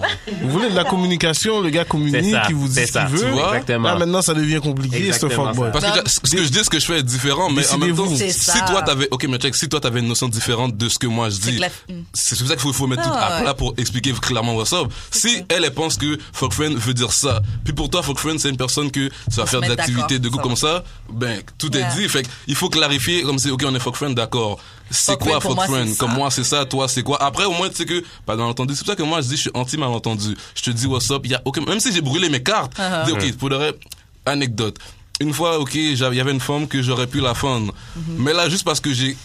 E: Vous voulez de la communication, le gars
C: C'est
E: communique,
C: ça,
E: il vous dit
C: c'est
E: ce
C: ça,
E: qu'il veut.
C: tu vois? Exactement.
E: Là maintenant, ça devient compliqué, ce
C: Exactement
E: fuckboy.
C: ça.
F: Parce que ce ce que je dis, ce que je fais est différent, mais en même temps,
E: Décidez-vous.
B: Bah, C'est
F: si
B: ça.
F: toi t'avais, ok, mais check, si toi t'avais une notion différente de ce que moi je
B: que
F: dis,
B: la-
F: c'est pour ça qu'il faut, faut mettre tout
B: Ah,
F: à
B: ouais.
F: plat pour expliquer clairement what's up. Si elle, elle pense que fuck friend veut dire ça, puis pour toi, fuck friend, c'est une personne que ça va faire des
B: mettre
F: activités de
B: d'accord,
F: goût
B: ça
F: comme ça, ben, tout
B: Ouais.
F: est dit. Fait que il faut clarifier, comme c'est, ok, on est fuck friend, d'accord. C'est
B: Fuck
F: quoi
B: friend, pour
F: fuck
B: moi,
F: friend?
B: c'est
F: Comme
B: ça.
F: moi, Ah, c'est ça, toi, c'est quoi? Après, au moins, tu sais que, pas malentendu. C'est pour ça que moi, je dis, je suis anti-malentendu. Je te dis what's up, il y a aucun, même si j'ai brûlé mes cartes,
B: Uh-huh.
F: dis, ok, pour de vrai, anecdote. Une fois, ok, j'avais- il y avait une femme que j'aurais pu la fendre.
B: Mhm.
F: Mais là, juste parce que j'ai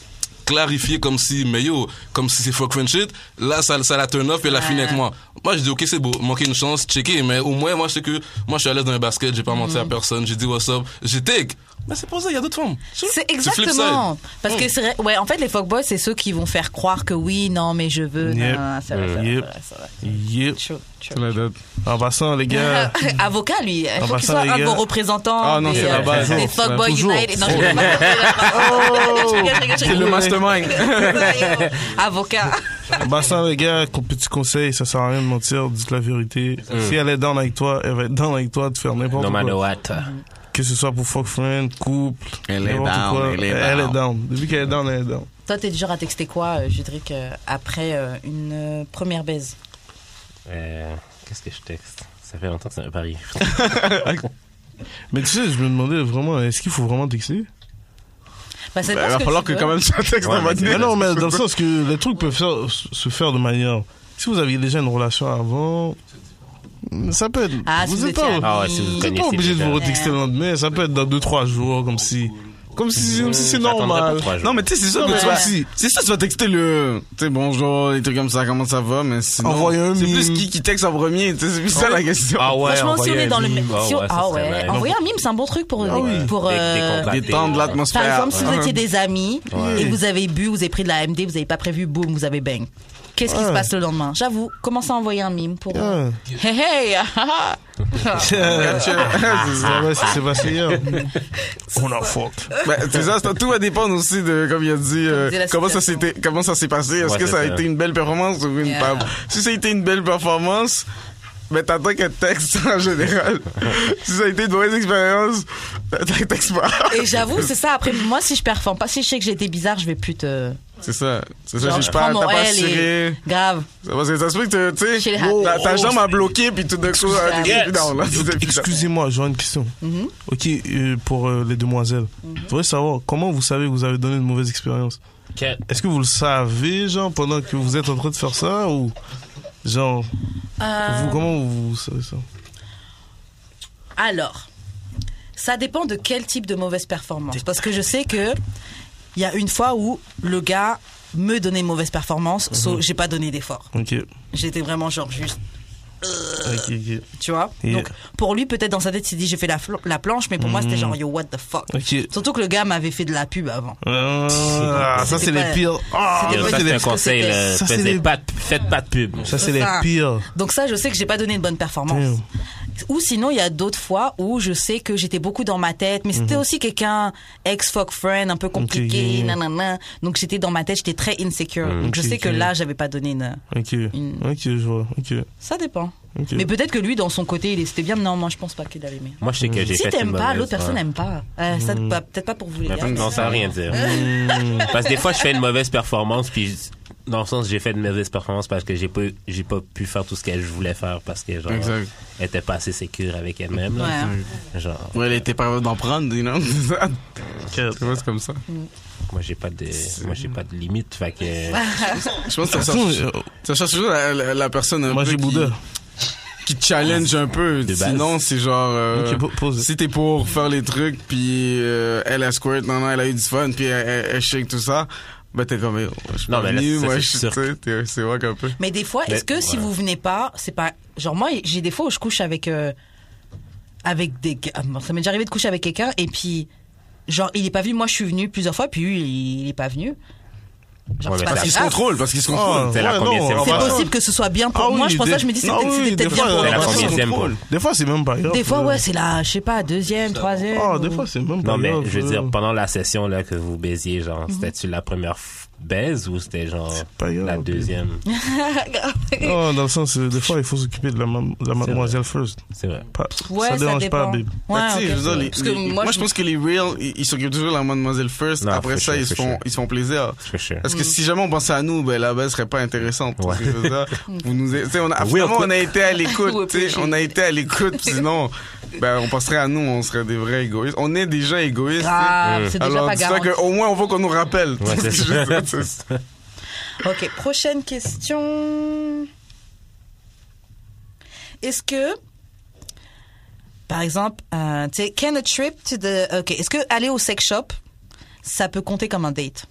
F: clarifié comme si, mais yo, comme si c'est fuck friend shit, là, ça, ça la turn off et elle a fini avec moi. Moi, je dis, ok, c'est beau, manquer une chance, checker, mais au moins, moi, je sais que, moi, je suis à l'aise dans les baskets, j'ai pas menti
B: Mhm.
F: à personne, j'ai dit what's up, j'ai take. Mais c'est pour ça, il y a d'autres femmes.
B: C'est
F: Tu flip
B: exactement.
F: side.
B: Parce que c'est vrai- ouais, en fait, les fuckboys, c'est ceux qui vont faire croire que oui, non, mais je veux.
E: Yep.
B: Non, non, c'est vrai, c'est vrai,
E: Yep.
B: c'est vrai, c'est vrai.
E: Yep.
B: Chaud, chaud.
D: La date.
E: En passant, les gars,
B: Avocat, lui. Il faut
E: bah,
B: qu'il
E: ça,
B: soit
E: les
B: un de
E: gars.
B: vos représentants.
D: Ah non,
B: des,
D: c'est
B: euh,
D: la base.
B: Des
D: Toujours.
B: fuckboys
E: Toujours.
B: united. Non, je
E: C'est-
B: rigole, je rigole, je rigole, je
D: C'est le
B: rigole.
D: mastermind.
B: Avocat.
E: en passant, les gars, con- petit conseil, ça sert à rien de mentir, dites la vérité. Si elle est down avec toi, elle va être down avec toi de faire n'importe
C: Mm. No
E: quoi.
C: matter what.
B: Mm.
E: Que ce soit pour fuck friend, couple,
D: Elle est
E: n'importe
D: down,
E: quoi.
D: elle est
E: Elle
D: down.
E: est down. Depuis qu'elle est down, elle est down.
B: Toi, t'es du genre à texter quoi, euh, Judric, euh, après euh, une euh, première baise
C: Euh, Qu'est-ce que je texte? Ça fait longtemps que ça m'a pas arrivé.
E: Mais tu sais, je me demandais vraiment, est-ce qu'il faut vraiment texter
B: bah, ça
D: Il
B: dépend ce
D: va
B: que
D: falloir
B: tu
D: que
B: veux.
D: quand même ça texte
C: Ouais,
D: dans ma
C: mais
E: Mais
D: tête.
E: non, mais dans le sens que les trucs peuvent faire- se faire de manière. Si vous aviez déjà une relation avant, ça peut être.
B: Ah, si
E: vous
B: vous
E: n'êtes
B: étiez
E: pas,
C: Ah ouais, si vous
E: vous êtes
C: connaissez
E: pas obligé de
C: déjà.
E: vous retexter le lendemain, ça peut être dans 2-3 jours, comme si. Comme si, comme si c'est
C: J'attendrai pas
E: normal.
C: trois jours.
D: Non, mais tu sais, c'est sûr
E: Non,
D: que
E: mais
D: tu vas.
E: si.
D: C'est sûr que tu vas texter le. Tu sais, bonjour, des trucs comme ça, comment ça va, mais sinon.
E: Envoyer un
D: C'est
E: mime.
D: plus qui qui texte en premier, tu sais, c'est plus ça la question.
C: Ah ouais,
B: Franchement, si on
C: envoyer
B: est
C: un
B: dans le
C: mime,
B: même. si on-
C: ça
B: Ah
C: serait
B: ouais,
C: nice.
B: envoyer un mime, c'est un bon truc pour.
C: Ouais.
B: pour
C: Dé-
B: euh,
C: décontracter,
D: Détendre
C: genre.
D: l'atmosphère.
B: Par exemple, si vous
D: Ouais.
B: étiez des amis
E: Ouais.
B: et que vous avez bu, vous avez pris de la MD, vous n'avez pas prévu, boum, vous avez bang. Qu'est-ce qui
E: Ouais.
B: euh, se passe le lendemain J'avoue, commencez à envoyer un mime pour.
E: Ouais.
B: Hey hey ah, ah.
E: Ah, ouais, c'est Sébastien hier. On en fuck.
D: Ben, c'est ça, ça, tout va dépendre aussi de, comme il a dit, euh,
B: Comme dit la
D: comment ça
B: situation.
D: s'était, comment ça s'est passé. Est-ce
C: Ouais,
D: que
C: c'est
D: ça a
C: ça.
D: été une belle performance ou une
B: Yeah.
D: pas? Si ça a été une belle performance, ben t'attends qu'un texte en général. si ça a été une mauvaise expérience, t'attends un texte pas.
B: Et j'avoue, c'est ça. Après, moi, si je performe pas, si je sais que j'ai été bizarre, je vais plus te.
D: C'est ça, c'est ça.
B: Genre,
D: si
B: je
D: je
B: prends
D: parle,
B: mon
D: t'as pas
B: L et-
D: assuré.
B: Grave.
D: Ça- Parce que ça se peut que, tu
B: Chez
D: sais,
B: les hackers.
D: ta, ta jambe a bloqué puis tout d'un coup, ah, t'es plus down, là. T'es plus down.
E: Excusez-moi, j'ai une question. Ok, euh, pour euh, les demoiselles. Je voudrais savoir comment vous savez que vous avez donné une mauvaise expérience.
C: Ok.
E: Est-ce que vous le savez, genre, pendant que vous êtes en train de faire ça ou genre,
B: Euh.
E: vous comment vous savez ça
B: Alors, ça dépend de quel type de mauvaise performance. Parce que je sais que il y a une fois où le gars me donnait une mauvaise performance, so, j'ai pas donné d'effort.
E: Ok,
B: J'étais vraiment genre juste,
E: ok, ok.
B: tu vois.
E: Yeah.
B: Donc pour lui, peut-être dans sa tête, il s'est dit j'ai fait la, fl- la planche, mais pour moi c'était genre yo what the fuck.
E: Ok.
B: Surtout que le gars m'avait fait de la pub avant.
E: Ah, ça c'est
B: C'était pas-
E: les pires. Ah,
B: c'était
C: Yo,
E: ça
C: ça,
E: c'est
C: c'est
E: les-
C: un conseil.
B: c'était-
C: là.
E: ça, c'est
C: Faisais
E: des-
C: pas de- Faites pas de pub.
E: ça, c'est les
B: ça.
E: pires.
B: Donc ça, je sais que j'ai pas donné une bonne performance.
E: Damn.
B: Ou sinon, il y a d'autres fois où je sais que j'étais beaucoup dans ma tête, mais c'était aussi quelqu'un ex-fuck friend, un peu compliqué,
E: Mhm. Ok, yeah, yeah.
B: nanana. Donc j'étais dans ma tête, j'étais très insecure. Donc je
E: Ok,
B: sais que
E: ok.
B: là, j'avais pas donné une.
E: Ok, ok, je vois. Ok,
B: Ça dépend.
E: ok.
B: Mais peut-être que lui, dans son côté, il est- c'était bien. mais Non, moi, je pense pas qu'il avait aimé.
C: Moi, je sais que j'ai
B: Si
C: fait
B: t'aimes
C: une
B: pas,
C: mauvaise,
B: l'autre personne
C: ouais.
B: n'aime pas. Euh, ça,
E: Mhm.
B: pas- peut-être pas pour vous les
C: Mais
B: gars.
C: après, Non, ça veut rien dire.
D: Mmh.
C: Parce que des fois, je fais une mauvaise performance, puis je- dans le sens, j'ai fait une mauvaise performance parce que j'ai pas, j'ai pas pu faire tout ce que je voulais faire parce que, genre,
D: Exact.
C: elle était pas assez sécure avec elle-même, là.
B: Ouais.
C: Genre,
D: Ouais, elle était pas capable d'en prendre, you know? tu vois, c'est comme ça.
C: moi, j'ai pas de, moi, j'ai pas de limite, fait que,
D: Je pense que ça,
E: Attends,
D: ça,
E: euh,
D: ça cherche toujours la, la- la personne un
E: Moi
D: peu
E: j'ai
D: qui-
E: Bouddha.
D: qui challenge un peu.
C: De base.
D: Sinon, c'est genre. euh,
E: Ok, po- pose.
D: si t'es pour faire les trucs, puis euh, elle a squirt, non, non, elle a eu du fun, puis elle, elle, elle shake tout ça, ben t'es comme. eh, Je suis
C: Non,
D: pas
C: mais là,
D: venu,
C: ça,
D: moi,
C: c'est
D: je suis.
C: sûr.
D: tu sais, t'es- C'est wack un peu.
B: Mais des fois, est-ce que
C: Mais-
B: si
C: ouais.
B: vous venez pas, c'est pas. Genre, moi, j'ai des fois où je couche avec. euh, avec des gars. Ah, bon, Ça m'est déjà arrivé de coucher avec quelqu'un et puis. Genre, il est pas venu, moi je suis venue plusieurs fois, puis lui, il, il est pas venu. Genre,
C: Ouais,
B: c'est pas
C: mais parce
B: très
D: Parce qu'il se
B: grave.
D: contrôle, parce qu'il se
E: Ah,
D: contrôle.
C: C'est la
E: ouais,
C: combien,
E: non,
C: c'est
E: on
B: C'est
E: va
C: Ah,
B: possible que ce soit bien pour
E: Ah
B: moi.
E: oui,
B: je pense
E: des
B: ça, je me dis,
E: fois-
B: c'était
E: ah oui,
B: c'était
E: des
B: peut-être bien
E: fois,
B: pour
E: on
B: la
E: va
C: la
E: pas se
B: personne.
C: combien de-
E: contrôle. Des fois, c'est même pas grave. euh.
B: Des fois, ouais, c'est la, je sais pas, deuxième, troisième.
E: Ah,
B: ou-
E: des fois, c'est même pas
C: non, mais,
E: grave.
C: je veux
E: euh,
C: dire, pendant la session, là, que vous baisiez, genre, c'était-tu la première f- baise ou c'était, genre,
E: pas grave.
C: la deuxième?
E: Non, dans le sens, euh, des fois, il faut s'occuper de la, mam- de la mademoiselle first.
C: C'est vrai.
E: Pas-
B: Ouais,
E: ça dérange
B: dépend.
E: pas, babe.
B: Ouais,
D: Tu sais, Bah, je
B: ok.
D: veux dire, les-
B: Parce que
D: les-
B: moi, je-
D: pense que les real, ils ils s'occupent toujours de la mademoiselle first.
C: Non,
D: Après
C: for
D: ça,
C: sure,
D: ils se
C: for
D: font,
C: sure.
D: ils se font plaisir.
C: For sure.
D: Parce
B: Mm.
D: que si jamais on pensait à nous, ben, la base serait pas intéressante.
C: Ouais.
D: C'est ça. Vous nous, tu sais, on a,
C: We
D: finalement,
C: are
D: on a été à
B: We
D: l'écoute, tu sais,
B: appreciate
D: on a
B: it.
D: été à l'écoute, sinon, ben, on penserait à nous, on serait des vrais égoïstes. On est déjà égoïstes.
B: Grave,
D: tu
B: Ah, c'est
D: sais.
B: déjà
D: Alors,
B: pas
D: dis-toi
B: garanti.
D: que, au moins, on veut qu'on nous rappelle.
C: Mm. Ouais, c'est
D: C'est
C: ça.
D: juste ça, c'est-
B: Ok, prochaine question. Est-ce que, par exemple, euh, tu sais, can a trip to the. Ok, est-ce que aller au sex shop, ça peut compter comme un date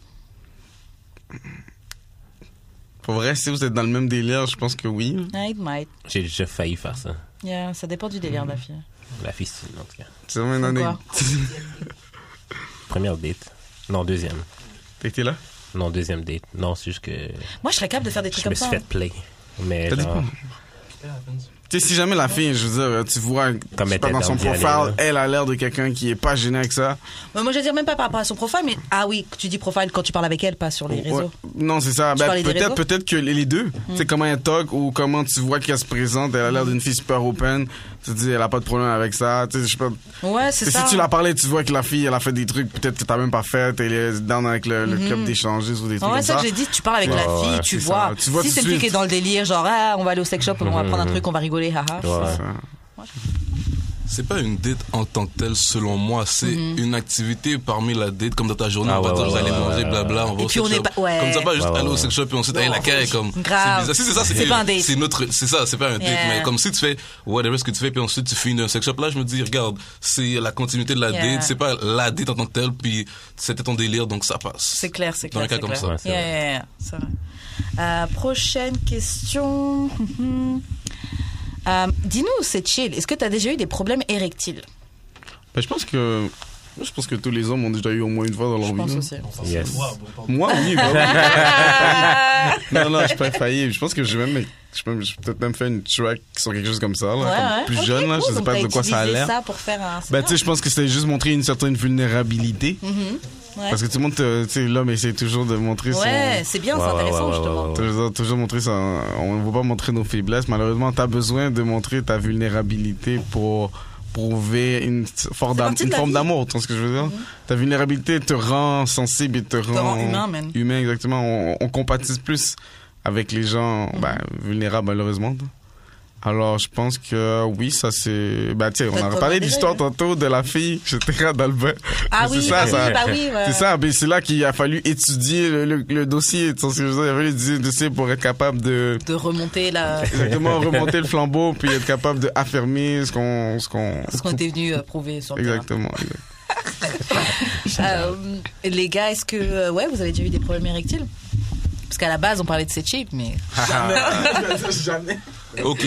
D: Pour vrai, si vous êtes dans le même délire, je pense que oui.
B: Ah, It might.
C: J'ai déjà failli faire ça.
B: Yeah, ça dépend du
D: Mm.
B: délire de la fille.
C: La fistule, en tout cas.
D: C'est vraiment une année.
B: Pourquoi
C: Première date. Non, deuxième.
D: T'étais là?
C: Non, deuxième date. Non, c'est juste que
B: Moi, je serais capable de faire des trucs
C: je me
B: comme
C: suis
B: ça. hein?
C: fait play. Mais
D: T'as dit
C: genre,
D: quoi? Tu sais, si jamais la fille, je veux dire, tu vois,
C: Comme
D: je sais pas,
C: elle
D: dans
C: était
D: son
C: dans le
D: profil,
C: dialogue.
D: elle a l'air de quelqu'un qui est pas gêné avec ça.
B: Mais moi, je veux dire même pas par rapport à son profile, mais ah oui, tu dis profile quand tu parles avec elle, pas sur les réseaux.
D: Ouais. Non, c'est ça.
B: Tu
D: Ben,
B: parlais des
D: peut-être,
B: réseaux? Hmm.
D: peut-être que les les deux. C'est comment elle talk ou comment tu vois qu'elle se présente. Elle a l'air d'une fille super open. Tu te dis, elle a pas de problème avec ça. Tu sais, je sais pas.
B: Ouais, c'est
D: Si
B: ça.
D: tu la parlais, tu vois que la fille, elle a fait des trucs peut-être que t'as même pas fait. Elle est down avec le, le club d'échangistes ou des trucs
B: Hmm. Ouais,
D: comme
B: c'est ça
D: ça.
B: que j'ai dit, tu parles avec la
C: Ouais,
B: fille,
C: ouais,
B: tu,
D: c'est
B: vois.
D: ça. Tu vois
B: Si
D: tout
B: c'est
D: de
B: une fille qui est
D: suite. Mm-hmm.
B: dans le délire, genre, ah, on va aller au sex shop, on va prendre un truc, on va rigoler, haha.
C: ouais.
D: Ça.
F: C'est pas une date en tant que telle, selon moi. C'est
B: Mhm.
F: une activité parmi la date, comme dans ta journée,
C: Ah
F: on va
C: ouais,
F: dire,
C: ouais,
F: vous allez
C: ouais,
F: manger,
C: ouais,
F: blabla, on va
B: Et
F: au
B: puis on
F: sex
B: est
F: shop.
B: pas- ouais.
F: Comme ça, pas juste
C: Ouais, ouais,
F: aller au
C: ouais.
F: sex shop et ensuite, hey, la caille, comme.
B: Grave.
F: C'est bizarre. Si c'est ça,
B: C'est pas un date.
F: C'est notre, c'est ça, c'est pas un date.
B: Yeah.
F: Mais comme si tu fais whatever ce que tu fais, puis ensuite tu finis un sex shop, là, je me dis, regarde, c'est la continuité de la
B: Yeah.
F: date, c'est pas la date en tant que telle, puis c'était ton délire, donc ça passe.
B: C'est clair, c'est
F: Dans
B: clair.
F: un cas
B: c'est
F: comme
B: clair.
F: ça.
C: Ouais, c'est
B: Yeah,
C: vrai.
B: yeah, yeah, c'est vrai. Euh, prochaine question. Hum, hum. Euh, Dis-nous, c'est chill. Est-ce que tu as déjà eu des problèmes érectiles
D: Ben, je pense que Moi, je pense que tous les hommes ont déjà eu au moins une fois dans leur
B: Je
D: vie.
B: pense
D: là.
B: aussi.
C: Yes.
D: Moi, oui, bah oui. non, non, je suis pas faillible. Je pense que j'ai même, je peux, je peux peut-être même fait une track sur quelque chose comme ça, là,
B: Ouais,
D: comme
B: ouais.
D: plus
B: Ok,
D: jeune, là,
B: cool.
D: je sais
B: Donc,
D: pas
B: t'as
D: de quoi ça a
B: utilisé
D: l'air.
B: ça pour faire un.
D: Bah, tu sais, je pense que c'était juste montrer une certaine vulnérabilité.
B: Mm-hmm. ouais.
D: Parce que tout le monde, euh, tu sais, l'homme essaie toujours de montrer
B: Ouais, c'est bien, c'est
C: Ouais, ouais,
B: intéressant
C: ouais, ouais,
B: justement.
C: ouais,
D: son. Toujours, toujours montrer ça. hein. On ne veut pas montrer nos faiblesses. Malheureusement, tu as besoin de montrer ta vulnérabilité pour prouver une forme d'am-
B: partie de
D: une
B: la
D: forme
B: vie. Mhm.
D: d'amour. Tu vois ce que je veux dire? Ta vulnérabilité te rend sensible et te rend,
B: rend humain, man.
D: Humain, exactement. On, on compatisse plus avec les gens
B: Mhm.
D: ben, vulnérables, malheureusement. Alors, je pense que oui, ça c'est. Bah, tu sais, on
B: Ça
D: a
B: te
D: parlé
B: va
D: de l'histoire
B: déjà, hein?
D: tantôt de la fille, etc., d'Albert.
B: Ah
D: Mais
B: oui,
D: c'est ça,
B: ah oui,
D: ça-
B: bah oui, ouais.
D: c'est ça, ben c'est là qu'il a fallu étudier le, le- le dossier. Tu sais ce que je veux dire? Il a fallu étudier le dossier pour être capable de
B: De remonter la...
D: exactement remonter le flambeau, puis être capable de affirmer ce qu'on. Ce qu'on
B: ce qu'on était venu euh, prouver sur le terrain.
D: Exactement. exact.
B: Euh, les gars, est-ce que euh, ouais, vous avez déjà eu des problèmes érectiles Parce qu'à la base, on parlait de c'est cheap, mais
F: Ok.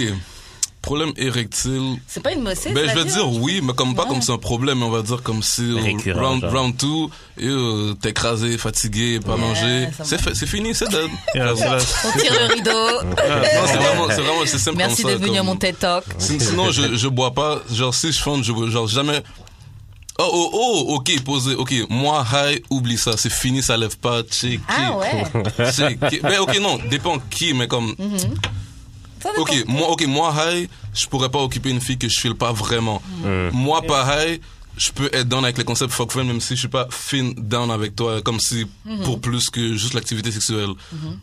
F: Problème érectile.
B: c'est pas une mossée.
F: Ben,
B: ça,
F: je
B: la
F: vais
B: vie,
F: dire
B: hein.
F: oui, mais comme pas
B: Ouais.
F: comme c'est un problème, mais on va dire comme si euh,
C: Récurrent,
F: round,
C: genre.
F: round two, et, euh, t'es écrasé, fatigué, pas mangé.
B: ça
F: C'est
B: va.
F: fait- c'est fini, c'est dead.
E: Et là, c'est là,
B: On tire le rideau.
F: Non, c'est vraiment, c'est vraiment, c'est simple
B: Merci
F: comme ça.
B: d'être venu à
F: comme-
B: mon TED Talk.
F: Sin- Sinon, je, je bois pas. Genre, si je fonde, je bois- genre jamais. Oh, oh, oh, ok, posé, ok. Moi, high, oublie ça, c'est fini, ça lève pas, check.
B: Ah ouais. Mm.
F: Ben, ok, non, dépend qui, mais comme.
B: Ça dépend.
F: Ok, moi, ok, moi high, je pourrais pas occuper une fille que je file pas vraiment. Moi pas high, je peux être down avec le concept fuck friend même si je suis pas fin down avec toi, comme si
B: Mhm.
F: pour plus que juste l'activité sexuelle.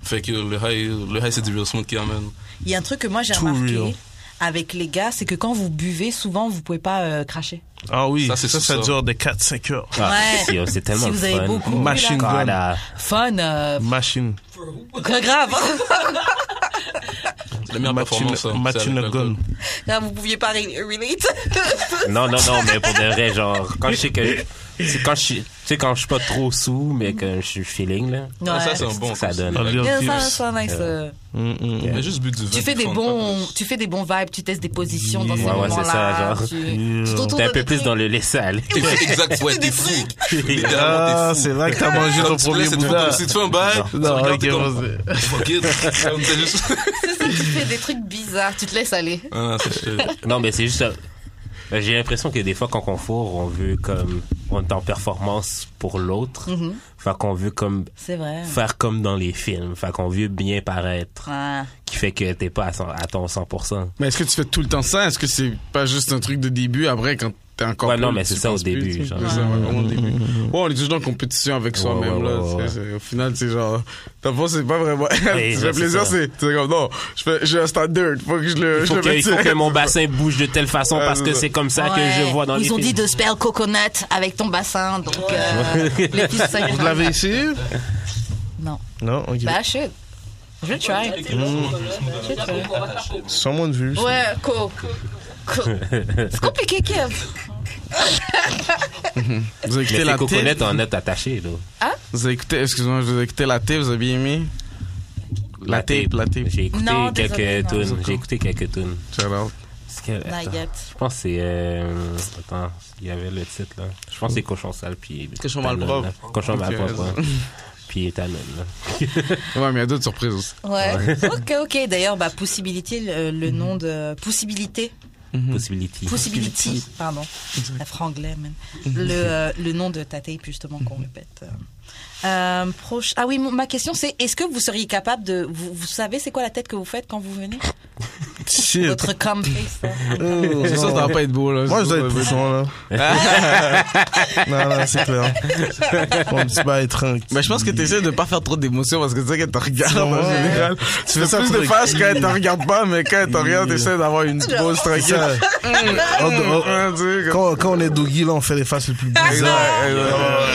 F: Fait que le high, le high c'est du divertissement qui amène.
B: Il y a un truc que moi j'ai
E: Too
B: remarqué
E: real.
B: avec les gars, c'est que quand vous buvez, souvent vous pouvez pas euh, cracher.
E: Ah oui,
F: Ça,
E: ça,
F: c'est
E: ça,
F: ça.
E: dure des 4-5 heures.
C: Ah,
B: Ouais.
C: c'est- C'est tellement
B: Si vous avez
C: fun.
B: beaucoup,
E: Machine
B: oui, là.
E: gun.
C: Voilà.
B: Fun, euh,
E: Machine.
B: grave. hein.
F: C'est la meilleure
E: Machine,
F: performance. ça,
D: hein,
F: c'est avec
E: machine
F: l'alcool.
E: gun.
B: Là, vous pouviez pas re- relate.
C: Non, non, non, mais pour de vrai, genre, quand je sais que. c'est quand je suis- Tu sais, quand je suis pas trop sous, mais que je suis feeling, là.
B: Ouais.
F: Ah, ça c'est un bon.
C: Ça
F: concept.
C: donne.
E: Ah, Little
B: Yeah, ça,
E: Tips.
B: ça, nice. euh.
E: Hum, hum.
F: Mais juste but du vin,
B: Tu fais
F: du
B: des
F: fun,
B: bons,
F: pas
B: tu fais des bons vibes, tu testes des positions dans ces
C: Ouais, ouais, c'est
B: moments-là.
C: ça, genre.
B: Tu, tu t'entoures
C: T'es un
B: de
C: peu
B: des
C: plus
B: trucs.
C: dans le laisser aller.
F: plus. T'es- Exact, ouais, t'es fou.
E: Ah,
F: Littéralement, t'es fou.
E: c'est là que t'as mangé ton
F: Comme tu te
E: premier
F: laisses, c'est
E: bouddha.
F: comme Si tu fais un bail, tu
E: Non,
F: regardes,
E: ok,
F: t'es comme,
E: vas-y.
F: fuck it. Comme t'es juste-
H: C'est ça, tu fais des trucs bizarres, tu te laisses aller.
F: Ah, c'est chill.
C: Non, mais c'est juste. euh, ben, J'ai l'impression que des fois, quand on fourre, on veut comme. On est en performance pour l'autre.
B: Mm-hmm.
C: Fait qu'on veut comme.
B: C'est vrai.
C: Faire comme dans les films. Fait qu'on veut bien paraître.
B: Ah.
C: Qui fait que t'es pas à, cent- à ton 100%.
D: Mais est-ce que tu fais tout le temps ça? Est-ce que c'est pas juste un truc de début après quand t'es encore
C: Ouais, non,
D: plus,
C: mais c'est
D: tu
C: ça au
D: penses plus,
C: début,
D: tu sais,
C: genre.
D: c'est ça, ouais, vraiment au début. Ouais, on est toujours en compétition avec
C: Ouais,
D: soi-même,
C: ouais,
D: là.
C: ouais, ouais.
D: c'est- c'est- Au final, c'est genre, t'as pas, c'est pas vraiment. Tu
C: Ouais,
D: fais
C: c'est
D: plaisir,
C: ça.
D: c'est c'est comme, non, je fais, j'ai un standard, faut que je le,
C: Il
D: je
C: faut,
D: le
C: que, il
D: mette
C: faut que
D: direct.
C: mon bassin bouge de telle façon
D: Ouais,
C: parce
D: c'est
C: que
D: ça.
C: c'est comme ça que
B: Ouais.
C: je vois dans les
B: Ils ont
C: films.
B: dit de spell coconut avec ton bassin, donc euh, les pistes ça ira.
E: Vous l'avez essayé?
B: Non.
E: Non, ok.
B: Bah, shoot. Je vais try.
E: Sans moins de vues.
B: Ouais, cool. Cool. C'est compliqué, Kev.
D: Vous avez
C: Mais
D: écouté
C: les
D: la tape?
C: coconettes en net attaché, là.
D: Vous avez écouté, excusez-moi, vous avez écouté la tape, vous avez bien aimé? La tape, la tape.
C: J'ai écouté
B: Non,
C: quelques
B: désolé, non.
C: tunes. J'ai écouté quelques tunes.
D: Shout out.
C: Parce que-
B: Nah,
C: attends,
B: yet.
C: je pense que c'est. euh, attends, il y avait le titre là. Je pense que c'est Cochon sale. Puis
D: Cochon
C: Talon,
D: malpropre.
C: là. Cochon
D: Ok, Hmm.
C: malpropre.
D: vas-y.
C: ouais. Puis Talon. là.
D: Ouais, mais il y a d'autres surprises aussi.
B: Ouais. Ok, ok. D'ailleurs, bah, possibilité, le, le nom de possibilité,
D: Mhm.
C: Possibility.
B: possibility, pardon, la franglais même. Le, euh, le nom de ta tape justement
C: Mhm.
B: qu'on répète. Euh, proche. Ah oui, mon- ma question c'est est-ce que vous seriez capable de, vous, vous savez c'est quoi la tête que vous faites quand vous venez
E: Shit.
B: Votre hein. cum face. là.
E: Oh,
D: C'est sûr,
E: non.
D: ça va pas être beau, là.
E: Moi, je dois être poussant, là. non, non, c'est clair. On dit pas être tranquille.
D: Mais je pense que t'essaies de pas faire trop d'émotions parce que tu sais qu'elle te regarde en
E: Ouais.
D: général. Tu fais
E: ça
D: plus de
E: truc.
D: face quand elle te regarde pas, mais quand elle te regarde,
E: Mm.
D: t'essaies d'avoir une pause
E: C'est
D: tranquille.
E: ça. On- on-
D: Ouais, tu sais, comme-
E: quand, quand on est doogie, là, on fait les faces les plus bizarres.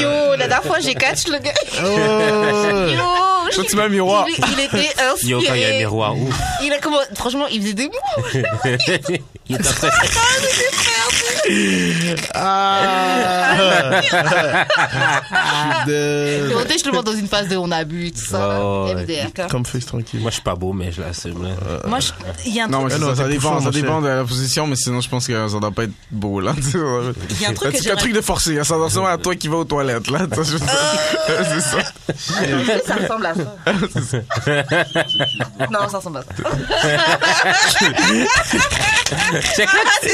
H: Yo, la dernière fois, j'ai catch le gars.
E: Oh.
H: Yo,
D: Ah Toi, tu mets un miroir.
H: Il, il était inspiré.
C: Yo, quand il y a un miroir, ouf.
H: Ah, Il a comment Franchement, il faisait des mots.
C: Il est en train-
H: J'étais perdue.
D: Euh,
H: Le côté, je suis toujours dans une phase de on a bu, tout ça.
C: Oh,
H: là.
C: ouais.
H: MDR.
E: Comme face tranquille.
C: Moi, je suis pas beau, mais je l'assume. là.
D: Euh,
B: Moi, je- il y a un
D: Non, mais
B: truc.
D: c'est
E: non,
D: ça, ça
E: t'es
D: dépend,
E: couchant,
D: ça
E: mon
D: dépend
E: cher.
D: de la position, mais sinon, je pense que ça doit pas être beau, là. Il
B: Il y a un truc que
D: C'est un
B: j'aimerais-
D: truc de forcé, hein, ça doit ressembler à toi qui vas aux toilettes, là. tu sais, je veux
B: Euh.
D: dire. c'est ça.
B: ça ressemble à ça. non, ça ressemble à ça.
C: Check là,
D: Je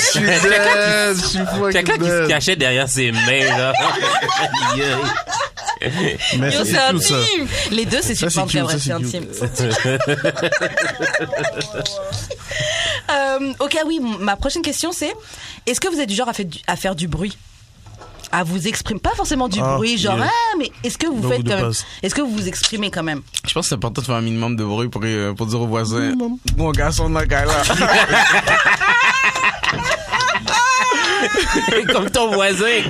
D: suis dead, je suis
C: check là
D: fucking
C: qui se
D: dead.
C: cachait derrière ses mains, là. Yeah.
E: Mais
B: Yo, c'est
E: c'est cute, ça.
B: intime. Les deux, c'est
E: Ça, c'est
B: super
E: cute,
B: vrai,
E: ça,
B: c'est
E: c'est cute.
B: intime. Euh, ok, oui, m- ma prochaine question c'est est-ce que vous êtes du genre à, fait du- à faire du bruit À vous exprimer Pas forcément du
E: Ah,
B: bruit, genre,
E: yeah.
B: ah, mais est-ce que vous
E: Beaucoup
B: faites
E: de
B: quand même
E: passes.
B: Est-ce que vous vous exprimez quand même
D: Je pense que c'est important de faire un minimum de bruit pour, euh, pour dire aux voisins Mon garçon dans le cas là.
C: Comme ton voisin.
D: Ouais,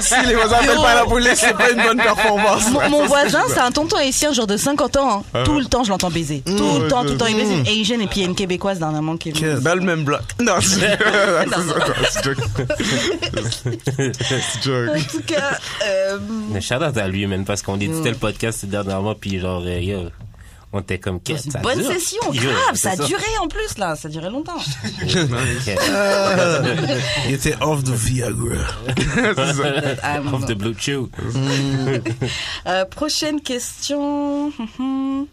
D: si les voisins appellent pas la police, c'est pas une bonne
E: Ah,
D: performance.
B: Mon,
D: là.
B: mon voisin, c'est un tonton haïtien, genre de 50 ans. hein. tout le temps, je l'entends baiser.
E: Mm.
B: Tout le temps, tout le temps, il baise une haïtienne et puis il y a une québécoise dernièrement qui est venue.
D: Dans le même bloc. Non, c'est non, c'est joke. C'est joke.
B: En tout cas, euh,
C: Mais shout out à lui, man, parce qu'on éditait le podcast dernièrement, puis genre, euh, yo, on était comme
B: c'est
C: qu'est-ce
B: une bonne session, grave, ça a duré en plus là, ça a duré longtemps.
E: Il était off the Viagra.
D: C'est ça.
B: Ah, non.
C: Off the blue chew.
B: Euh, prochaine question. Mhm.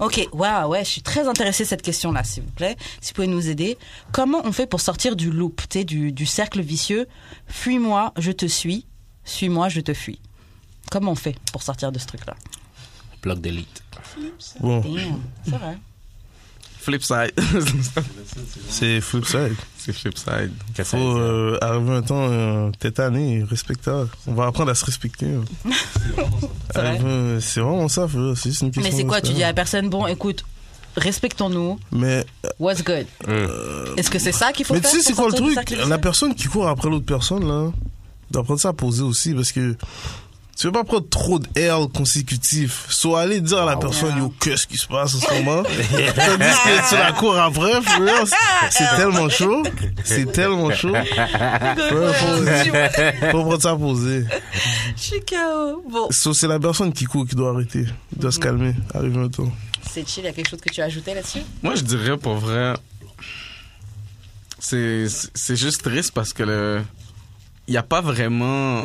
B: Ok, waouh, ouais, je suis très intéressée à cette question-là, s'il vous plaît. Si vous pouvez nous aider. Comment on fait pour sortir du loop, tu sais, du, du cercle vicieux Fuis-moi, je te suis. Suis-moi, je te fuis. Comment on fait pour sortir de ce truc-là
C: Bloc d'élite.
E: Bon,
B: Damn, C'est vrai.
D: Flipside.
E: c'est Flipside.
D: C'est Flipside. hein.
C: Qu'est-ce que
E: Faut euh, arriver un temps, euh, t'es tanné, respectable. On va apprendre à se respecter. hein. Euh,
B: C'est vrai.
E: Arriver- C'est vraiment ça, frère, c'est juste une question.
B: Mais c'est quoi Tu dis à la personne,
E: d'expérience.
B: bon, écoute, respectons-nous.
E: Mais
B: What's good Est-ce que c'est ça qu'il faut
E: Euh, Mais
B: faire
E: tu sais, c'est
B: pour
E: quoi le
B: sortir du
E: truc
B: cercle
E: La
B: vicieux
E: personne qui court après l'autre personne, là, doit prendre ça à poser aussi parce que tu veux pas prendre trop de L consécutifs. Soit aller dire à
B: Ah
E: la personne,
B: hein.
E: yo, qu'est-ce qui se passe en ce moment Tandis que tu la cours après, frère, c'est- c'est tellement chaud. C'est tellement chaud. Frère, faut, faut prendre ça à poser.
B: Je suis KO. Bon,
E: So, c'est la personne qui court qui doit arrêter, qui doit se calmer, arriver un temps.
B: c'est chill, il y a quelque chose que tu as ajouté là-dessus
D: Moi, je dirais pour vrai. C'est c'est juste triste parce que le. Il n'y a pas vraiment.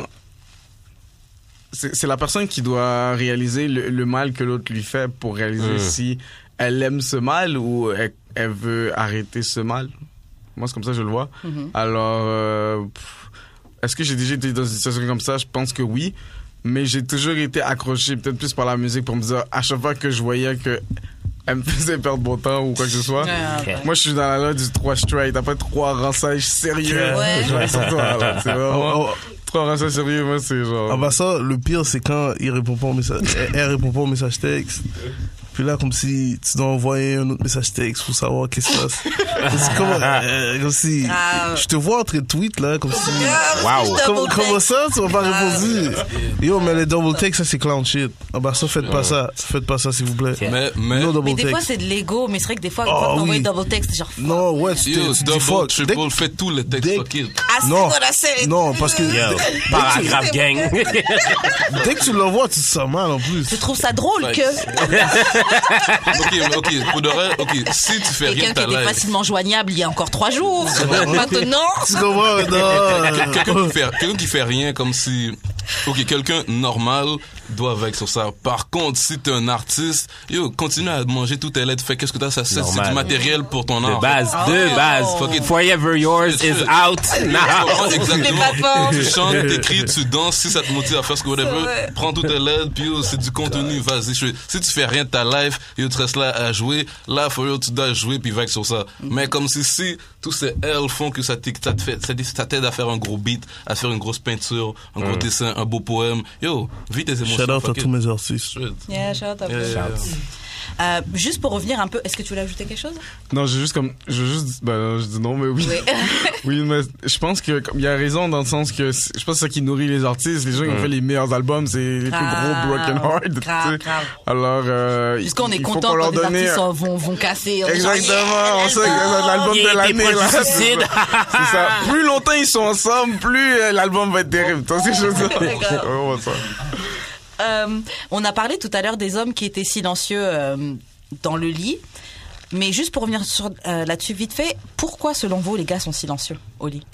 D: C'est c'est la personne qui doit réaliser le, le mal que l'autre lui fait pour réaliser si elle aime ce mal ou elle, elle veut arrêter ce mal. Moi, c'est comme ça que je le vois.
B: Mhm.
D: Alors, euh, pff, est-ce que j'ai déjà été dans une situation comme ça Je pense que oui. Mais j'ai toujours été accroché, peut-être plus par la musique, pour me dire à chaque fois que je voyais que elle me faisait perdre mon temps ou quoi que ce soit.
B: Ouais,
D: Moi, je suis dans la loi du 3 straight. Après, 3 rinçages sérieux.
B: Ouais.
D: Je vais sur toi, là. C'est
E: Oh,
D: vraiment.
E: oh,
D: 3 rinçages sérieux, moi, c'est genre.
E: Ah bah ça, le pire, c'est quand il répond pas au message, elle, elle répond pas au message texte. Puis là, comme si tu dois envoyer un autre message texte pour savoir qu'est-ce qui se passe. C'est comme, euh, comme si
B: Grave.
E: je te vois en train de tweet là, comme si.
B: Ah,
C: Wow.
E: Comme-
B: Double
E: comment
B: text. Ah,
E: ça, tu m'as pas répondu Yo, mais les double text, ça c'est clown shit. Ah bah ça, faites pas ça, faites pas ça s'il vous plaît.
F: Mais, mais,
E: Non
B: Mais
E: double
B: des fois,
E: text.
B: c'est de l'ego, mais c'est vrai que des fois,
E: Oh,
B: quand t'envoies
E: oui.
B: double texte, genre. fuck.
E: Non, ouais, tu
F: yo,
E: te- tu dis
F: double,
E: fuck. Dès
F: triple,
E: que-
F: fais tous les textes,
E: dès-
F: fuck it.
B: Ah, c'est
E: Non.
B: quoi la série
E: Non, parce que
C: Yo, paragraphe gang.
E: dès que tu l'envoies, tu te sens mal en plus.
B: Je trouve ça drôle
F: Ouais.
B: que
F: Ok, mais ok, pour de vrai, ok, si tu fais rien
B: quelqu'un
F: de
B: qui
F: ta
B: était
F: life,
B: facilement joignable il y a encore trois jours, maintenant.
E: Tu comprends non.
F: quelqu'un qui, fait- quelqu'un qui fait rien comme si ok quelqu'un normal doit avec sur ça par contre si t'es un artiste yo continue à manger toutes tes lettres fais qu'est-ce que t'as ça c'est c'est
C: Normal.
F: du matériel pour ton
C: De
F: art
C: base,
B: Oh.
C: de
F: Fuck
C: base.
F: it.
C: Forever yours
F: Shit.
C: is out now.
B: Les
F: Ah, Exactement.
B: plateformes.
F: Tu chantes, t'écris, tu danses. Si ça te motive à faire ce que whatever, prends toutes tes lettres. Puis yo, c'est du contenu. Vas-y, je- si tu fais rien de ta life, yo, tu restes là à jouer. Là, for real, tu dois jouer puis vague sur ça.
B: Mm.
F: Mais comme si si tous ces L font que ça t'aide ça te fait- ça t'aide- ça t'aide à faire un gros beat, à faire une grosse peinture, un gros dessin, un beau poème. Yo, vis tes émotions.
E: Shout out à
F: fuck it.
E: tous mes artistes.
F: Shit.
B: Yeah, shut up.
F: Yeah, yeah, yeah.
B: Euh, juste pour revenir un peu, est-ce que tu voulais ajouter quelque chose
D: Non, j'ai juste comme, je juste, ben, je dis non, mais oui.
B: Oui.
D: Oui, mais je pense que comme, il y a raison dans le sens que c'est- je pense que c'est ça qui nourrit les artistes. Les gens qui ont fait les meilleurs albums, c'est les plus
B: Grave,
D: gros broken heart. tu
B: grave,
D: sais.
B: grave.
D: Alors, euh, il-
B: Puisqu'on est
D: il faut qu'on
B: content quand
D: leur
B: des
D: donne
B: artistes
E: hein.
B: sont- vont, vont casser. on est genre,
D: Exactement,
B: yeah,
D: on sait que c'est l'album
C: Il a
D: de
C: été
D: l'année.
C: proche
D: là.
C: du
D: C'est
C: suicide.
D: ça. C'est ça. Plus longtemps ils sont ensemble, plus euh, l'album va être terrible. T'as ces choses-là.
B: D'accord.
D: Ouais, ouais, ça.
B: Euh, on a parlé tout à l'heure des hommes qui étaient silencieux euh, dans le lit. Mais juste pour revenir sur, euh, là-dessus vite fait, pourquoi selon vous les gars sont silencieux au lit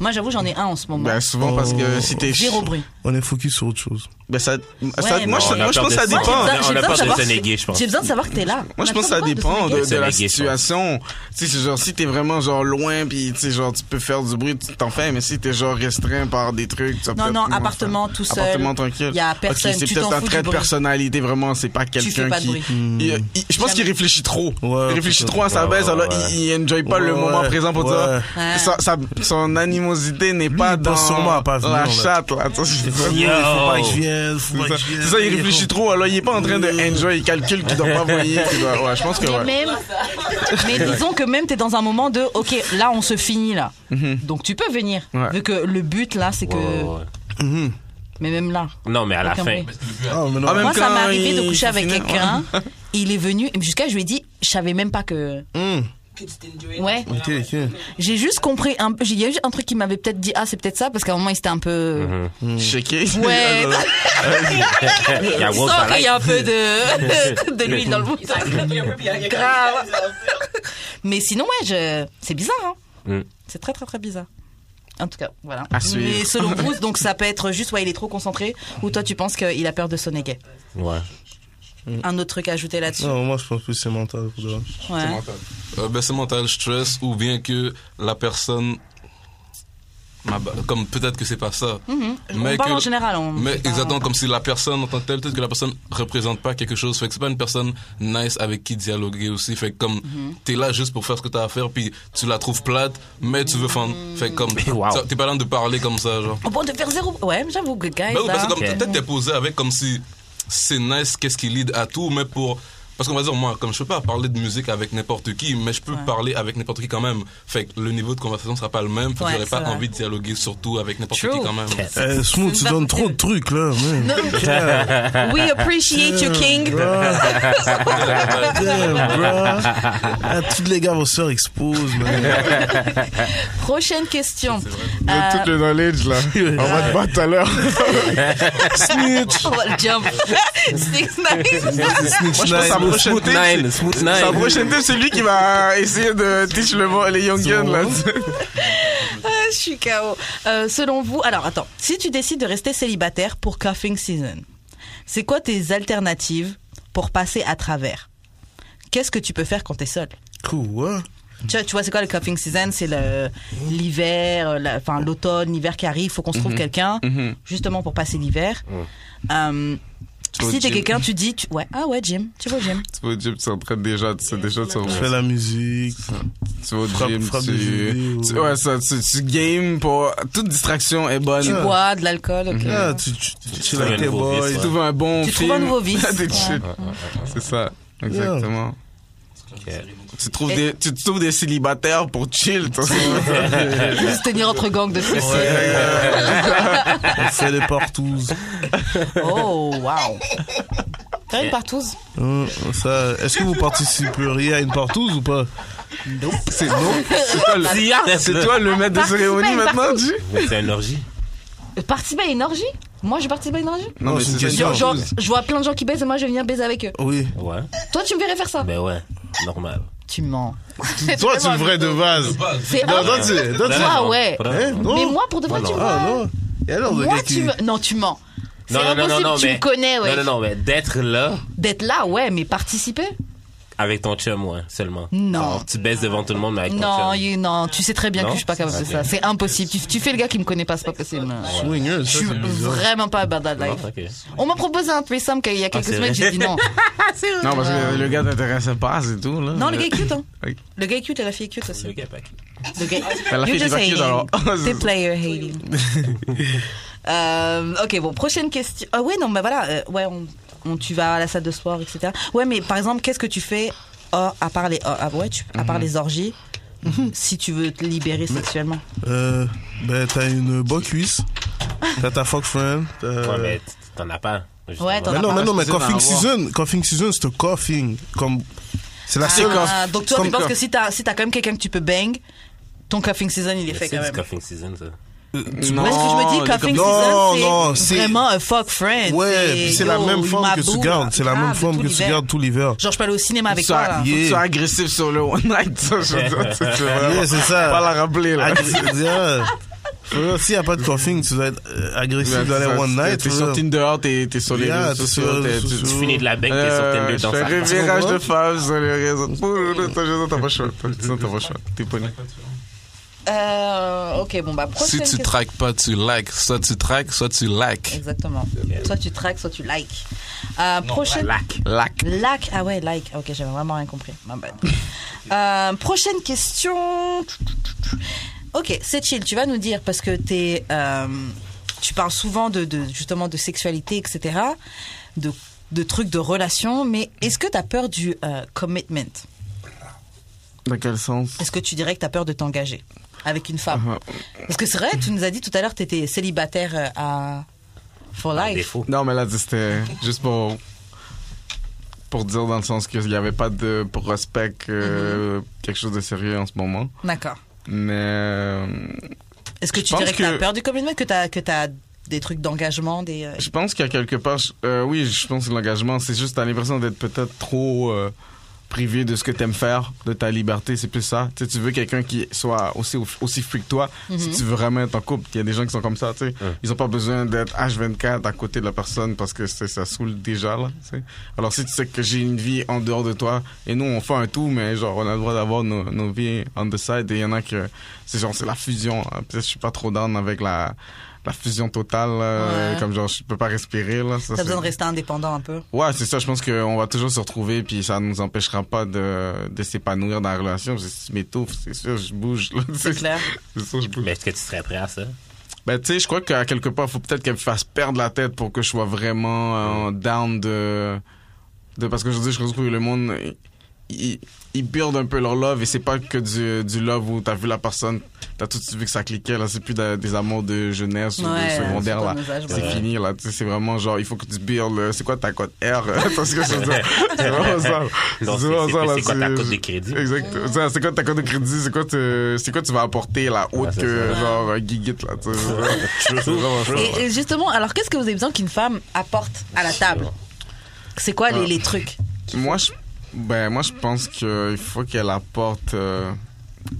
B: Moi j'avoue j'en ai un en ce moment.
D: Ben, souvent parce que
E: Oh.
D: si t'es.
B: J'ai bruit.
E: On est focus sur autre chose.
D: Ben, ça, ça-
B: mais-
D: moi, je,
C: On a
D: moi, je pense
C: peur
D: que
C: de
D: ça
C: ça.
D: dépend.
C: On a-
B: J'ai
C: on
B: besoin
C: a
B: de
C: peur de
B: savoir-
C: dénéguer, je pense.
B: J'ai besoin de savoir que t'es là.
D: Moi, je pense que ça
B: N'importe quoi,
D: dépend
B: de
D: de,
C: se
D: de la
C: léguer, je pense.
D: situation. Tu sais, c'est genre, si t'es vraiment, genre, loin, puis tu sais, genre, tu peux faire du bruit, tu t'en fais, mais si t'es, genre, restreint par des trucs, tu vas
B: Non,
D: peut-être
B: non,
D: moins
B: appartement,
D: faire.
B: tout seul.
D: Appartement tranquille.
B: Y a
D: Ok,
B: personne,
D: c'est
B: tu
D: peut-être
B: t'en
D: un
B: fous du
D: trait de
B: bruit.
D: personnalité, vraiment, c'est pas quelqu'un
B: fais pas de
D: qui. Hmm.
B: bruit.
D: Il- il- je pense qu'il
B: Jamais.
D: réfléchit trop.
E: Ouais,
D: il réfléchit
E: peut-être.
D: trop à sa
C: Ouais,
D: baisse,
C: ouais,
D: alors
C: ouais.
D: il, il enjoy pas le
E: Ouais,
D: moment présent pour
E: ouais.
D: dire.
B: Ouais.
D: Sa- sa- son animosité n'est pas
E: il pense
D: dans
E: sûrement à pas venir,
D: la
E: là.
D: chatte, là. tu sais, c'est ça.
E: Il faut pas que je
C: Yo!
E: vienne, faut pas que je vienne.
D: C'est ça, il réfléchit trop, alors il est pas en train de enjoy, il calcule qu'il doit pas voyer. qu'il doit- Ouais, je pense que
H: Mais
D: ouais.
H: même,
B: Mais disons que même t'es dans un moment de ok là on se finit là. Donc tu peux venir.
D: Mhm. Ouais.
B: Vu que le but là c'est que.
C: Ouais, Oh, ouais, ouais.
B: Mais même là.
C: Non, mais à la
B: Aucun
C: fin.
B: bruit.
E: Ah, mais non.
D: Ah, mais- Même
B: Moi, ça
D: quand
B: m'est arrivé de
D: il-
B: coucher
D: il
B: avec
D: finit,
B: quelqu'un. Il est venu, et jusqu'à je lui ai dit, je savais même pas que.
D: Hmm.
B: Ouais.
E: Ok, ok.
B: J'ai juste compris un peu. Il y a eu un truc qui m'avait peut-être dit, ah, c'est peut-être ça, parce qu'à un moment, il s'était un peu.
D: Mhm. Mm.
B: euh,
D: Checker.
B: Ouais.
C: Il y a
B: Il
C: Wolf
B: sent
C: Alive.
B: qu'il y a un peu de, de l'huile dans le mouton. Grave. Mais sinon, ouais, je... c'est bizarre. Hein.
C: Mm.
B: C'est très, très, très bizarre. En tout cas, voilà.
D: À suivre.
B: Mais selon vous, donc ça peut être juste, ouais, il est trop concentré, ou toi, tu penses qu'il a peur de sonner gay.
C: Ouais.
F: Mm.
B: Un autre truc à ajouter là-dessus.
E: Non, moi, je pense que c'est mental pour de vrai.
B: Ouais.
F: Euh, ben, c'est mental stress ou bien que la personne. Ma ba- Comme peut-être que c'est pas ça.
B: Mm-hmm. On parle
F: que-
B: en général. On...
F: Mais
B: c'est pas-
F: exactement comme si la personne en tant que telle, peut-être que la personne représente pas quelque chose. Fait que c'est pas une personne nice avec qui dialoguer aussi. Fait que comme
B: Mhm.
F: t'es là juste pour faire ce que t'as à faire, puis tu la trouves plate, mais tu veux fendre. Fait que comme
C: wow.
F: ça, t'es pas là de parler comme ça, genre.
B: Au point de faire zéro. Ouais, j'avoue, good guys.
F: Ben oui, parce
B: hein.
F: que comme
C: Ok.
F: peut-être t'es posé avec comme si c'est nice, qu'est-ce qui lead à tout, mais pour parce qu'on va dire moi, comme je peux pas parler de musique avec n'importe qui, mais je peux parler avec n'importe qui quand même. Fait que le niveau de conversation sera pas le même. Fait que
B: Ouais,
F: j'aurais
B: c'est
F: pas
B: vrai.
F: envie de dialoguer surtout avec n'importe qui
B: True.
F: quand même.
E: Eh, Smooth, tu donnes trop de trucs, là. man.
B: We appreciate you, King.
E: Damn, bro. Ah, Tous les gars, vos sœurs exposent, man.
B: Prochaine question.
D: Il y a
B: Euh,
D: tout le knowledge là. On va te battre tout à l'heure.
B: On va Euh, Oh, le jump. Six Nine.
D: Moi, je pense que sa prochaine
C: Smooth Nine,
D: tête.
C: Smooth
D: Sa
C: Nine.
D: prochaine tête, c'est lui qui va essayer de teach le mo- les young guns là.
B: Je suis KO. Euh, selon vous, alors attends, si tu décides de rester célibataire pour cuffing season, c'est quoi tes alternatives pour passer à travers Qu'est-ce que tu peux faire quand t'es seul
E: Quoi?
B: tu vois, tu vois, c'est quoi le cuffing season C'est le l'hiver, euh, la- enfin l'automne, l'hiver qui arrive. Faut qu'on se
E: Mhm.
B: trouve quelqu'un justement pour passer l'hiver. Euh,
D: vas au
B: si t'es
D: gym.
B: quelqu'un, tu dis, tu- ouais, ah ouais, Jim, tu vas au gym.
D: Tu vas au gym, tu t'entraînes déjà, tu sais déjà, tu
E: Je fais la musique.
D: tu vas au
E: Frappe-
D: gym,
E: frappe
D: tu-
E: de vidéo.
D: tu, ouais, ça, tu, tu game pour, toute distraction est bonne.
B: Tu bois de l'alcool. ok.
E: Ah, tu, tu, tu, chill
C: trouves
E: avec
C: un
E: tes
C: nouveau vice,
E: boys.
C: ouais.
D: Tu trouves un bon
B: Tu
D: film.
B: trouves un nouveau vice.
D: T'es chill. C'est ça. Exactement. Tu, trouves
B: Et-
D: des, tu te trouves des célibataires pour chill. toi.
B: Juste tenir entre gangs de fous.
E: On fait des partouzes.
B: Oh wow. T'as une partouze
E: Hum, ça, Est-ce que vous participeriez à une partouze ou pas?
D: C'est bon. C'est toi le-
C: C'est
D: C'est toi le maître de
H: Participe,
D: cérémonie maintenant, tu
C: C'est une orgie.
H: participer à une orgie Moi, je participe à une orgie
E: Non, c'est une question.
H: Genre, genre, je vois plein de gens qui baisent et moi, je vais venir baiser avec eux.
E: Oui.
C: Ouais.
H: Toi, tu me verrais faire ça
C: Ben ouais. Normal.
B: Tu mens.
E: Oh,
D: Toi, tu le vrai de base.
H: C'est
E: Non,
H: un-
E: non, tu. Non, tu.
H: Ah ouais.
E: Eh, non.
H: Mais moi, pour de vrai,
C: Moi,
H: tu
C: non.
H: me
E: Ah,
H: vois.
E: non. Il y a l'air de
H: Moi,
E: gars
H: tu
E: qui.
H: me. Non, tu mens. C'est
C: Non, non, non,
H: impossible,
C: non, non,
H: tu
C: mais-
H: me connais, ouais.
C: Non, non, non, mais d'être là
H: D'être là, ouais, mais participer
C: avec ton chum, ouais, seulement.
B: Non.
C: Alors, tu baisses devant tout le monde, mais avec ton
B: Non,
C: chum.
B: you- non, tu sais très bien
C: Non
B: que je suis pas capable de
C: Ok.
B: ça. C'est impossible. Tu, tu fais le gars qui me connaît pas, c'est pas possible. Je
E: Swingers, ça,
B: suis
E: c'est bizarre.
B: vraiment pas bad at life.
C: Non, ok. Ah,
B: On m'a proposé un threesome qu'il y a quelques
C: c'est
B: semaines,
C: vrai.
B: j'ai dit non.
D: Non, parce que le gars t'intéressait pas, c'est tout, là.
B: Non, le gars est cute, hein.
D: Oui.
B: Le gars est cute et la fille est cute aussi.
C: Le gars, pas qui.
B: Le gars.
D: Ben, la
B: You're
D: fille était
B: just
D: pas cute,
B: hating.
D: alors.
B: T'es player hating. Euh, ok, bon, prochaine question. Ah ouais, non, mais voilà, euh, ouais, on, on- tu vas à la salle de sport, etc. Ouais, mais par exemple, qu'est-ce que tu fais hors- à part les, hors- ah ouais, tu-
E: Mhm.
B: à part les orgies si tu veux te libérer sexuellement
E: Euh, ben, t'as une bonne cuisse. T'as ta fuck friend. t'as-
D: Euh.
C: Ouais, mais t- t'en as pas. justement.
B: Ouais, t'en
E: Mais
B: as
E: non,
B: pas.
E: mais non, mais
D: Excusez-moi,
E: coughing
D: à voir.
E: season, coughing season, c'est un coughing. Comme, c'est la seule.
B: Ah, donc toi, tu
E: comme-
B: penses que si t'as si t'as quand même quelqu'un que tu peux bang, ton cuffing season il est fait
C: C'est
B: quand
C: du
B: même.
C: cuffing season, ça.
E: Euh,
B: Moi, ce que je me dis, cuffing
E: comme- Non,
B: season,
E: non,
B: c'est
E: c'est-
B: vraiment un fuck friend.
E: Ouais, puis c'est la
B: yo,
E: même
B: il
E: forme
B: m'a
E: que tu
B: boule,
E: gardes. C'est la
B: grave,
E: même forme
B: tout
E: que tu
B: l'hiver.
E: gardes tout l'hiver.
B: Genre, je peux aller au cinéma avec toi, là.
D: Sois,
E: Yeah.
D: sois agressif sur le one night, ça, je veux dire. tu- tu veux vraiment
E: Yeah, c'est ça.
D: Pas la rappeler, là.
E: S'il n'y a pas de coughing, tu vas être euh, agressif
D: Ouais,
E: dans les
D: c'est ça,
E: one
D: t'es-
E: night.
D: T'es
E: frère.
D: sur Tinder, t'es t'es sur les
E: Yeah,
D: réseaux
E: t'es
D: sociaux.
E: sur les
D: t'es-
E: réseaux
D: tu-
E: sociaux.
C: Tu finis de la bec, t'es sur
D: Euh,
C: Tinder
D: Je fais
C: dans sa
D: un virage
C: face.
D: de
E: comprends?
D: femmes sur les réseaux. T'as- t'as- T'as pas le choix. T'as t'as pas le choix. T'es poli.
B: Euh, ok, bon, bah,
F: Si
B: prochaine
F: tu
B: question.
F: traques pas, tu likes. Soit tu traques, soit tu likes.
B: Exactement. Soit tu traques, soit tu likes. Euh,
F: bah,
B: prochaine.
C: Lac.
F: Like.
B: Lac. Ah ouais, like. Ah, Ok, j'avais vraiment rien compris. Ma bad. Euh, prochaine question. Ok, c'est chill. Tu vas nous dire parce que t'es, euh, tu parles souvent de, de- justement de sexualité, etc. De, de trucs de relations. Mais est-ce que t'as peur du euh, commitment
D: Dans quel sens
B: Est-ce que tu dirais que t'as peur de t'engager avec une femme
D: Ah,
B: Parce que c'est vrai, tu nous as dit tout à l'heure, t'étais célibataire euh, à for
C: Des
B: life.
C: faux.
D: Non, mais là, c'était juste pour pour dire dans le sens qu'il n'y avait pas de prospect, euh, quelque chose de sérieux en ce moment.
B: D'accord.
D: Mais euh,
B: Est-ce que
D: Je
B: tu
D: pense
B: dirais que, t'as
D: que-
B: peur du commitment, que t'as que t'as des trucs d'engagement, des euh,
D: je pense qu'il y a quelque part, je- euh, oui, je pense que l'engagement, c'est juste t'as l'impression d'être peut-être trop euh, privé de ce que t'aimes faire, de ta liberté, c'est plus ça. Tu, sais, tu veux quelqu'un qui soit aussi aussi free que toi,
B: Mhm.
D: si tu veux vraiment être en couple. Il y a des gens qui sont comme ça, tu sais. Ils ont pas besoin d'être H24 à côté de la personne parce que c'est- ça saoule déjà là. tu sais. Alors si tu sais que j'ai une vie en dehors de toi, et nous on fait un tout, mais genre on a le droit d'avoir nos, nos vies on the side. Et il y en a que c'est genre c'est la fusion. hein. Peut-être que je suis pas trop down avec la la fusion totale, euh,
B: Ouais.
D: comme genre je peux pas respirer là. Ça,
B: T'as
D: c'est-
B: besoin de rester indépendant un peu.
D: Ouais, c'est ça. Je pense qu'on va toujours se retrouver, puis ça nous empêchera pas de, de s'épanouir dans la relation. Parce que Si je m'étouffe, c'est sûr, je bouge. là.
B: C'est clair.
D: C'est sûr, je bouge.
C: Mais est-ce que tu serais prêt à ça?
D: Ben, tu sais, je crois qu'à quelque part, faut peut-être qu'elle me fasse perdre la tête pour que je sois vraiment euh, down de, de. Parce qu'aujourd'hui, je trouve que le monde, euh, ils ils build un peu leur love et c'est pas que du, du love où t'as vu la personne, t'as tout de suite vu que ça cliquait, là, c'est plus de- des amours de jeunesse ou
B: Ouais,
D: de secondaire,
B: c'est
D: là.
B: pas nos âges,
D: C'est
B: ouais.
D: fini, là. Tu sais, c'est vraiment genre, il faut que tu build, euh, c'est quoi ta cote R? parce que je veux dire, c'est vraiment ça. C'est
C: Non, c'est-
D: vraiment
C: c'est-
D: ça, là,
C: c'est quoi ta
D: c'est-
C: cote de crédit?
D: Exact. Ça, C'est quoi ta cote de crédit? C'est quoi, te- c'est quoi tu vas apporter, là,
C: Ouais,
D: autre
C: c'est
D: que,
C: ça.
D: genre, euh, Guiguette, là, tu sais. C'est vraiment ça.
B: Et, et justement, alors qu'est-ce que vous avez besoin qu'une femme apporte à la table C'est quoi
D: Ah.
B: les, les trucs
D: Moi, je, ben, moi, je pense qu'il faut qu'elle apporte euh,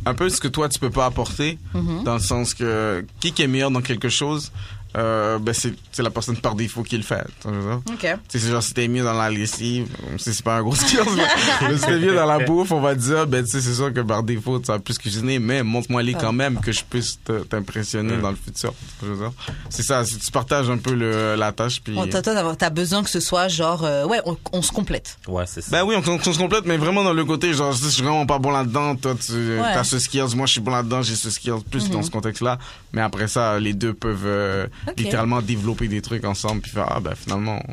D: un peu ce que toi, tu peux pas apporter, dans le sens que qui qui est meilleur dans quelque chose, euh, ben, c'est c'est la personne par défaut qui le fait. tu vois ce que je veux dire?
B: Ok.
D: Tu sais, c'est genre, si t'es mieux dans la lessive, si c'est pas un gros skill, mais mais si t'es mieux dans la bouffe, on va te dire, ben, tu sais, c'est sûr que par défaut, tu vas plus cuisiner, mais montre-moi les quand même que je puisse te- t'impressionner dans le futur. Tu vois ce que je veux dire? C'est ça, si tu partages un peu le, la tâche, puis.
B: Bon, toi, toi, t'as- t'as besoin que ce soit genre euh, ouais, on, on se complète.
C: Ouais, c'est ça.
D: Ben oui, on, on- on se complète, mais vraiment dans le côté, genre, je suis vraiment pas bon là-dedans, toi, tu as ce skills, moi, je suis bon là-dedans, j'ai ce skills, plus dans ce contexte-là. Mais après ça, les deux peuvent euh,
B: Ok.
D: littéralement développer des trucs ensemble, puis faire, ah, ben finalement. on-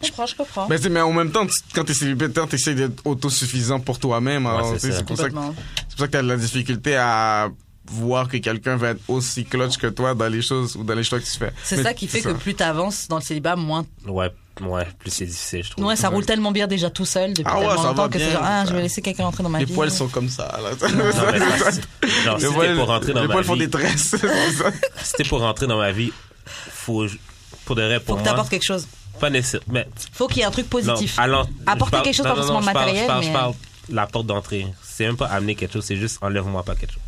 B: Je comprends, je comprends.
D: Ben, tu sais, mais en même temps, tu- quand t'es célibataire, t'essayes d'être autosuffisant pour toi-même. alors,
C: c'est
D: tu sais,
C: ça.
D: c'est pour ça que
B: Complètement.
D: c'est pour ça que t'as de la difficulté à voir que quelqu'un va être aussi clutch que toi dans les choses ou dans les choix que tu fais.
B: C'est
D: Mais
B: ça qui fait que plus t'avances dans le célibat, moins.
D: Ben.
C: Ouais, ouais, plus c'est difficile, je trouve.
B: Ouais, ça roule tellement bien déjà tout seul depuis
D: Ah ouais,
B: tellement
D: ça
B: longtemps
D: va
B: que c'est
D: bien,
B: genre ah,
D: ça.
B: je vais laisser quelqu'un entrer dans ma
D: Les
B: vie. hein.
D: poils sont comme ça. Là.
C: Non, mais ça, c'est- genre, si
D: les
C: t'es
D: poils,
C: pour rentrer dans
D: les
C: ma
D: poils font
C: vie,
D: des tresses. c'est ça.
C: si t'es pour rentrer dans ma vie, faut, pour de vrai,
B: Faut
C: pour
B: que
C: moi,
B: t'apportes quelque chose.
C: pas nécessaire, mais
B: Faut qu'il y ait un truc positif.
C: Non, alors,
B: Apporter
C: je parle-
B: quelque chose, pas
C: non, non,
B: forcément
C: non, je parle-
B: matériel,
C: Je parle,
B: mais-
C: je parle la porte d'entrée. C'est même pas amener quelque chose, c'est juste enlève-moi pas quelque chose.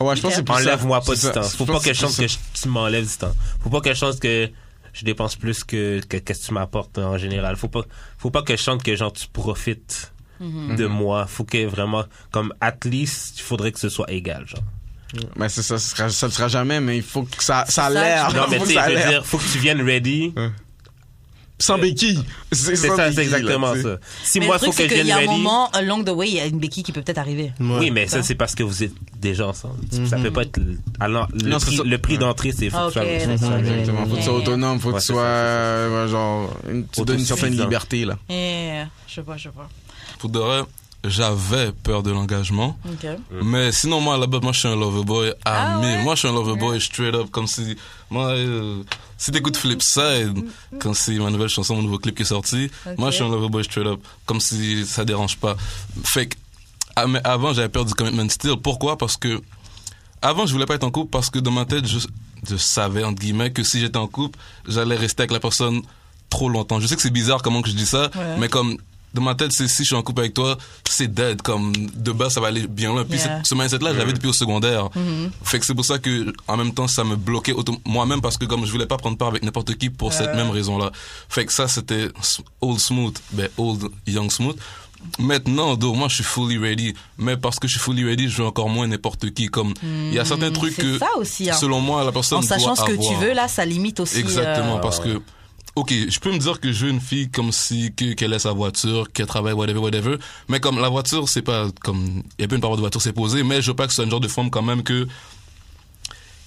D: Ouais, je pense que c'est plus ça.
C: Enlève-moi pas
D: C'est
C: du
D: ça.
C: temps.
D: Je
C: Faut
D: pense
C: pas que je
D: c'est
C: sente
D: plus
C: que je- tu m'enlèves du temps. Faut pas que je sente que je dépense plus que que qu'est-ce que tu m'apportes en général. Faut pas faut pas que je sente que genre tu profites
B: Mhm.
C: de moi. Faut que vraiment comme at least, il faudrait que ce soit égal genre.
D: ça. Mais c'est ça, ce sera- ça le sera jamais, mais il faut que ça, ça a
B: ça,
D: l'air.
C: Non mais
D: Faut que
C: tu sais,
D: ça a
C: je veux
D: l'air.
C: dire, faut que tu viennes ready.
D: sans béquille.
C: C'est
D: sans
C: ça,
D: béquille,
C: c'est exactement
D: là, tu sais.
C: ça. Si
B: Mais
C: moi,
B: le
C: il faut
B: truc,
C: que
B: c'est
C: je
B: qu'il y
C: vienne
B: a un
C: ready. Mm.
B: moment, euh, along the way, il y a une béquille qui peut peut-être arriver.
C: Oui, mais ça, c'est parce que vous êtes déjà ensemble. Ça peut pas être. l- Alors, le
D: Mhm. Non, c'est
C: prix,
D: ça. Mhm.
C: le prix d'entrée, c'est. faut que
F: Ah,
B: Ok,
C: tu sois- faut que tu
B: d'accord.
C: sois-
D: Exactement. Faut que tu sois autonome, faut que
C: Ouais,
D: tu
C: c'est
D: sois,
C: ça,
D: euh, genre, une- tu donnes une certaine
C: Autosuffisant.
D: liberté, là.
B: Et, euh, je vois, je vois.
F: Pour de vrai, j'avais peur de l'engagement.
B: Ok.
F: Mm. Mais sinon, moi, à la base, moi, je suis un lover boy
B: Ah
F: ami.
B: ouais?
F: Moi, je suis un lover boy straight up, comme si, moi, euh, si t'écoutes Flipside, quand c'est ma nouvelle chanson, mon nouveau clip qui est sorti,
B: Mm. Ok.
F: moi, je suis un lover boy straight up, comme si ça dérange pas. Fait que, ah, mais avant, j'avais peur du commitment still. Pourquoi? Parce que, avant, je voulais pas être en couple parce que dans ma tête, je, je savais, entre guillemets, que si j'étais en couple, j'allais rester avec la personne trop longtemps. Je sais que c'est bizarre comment que je dis ça,
B: Ouais.
F: mais comme, dans ma tête, c'est si je suis en couple avec toi, c'est dead. Comme, de base, ça va aller bien loin. Puis,
B: Yeah. Mm-hmm.
F: c'est- ce mindset-là, je l'avais depuis au secondaire. Fait que c'est pour ça que, en même temps, ça me bloquait auto- moi-même parce que, comme, je voulais pas prendre part avec n'importe qui pour cette même raison-là. Fait que ça, c'était s- old smooth. Ben, old young smooth. Maintenant, donc, moi, je suis fully ready. Mais parce que je suis fully ready, je veux encore moins n'importe qui. Comme, il y a certains trucs
B: Mm, c'est
F: que,
B: ça aussi, hein.
F: selon moi, la personne
B: En sachant
F: doit
B: ce que
F: avoir.
B: tu veux, là, ça limite aussi.
F: Exactement,
B: euh,
F: parce que, ok, je peux me dire que je veux une fille comme si, que- qu'elle ait sa voiture, qu'elle travaille, whatever, whatever. Mais comme la voiture, c'est pas comme, il y a pas une parole de voiture, c'est posé, mais je veux pas que ce soit une genre de forme quand même que,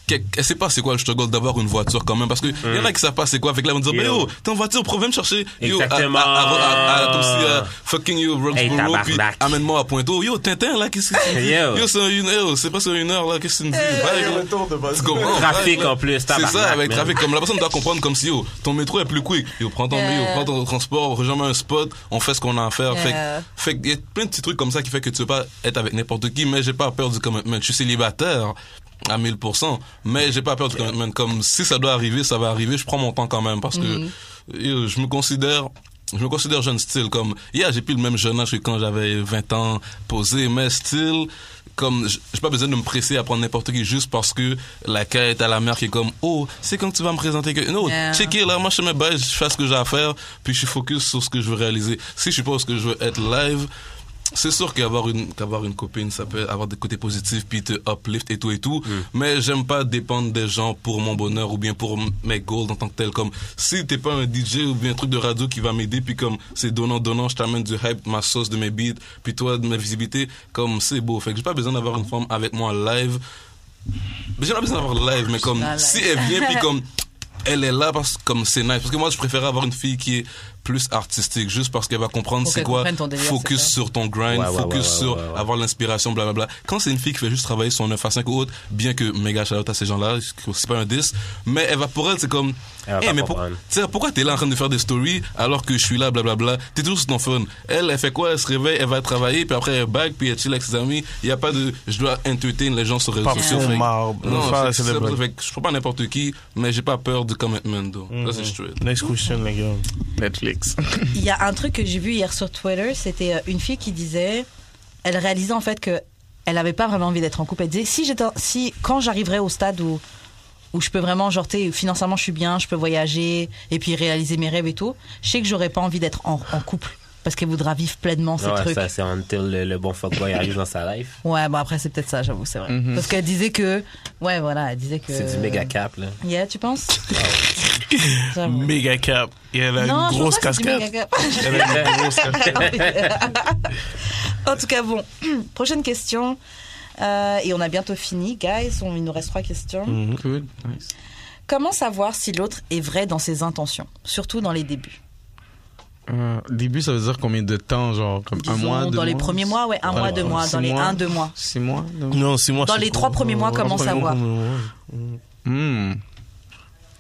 F: qu'elle elle sait pas c'est quoi le struggle d'avoir une voiture quand même parce que y en a qui savent pas c'est quoi fait que là on dit mais
C: Mm. Yo.
F: yo t'es en voiture pro, viens me chercher yo à- à-
C: Exactement.
F: à- à- à- à- comme si, euh, fucking yo
C: Hey,
F: Roxborough puis
C: tabarnak.
F: amène-moi à Pointe-Au yo Tintin là qu'est-ce que
C: Yo.
F: yo c'est une heure c'est pas sur une heure là qu'est-ce que tu me dis
B: Eh,
F: Bye, yo. Tu comprends?
C: Trafic
F: Ouais,
C: en plus,
F: C'est
C: tabarnak,
F: ça, avec
C: man.
F: trafic. Comme la personne doit comprendre comme si, yo, ton métro est plus quick. Yo, prends ton,
B: Yeah.
F: yo, prends ton transport, rejoins un spot, on fait ce qu'on a à faire. Fait
B: Yeah.
F: que- Fait qu'il y a plein de petits trucs comme ça qui fait que tu veux pas être avec n'importe qui, mais j'ai pas peur du commitment. Je suis célibataire à 1000%, mais j'ai pas peur du commitment. Comme si ça doit arriver, ça va arriver, je prends mon temps quand même parce que yo, je me considère je me considère jeune style comme yeah, j'ai plus le même jeune âge que quand j'avais 20 ans posé, mais style comme j- j'ai pas besoin de me presser à prendre n'importe qui juste parce que la quête à la mère qui est comme oh c'est quand tu vas me présenter que non
B: Yeah.
F: check it là moi je fais mes bails je fais ce que j'ai à faire puis je suis focus sur ce que je veux réaliser si je suis pas où ce que je veux être live c'est sûr qu'avoir une qu'avoir une copine ça peut avoir des côtés positifs puis te uplift et tout et tout mais j'aime pas dépendre des gens pour mon bonheur ou bien pour m- mes goals en tant que tel comme si t'es pas un DJ ou bien un truc de radio qui va m'aider puis comme c'est donnant donnant je t'amène du hype ma sauce de mes beats puis toi de ma visibilité comme c'est beau fait que j'ai pas besoin d'avoir une femme avec moi live mais j'ai pas besoin d'avoir live mais comme
B: Pas live.
F: si elle vient puis comme elle est là parce que comme c'est nice parce que moi je préférais avoir une fille qui est plus artistique juste parce qu'elle va comprendre
B: Pour
F: c'est
B: qu'elle
F: quoi
B: comprenne ton délire,
F: focus
B: c'est ça.
F: sur ton grind
C: Ouais, ouais, ouais,
F: focus
C: ouais,
F: sur
C: ouais, ouais.
F: avoir l'inspiration blablabla quand c'est une fille qui fait juste travailler son 9 à 5 ou autre bien que méga shout à ces gens là c'est pas un 10 mais elle va pour elle c'est comme
C: Elle va
F: Eh,
C: pas
F: mais pour-
C: comprendre.
F: tu sais, pourquoi t'es là en train de faire des stories alors que je suis là, blablabla. T'es toujours sur ton phone. Elle, elle fait quoi Elle se réveille, elle va travailler, puis après elle bague, puis elle chill avec ses amis. Il y a pas de, je dois entertain les gens sur les réseaux
E: Parfait,
F: sociaux. Fait que-
E: marbre.
F: Non,
E: Enfin,
F: c'est-
E: c'est
F: c'est
E: le
F: ça,
E: bon.
F: fait que je prends pas n'importe qui, mais j'ai pas peur du commitment. though. Ça c'est straight.
E: Next question, les gars.
D: Netflix.
B: Il y a un truc que j'ai vu hier sur Twitter, c'était euh, une fille qui disait, elle réalisait en fait que elle n'avait pas vraiment envie d'être en couple. Elle disait si j'étais, en- si quand j'arriverai au stade où où je peux vraiment genre tu sais, financièrement je suis bien, je peux voyager et puis réaliser mes rêves et tout, je sais que j'aurais pas envie d'être en, en couple parce qu'elle voudra vivre pleinement ces
C: Ouais,
B: trucs.
C: ça, c'est until le, le bon fuckboy arrive dans sa life.
B: Ouais, bon après c'est peut-être ça, j'avoue, c'est vrai. Parce qu'elle disait que ouais voilà, elle disait que
C: Mhm.
F: Euh.
C: C'est du méga cap, là.
B: Yeah, tu penses J'avoue.
E: Méga cap. Et elle a
B: Ah Non,
E: une
B: je
E: grosse
B: pense pas que c'est du
E: casquette.
B: méga cap.
E: Elle a une grosse casquette.
B: En tout cas, bon, prochaine question. Euh, et on a bientôt fini, guys. On- il nous reste trois questions.
E: Mm.
D: Cool. Nice.
B: Comment savoir si l'autre est vrai dans ses intentions, surtout dans les débuts
D: Euh, début, ça veut dire combien de temps, genre, comme un
B: Disons,
D: mois, deux
B: Dans les
D: mois,
B: premiers mois, ouais, un
D: Ouais,
B: mois, deux
D: ouais,
B: mois.
D: six
B: Dans les
D: mois.
B: un, deux mois.
D: Six mois, deux mois.
E: Non, c'est moi.
B: Dans
E: c'est
B: les
E: trop.
B: trois premiers mois, comment
E: Trois
B: savoir
E: premiers mois.
D: Hmm.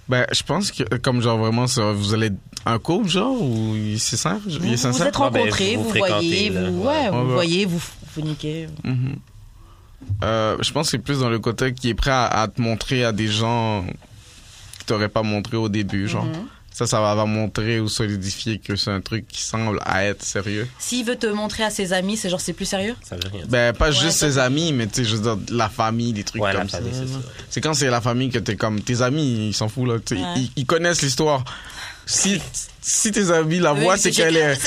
D: Ben, je pense que, comme genre vraiment, ça, vous allez être un couple, genre, ou c'est simple? genre,
B: Vous
D: il est
B: vous, vous
D: sincère?
B: êtes
C: Ah ben,
B: rencontrés,
C: vous
B: vous,
C: fréquentez,
B: voyez,
C: là,
B: vous,
C: ouais.
B: ouais, vous
D: Ouais.
B: voyez, vous, vous niquez.
D: Mhm. Euh, je pense que c'est plus dans le côté qui est prêt à, à te montrer à des gens que t'aurais pas montré au début, genre.
B: Mm-hmm.
D: Ça, ça va, va montrer ou solidifier que c'est un truc qui semble à être sérieux.
B: S'il veut te montrer à ses amis, c'est genre c'est plus sérieux
C: Ça veut rien dire.
D: Ben, pas juste ses amis, mais tu sais, je veux dire, la famille, des trucs
C: Ouais, la
D: comme ça.
C: famille, c'est ça.
D: C'est quand c'est la famille que t'es comme tes amis, ils s'en foutent là. tu sais,
B: Ouais.
D: Ils, ils connaissent l'histoire. si, si tes amis la voient, c'est qu'elle est.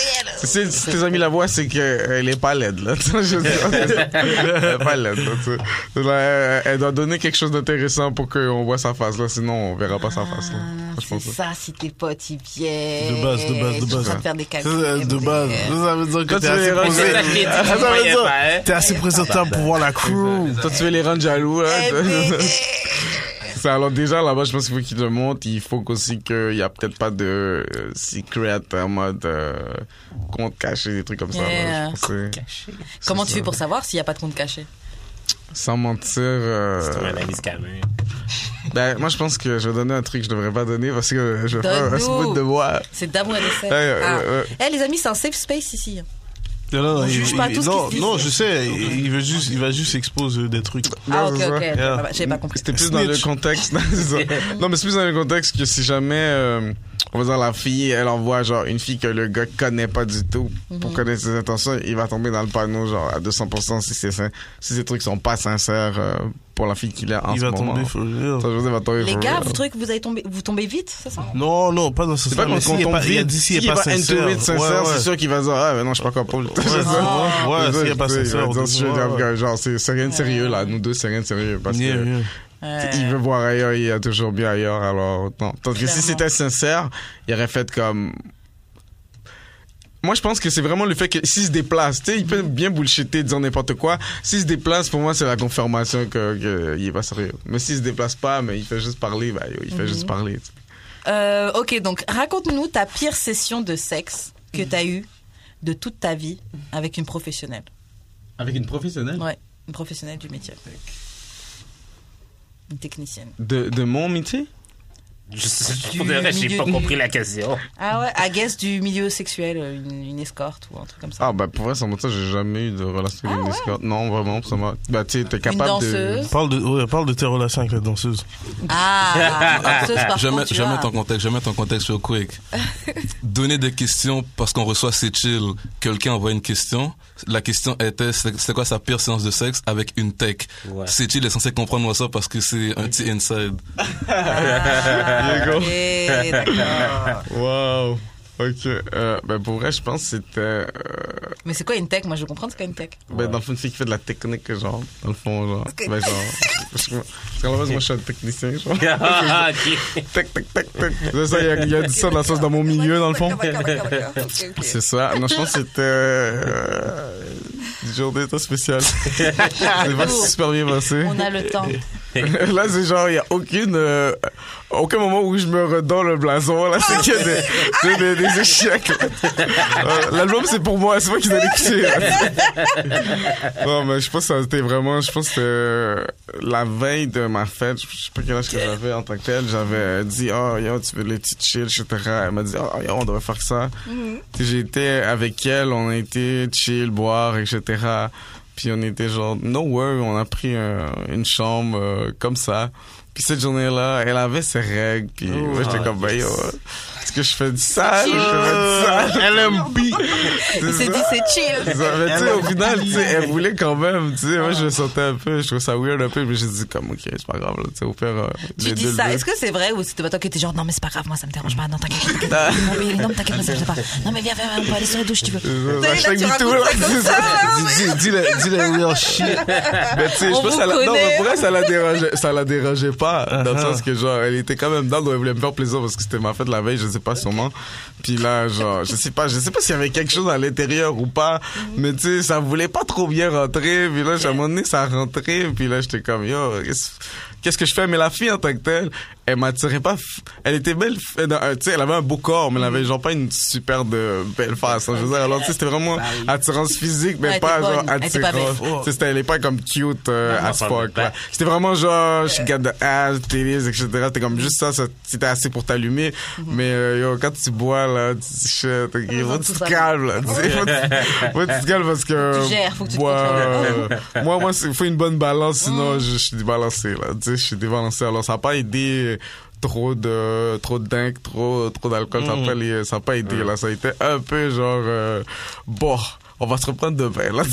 D: Si, si tes amis la voient, c'est qu'elle est pas laide, là. Tu vois, je veux dire, elle est pas laide, là, tu sais. Là, elle- Elle doit donner quelque chose d'intéressant pour qu'on voit sa face, là. Sinon, on verra pas sa face, là.
B: Ah,
D: Je
I: C'est
D: pense ça.
I: ça, si tes potes ils viennent.
E: De base, de base, de
I: Ils sont en
E: base.
I: train de faire des
E: Ça,
I: calculs.
E: ça, de base.
B: euh,
E: Ça, ça veut dire
D: Toi,
E: que
D: tu
E: t'es
D: veux les
E: assez
D: rendre-
E: posé.
D: Ça,
E: Ça veut
C: moyen,
E: dire
C: pas, hein.
E: t'es assez présentable pour voir la crew.
D: Toi, tu veux les rendre jaloux, là.
I: Eh,
D: tu vois.
I: bébé.
D: Ça, alors déjà là-bas, je pense qu'il faut qu'ils le montrent. Il faut aussi qu'il y a peut-être pas de euh, secret en mode euh, compte caché, des trucs comme ça. là,
I: Yeah.
D: je pense que c'est- c'est
I: Comment
D: ça.
I: tu fais pour savoir s'il n'y a pas de compte caché
D: Sans mentir, euh,
C: C'est un ami scammer.
D: ben, moi je pense que je vais donner un truc que je devrais pas donner parce que je vais faire un
I: Donne-nous.
D: spout de moi.
I: C'est d'amour et de sexe.
D: Ouais, ouais,
I: Ah.
D: ouais, ouais.
I: Eh, les amis, c'est un safe space ici.
E: Non, non,
I: On
E: il-
I: juge pas
E: il-
I: tout ce
E: non,
I: qu'ils
E: non,
I: disent.
E: je sais, il, il veut juste, il va juste exposer des trucs.
I: Ah,
D: Non,
I: ok, ok.
D: c'est ça.
I: J'avais pas compris.
D: C'était plus dans le
E: Mm. Snitch.
D: contexte. non, c'est ça. non, mais c'est plus dans le contexte que si jamais, euh, on va dire, la fille, elle envoie genre une fille que le gars connaît pas du tout pour
I: Mhm.
D: connaître ses intentions, il va tomber dans le panneau genre à 200% si, c'est sin- si ces trucs sont pas sincères euh, pour la fille qu'il a en
E: Il
D: ce
E: va
D: moment.
E: tomber for real.
D: Ça, je veux dire, il va tomber
I: Les
D: for
I: gars,
D: real.
I: vous trouvez que vous, allez tomber, vous tombez vite, c'est ça
E: Non, non, pas dans ce
D: c'est pas
E: sens. mais
D: qu'on
E: s'il est
D: tombe
E: pas- Il a
D: vite.
E: dit s'il
D: S'il
E: est pas
D: into it
E: sincère.
D: sincère,
E: Ouais, ouais.
D: c'est sûr qu'il va dire, ah, mais non, je suis pas capable.
E: Ouais, c'est vrai. Ouais, s'il est pas sincère.
D: Il va dire, je suis
E: ouais,
D: un
E: ouais.
D: gars, genre, c'est c'est rien de sérieux, là. Nous deux, c'est rien de sérieux. Parce
E: Yeah,
D: que,
E: yeah.
I: Euh.
D: Il veut voir ailleurs, il y a toujours bien ailleurs, alors non. Tandis que si
I: Clairement.
D: c'était sincère, il aurait fait comme. Moi, je pense que c'est vraiment le fait que s'il se déplace, tu sais, il peut bien bullshitter, dire n'importe quoi. S'il se déplace, pour moi, c'est la confirmation que, que il est pas sérieux. Mais s'il se déplace pas, mais il fait juste parler, bah, yo, il fait
I: Mhm.
D: juste parler. tu sais.
I: Euh, ok, donc raconte-nous ta pire session de sexe que tu as eue de toute ta vie avec une professionnelle.
J: Avec une professionnelle
I: Ouais, une professionnelle du métier. Une technicienne.
D: De, de mon métier?
C: Je- Pour de vrai, j'ai pas compris la question.
I: Ah ouais, I guess du milieu sexuel, euh, une, une escorte ou un truc comme ça.
D: Ah, bah, pour vrai, sans mentir, j'ai jamais eu de relation avec une escorte. Non, vraiment, ça m'a. Bah, tu sais, t'es
I: Ah, une
D: capable de.
I: danseuse.
E: Parle de, ouais, parle de tes relations avec la danseuse.
I: Ah, une danseuse par
F: Jamais,
I: contre, tu
F: jamais
I: vois.
F: ton contexte, jamais ton contexte real quick. Donner des questions parce qu'on reçoit c'est chill. Quelqu'un envoie une question. La question était c'est c'est quoi sa pire séance de sexe avec une tech.
C: Ouais.
F: C'est chill est censé comprendre ça parce que c'est un petit inside.
I: Ah, ok, d'accord.
D: Wow. Ok. Euh, bah, pour vrai, je pense que c'était. euh,
I: Mais c'est quoi une tech Moi, je veux comprendre c'est quoi une tech.
D: Ben, dans le fond, une fille qui fait de la technique, genre. Dans le fond, genre. Ben, genre. Parce que parce qu'à la base, moi, je suis un technicien, genre.
C: Ah, ok.
D: Tac, tac, tac, tac. C'est ça, il y a, il y a du ça de la sauce dans mon milieu, dans le fond. C'est ça. Non, je pense que c'était. Euh, une journée très spéciale. C'est pas super bien passé.
I: On a le temps.
D: Là, c'est genre, il n'y a aucune. euh, aucun moment où je me redonne le blason, là. C'est qu'il y a des, c'est des, des échecs, là. Euh, L'album, c'est pour moi, c'est moi qui dois l'écouter, là. Non, mais je pense que ça a été vraiment. Je pense que euh, la veille de ma fête, je sais pas quel âge que j'avais en tant que tel, j'avais euh, dit, oh, yo, tu veux les petites chill, etc. Elle m'a dit, oh, yo, on devrait faire ça. Puis J'étais avec elle, on a été chill, boire, etc. Puis on était genre, no worry, on a pris euh, une chambre euh, comme ça. Puis cette journée-là, elle avait ses règles. Puis moi, j'étais comme, bah, yo, est-ce que je fais du sale? Je fais du sale. LMB.
I: Il s'est dit, c'est chill.
D: Mais tu sais, au final, tu sais, elle voulait quand même, tu sais, moi,
I: Ah.
D: je me sentais un peu, je trouvais ça weird un peu, mais j'ai dit comme, ok, c'est pas grave, là, tu sais, au pire, euh,
I: Tu
D: les
I: dis
D: deux
I: ça,
D: le
I: est-ce que c'est vrai ou c'était pas toi qui étais genre non mais c'est pas grave, moi ça me dérange pas, non t'inquiète, t'inquiète.
D: Ah.
I: non mais non mais t'inquiète, moi ça me dérange pas. Non mais viens, viens, viens, on peut aller sur la douche si tu veux.
D: Euh,
I: Là,
D: hashtag
I: tu
D: MeToo,
I: racontes
D: là,
I: ça comme
D: c'est
I: ça,
D: Dis- dis- dis le- dis le real shit. Mais tu sais, je
I: On
D: pense que
I: vous
D: ça la, non,
I: connaît.
D: mais pour elle, ça la dérangeait, ça la dérangeait pas. Dans le sens que, genre, elle était quand même dans, elle voulait me faire plaisir parce que c'était ma fête la veille, je sais pas sûrement. Puis là, genre, je sais pas, je sais pas s'il y avait quelque chose à l'intérieur ou pas. Mais tu sais, ça voulait pas trop bien rentrer. Puis là, j'ai- à un moment donné, ça rentrait. Puis là, j'étais comme, yo, qu'est-ce- qu'est-ce que je fais? Mais la fille, en tant que telle, elle m'attirait pas. f- Elle était belle, f- euh, non, euh, tu sais, elle avait un beau corps, mais elle avait genre pas une super de belle face. hein, je veux dire, alors tu sais, c'était vraiment attirance physique, mais
I: Ouais, Bah elle
D: pas
I: était
D: genre
I: bonne. Elle était pas
D: attirance.
I: belle.
D: Tu sais, c'était- elle est pas comme cute euh,
C: Non,
D: as
C: non,
D: fuck.
C: pas-
D: là. C'était vraiment genre, je garde de ass, télés, etc. C'était comme juste ça, ça c'était assez pour t'allumer.
I: Mhm.
D: Mais euh, yo, quand tu bois, là, tu dis shit, ok, faut que tu
I: tout
D: te
I: ça.
D: calmes, là. tu sais, Faut que tu- faut que tu te calmes parce que.
I: Tu gères, faut que tu te
D: moi,
I: contrôles. Mhm.
D: euh, Moi, moi, il faut une bonne balance, sinon je, je suis débalancé, là. Tu sais, je suis débalancé. Alors, ça n'a pas aidé trop de trop de dingue,
I: Mhm.
D: trop trop d'alcool ça n'a pas, les- ça a pas aidé là ça a été un peu genre euh, bon on va se reprendre demain. Là,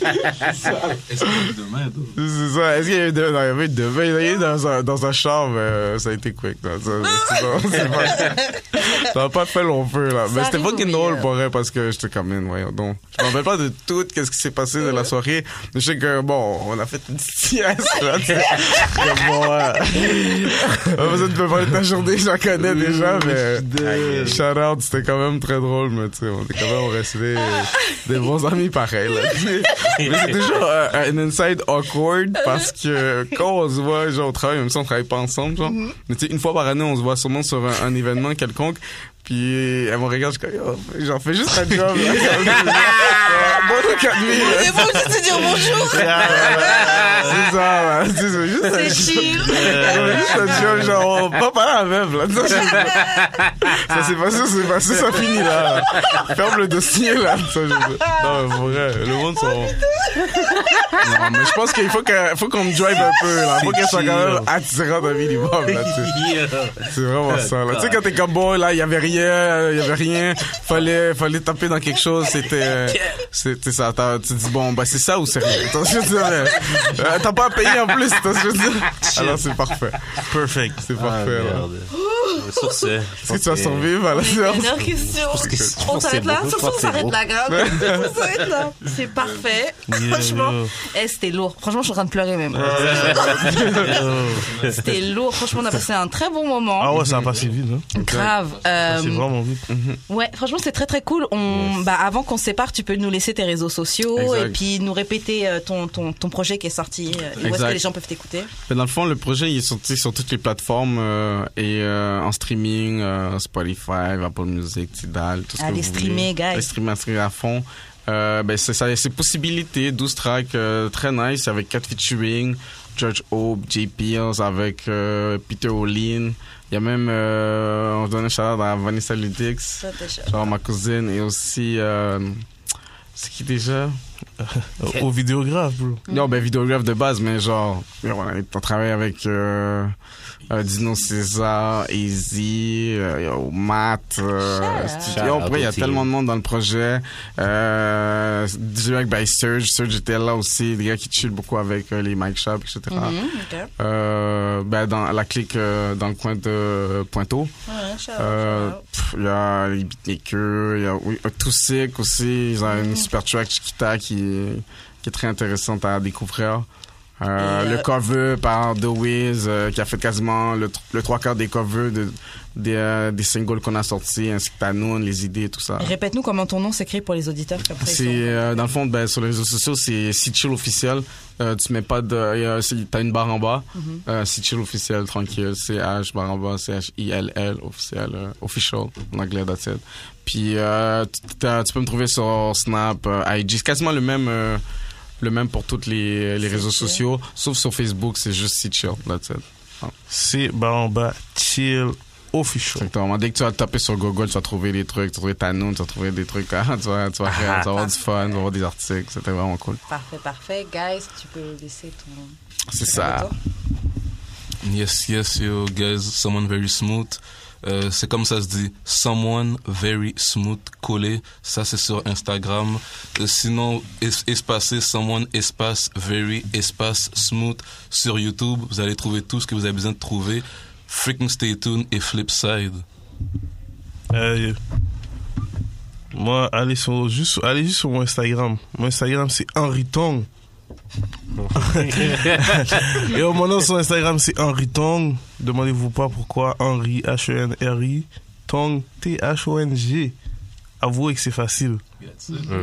F: Est-ce que demain, toi?
D: C'est ça. Est-ce qu'il y a eu demain? Non, il y avait eu demain. Il y a eu dans un, dans un char, mais euh, ça a été quick. là. Ça c'est bon, c'est bon. Ça n'a pas fait long feu, là. Mais
J: Ça
D: c'était
J: arrive
D: fucking
J: au
D: drôle
J: meilleur.
D: pour vrai parce que j'étais quand même, voyons donc. Je me rappelle pas de tout quest ce qui s'est passé de la soirée. Je sais que, bon, on a fait une sieste, là. tu sais. Que bon, euh, on a besoin de préparer ta journée, j'en connais déjà, mais shout out, c'était quand même très drôle, mais tu sais, on est quand même resté des bons amis pareils, là. Mais c'est toujours euh, un inside awkward parce que quand on se voit, genre, on travaille, même si on travaille pas ensemble, genre, mais tu sais, une fois par année, on se voit sûrement sur un, un événement quelconque, puis elle me regarde, je suis comme, Oh, j'en fais juste un job, là. Bonne académie, là.
J: Et faut juste
I: oh,
J: te dire bonjour.
D: Ah, ouais, ouais. C'est ça, ouais. Tu sais, C'est juste un
J: C'est chill.
D: job. Ouais, juste un job, genre, on va pas parler à la meuf, là. Tu sais, Ça s'est passé, ça s'est passé, ça finit, là. Ferme le dossier, là. Tu sais, je- Non, mais pour vrai, le monde sont... Non, mais je pense qu'il faut que- faut qu'on me drive un peu, là. Faut qu'elle soit quand même attirante à Billy Bob, là, tu sais. C'est vraiment ça, là. Tu sais, quand t'es comme bon, là, il y avait rien, il y avait rien. Fallait, fallait taper dans quelque chose. C'était, euh, c'était ça. T'as- Tu dis bon, bah, c'est ça ou c'est rien. T'as- je veux dire, euh, euh, T'as pas à payer en plus. t'as- je veux dire. Alors, c'est parfait.
E: Perfect.
D: C'est parfait, là.
C: Sur ce,
D: Est-ce que tu vas survivre à la séance?
I: Dernière question.
D: pense que c'est- je
I: On
D: pense que
I: s'arrête
D: c'est
I: là.
D: beau, je
I: Sur ce,
D: pense
I: on
D: que
I: s'arrête
D: c'est
I: là,
D: beau.
I: grave. On s'arrête là. C'est parfait.
D: Yeah,
I: Franchement.
D: yeah.
I: Eh, c'était lourd. Franchement, je suis en train de pleurer même. C'était lourd. Franchement, on a passé un très bon moment.
E: Ah ouais, ça a passé vite. Hein.
D: Ah,
I: Grave.
E: Ça a passé
I: Euh,
E: vraiment vite.
I: Ouais, franchement, c'est très très cool. On, bah, avant qu'on se sépare, tu peux nous laisser tes réseaux sociaux
D: Exact.
I: et puis nous répéter euh, ton, ton, ton projet qui est sorti. euh, et où est-ce
D: Exact.
I: que les gens peuvent t'écouter
D: Mais dans le fond, le projet il est sorti sur toutes les plateformes euh, et euh, en streaming, euh, Spotify, Apple Music, Tidal, tout ce que
I: Allez
D: vous
I: streamer,
D: voulez.
I: guys.
D: Allez streamer, allez streamer à fond. Euh, ben, c'est ça, c'est possibilité, 12 tracks euh, très nice avec 4 featuring, George Hope, J. Pierce avec euh, Peter Olin. Il y a même, euh, on se donne un shout à Vanessa Ludix,
I: Ça, t'es chaud.
D: genre ma cousine, et aussi, euh, c'est qui déjà
E: Au vidéographe, bro.
D: non, ben vidéographe de base, mais genre, mais on a on travaille avec euh, euh, Dino César, Easy, euh, yo, Matt, euh,
J: Shout
D: Studio.
J: out
D: Après, il y a
J: aussi.
D: tellement de monde dans le projet. Euh, direct by Surge, Surge était là aussi, des gars qui chill beaucoup avec euh, les Mike Shop, etc.
J: Mhm, ok.
D: Euh, ben, dans la clique euh, dans le coin de Pointeau.
J: Ouais, shout out,
D: Euh, pff, Il y a les Beatmakers, il y a oui, euh, Too Sick aussi, ils ont
J: Mm.
D: une super track Chiquita qui, qui est très intéressante à découvrir. Euh,
J: Et, euh,
D: le cover par The Wiz euh, qui a fait quasiment le, tr- le trois quarts des covers de, des, euh, des singles qu'on a sortis, ainsi que Tanoun, les idées et tout ça.
I: Répète-nous comment ton nom s'écrit pour les auditeurs. comme ça, ils
D: ah. C'est euh, dans le fond ben, sur les réseaux sociaux c'est Si Chill officiel. Euh, tu mets pas de euh, si- t'as une barre en bas.
I: Mhm.
D: Euh, Si Chill officiel tranquille C H barre en bas C H I L L officiel euh, official en anglais that's it. Puis euh, tu- t'as- tu peux me trouver sur Snap, euh, IG, c'est quasiment le même euh, le même pour toutes les, les réseaux sociaux sauf sur Facebook, c'est juste Si Chill that's it.
E: C'est barre en bas Chill official.
D: Exactement. Dès que tu vas taper sur Google, tu vas trouver des trucs, tu vas trouver Tanoun, tu vas trouver des trucs, hein, tu vas, tu vas, tu vas avoir du fun, tu vas avoir des articles, c'était vraiment cool.
I: sont- Parfait, parfait. Guys, tu peux laisser ton.
D: C'est ça.
F: Yes, yes, yo, guys, someone very smooth. Euh, c'est comme ça se dit, someone very smooth collé. Ça, c'est sur Instagram. Euh, sinon, es- espacé, someone espace very espace smooth sur YouTube. Vous allez trouver tout ce que vous avez besoin de trouver. Freaking stay tuned et Flipside.
E: Euh, moi, allez, sur, juste, allez juste sur mon Instagram. Mon Instagram, c'est Henri Tong. Et au moment sur Instagram, c'est Henri Tong. Demandez-vous pas pourquoi Henri, E H-E-N-R-I, Tong, T-H-O-N-G. Avouez que c'est facile.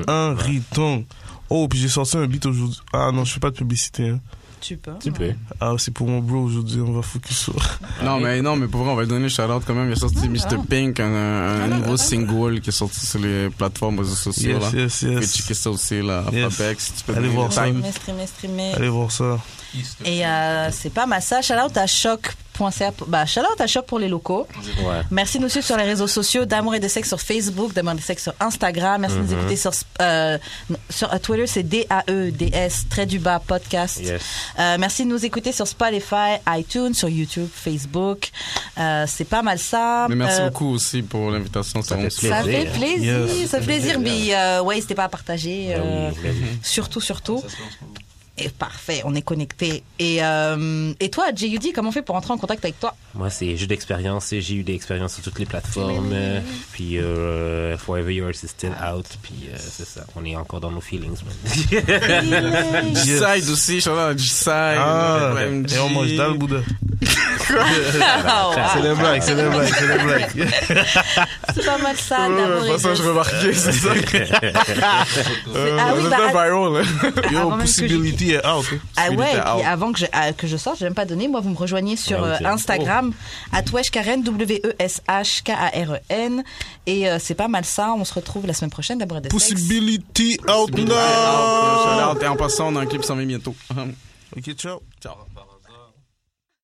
E: Henri Tong. Oh, puis j'ai sorti un beat aujourd'hui. Ah non, je fais pas de publicité. hein.
I: Tu peux.
E: Ah, c'est pour mon bro aujourd'hui, on va focus sur.
D: Non, mais non, mais pour vrai, on va lui donner un shout-out quand même. Il a
E: Ah,
D: sorti Mr. Pink, un, un nouveau single qui est sorti sur les plateformes réseaux sociaux.
E: Yes,
D: là.
E: yes, yes.
D: Vous pouvez checker ça aussi, là.
E: Yes.
D: Fabex, si tu peux
E: Allez
D: donner
E: voir
D: le
E: ça.
D: time.
I: Streamer, streamer, streamer.
E: Allez voir ça.
I: Et euh, c'est pas ma ça. Shout out à Choc
B: choc.ca. Bah, shout out à Choc pour les locaux.
C: Ouais.
B: Merci de nous suivre sur les réseaux sociaux d'Amour et de Sexe sur Facebook, d'Amour et de Sexe sur Instagram. Merci de nous
C: Mhm.
B: écouter sur, euh, sur euh, Twitter, c'est D-A-E-D-S, très du bas, podcast.
C: Yes.
B: Euh, merci de nous écouter sur Spotify, iTunes, sur YouTube, Facebook. Euh, c'est pas mal ça.
D: Mais merci
B: Euh,
D: beaucoup aussi pour l'invitation. Ça,
B: Ça fait plaisir, ça fait plaisir, mais euh, ouais, n'hésitez pas à partager.
C: Ah
B: euh,
D: mais oui.
B: Surtout, surtout. Et parfait, on est connecté. Et, euh, et toi, JUD, comment on fait pour entrer en contact avec toi
C: Moi, c'est jeu d'expérience. et J'ai eu des expériences sur toutes les plateformes. euh, Puis, euh, Forever Yours is still out. Puis, euh, c'est ça. On est encore dans nos feelings. man.
D: G-Side aussi, je suis G-Side.
E: Ah,
D: OMG.
E: et on mange dans le boudin.
D: C'est
E: le blague, c'est le blague, c'est le blague.
B: C'est pas mal ça,
D: Ouais,
E: bah,
B: d'amour et
D: passage
B: de-
D: remarqué, c'est ça. Euh,
B: ah oui,
E: vous êtes
B: bah,
E: un
B: ah-
E: viral, hein. Eh, Yo,
B: Avant même que
E: possibility est out. hein.
B: Ah ouais,
E: Possibility
B: et
E: est
B: puis
E: out.
B: avant que je, ah, que je sorte, je vais même pas donner. Moi, vous me rejoignez sur
E: Ah, ok.
B: euh, Instagram, at Weshkaren, E W-E-S-H-K-A-R-E-N. E Et euh, c'est pas mal ça. On se retrouve la semaine prochaine d'amour et de sexe.
E: Possibility out
D: Shout out. Et en passant, on a un clip s'en vient bientôt.
E: Ok, ciao.
D: Ciao.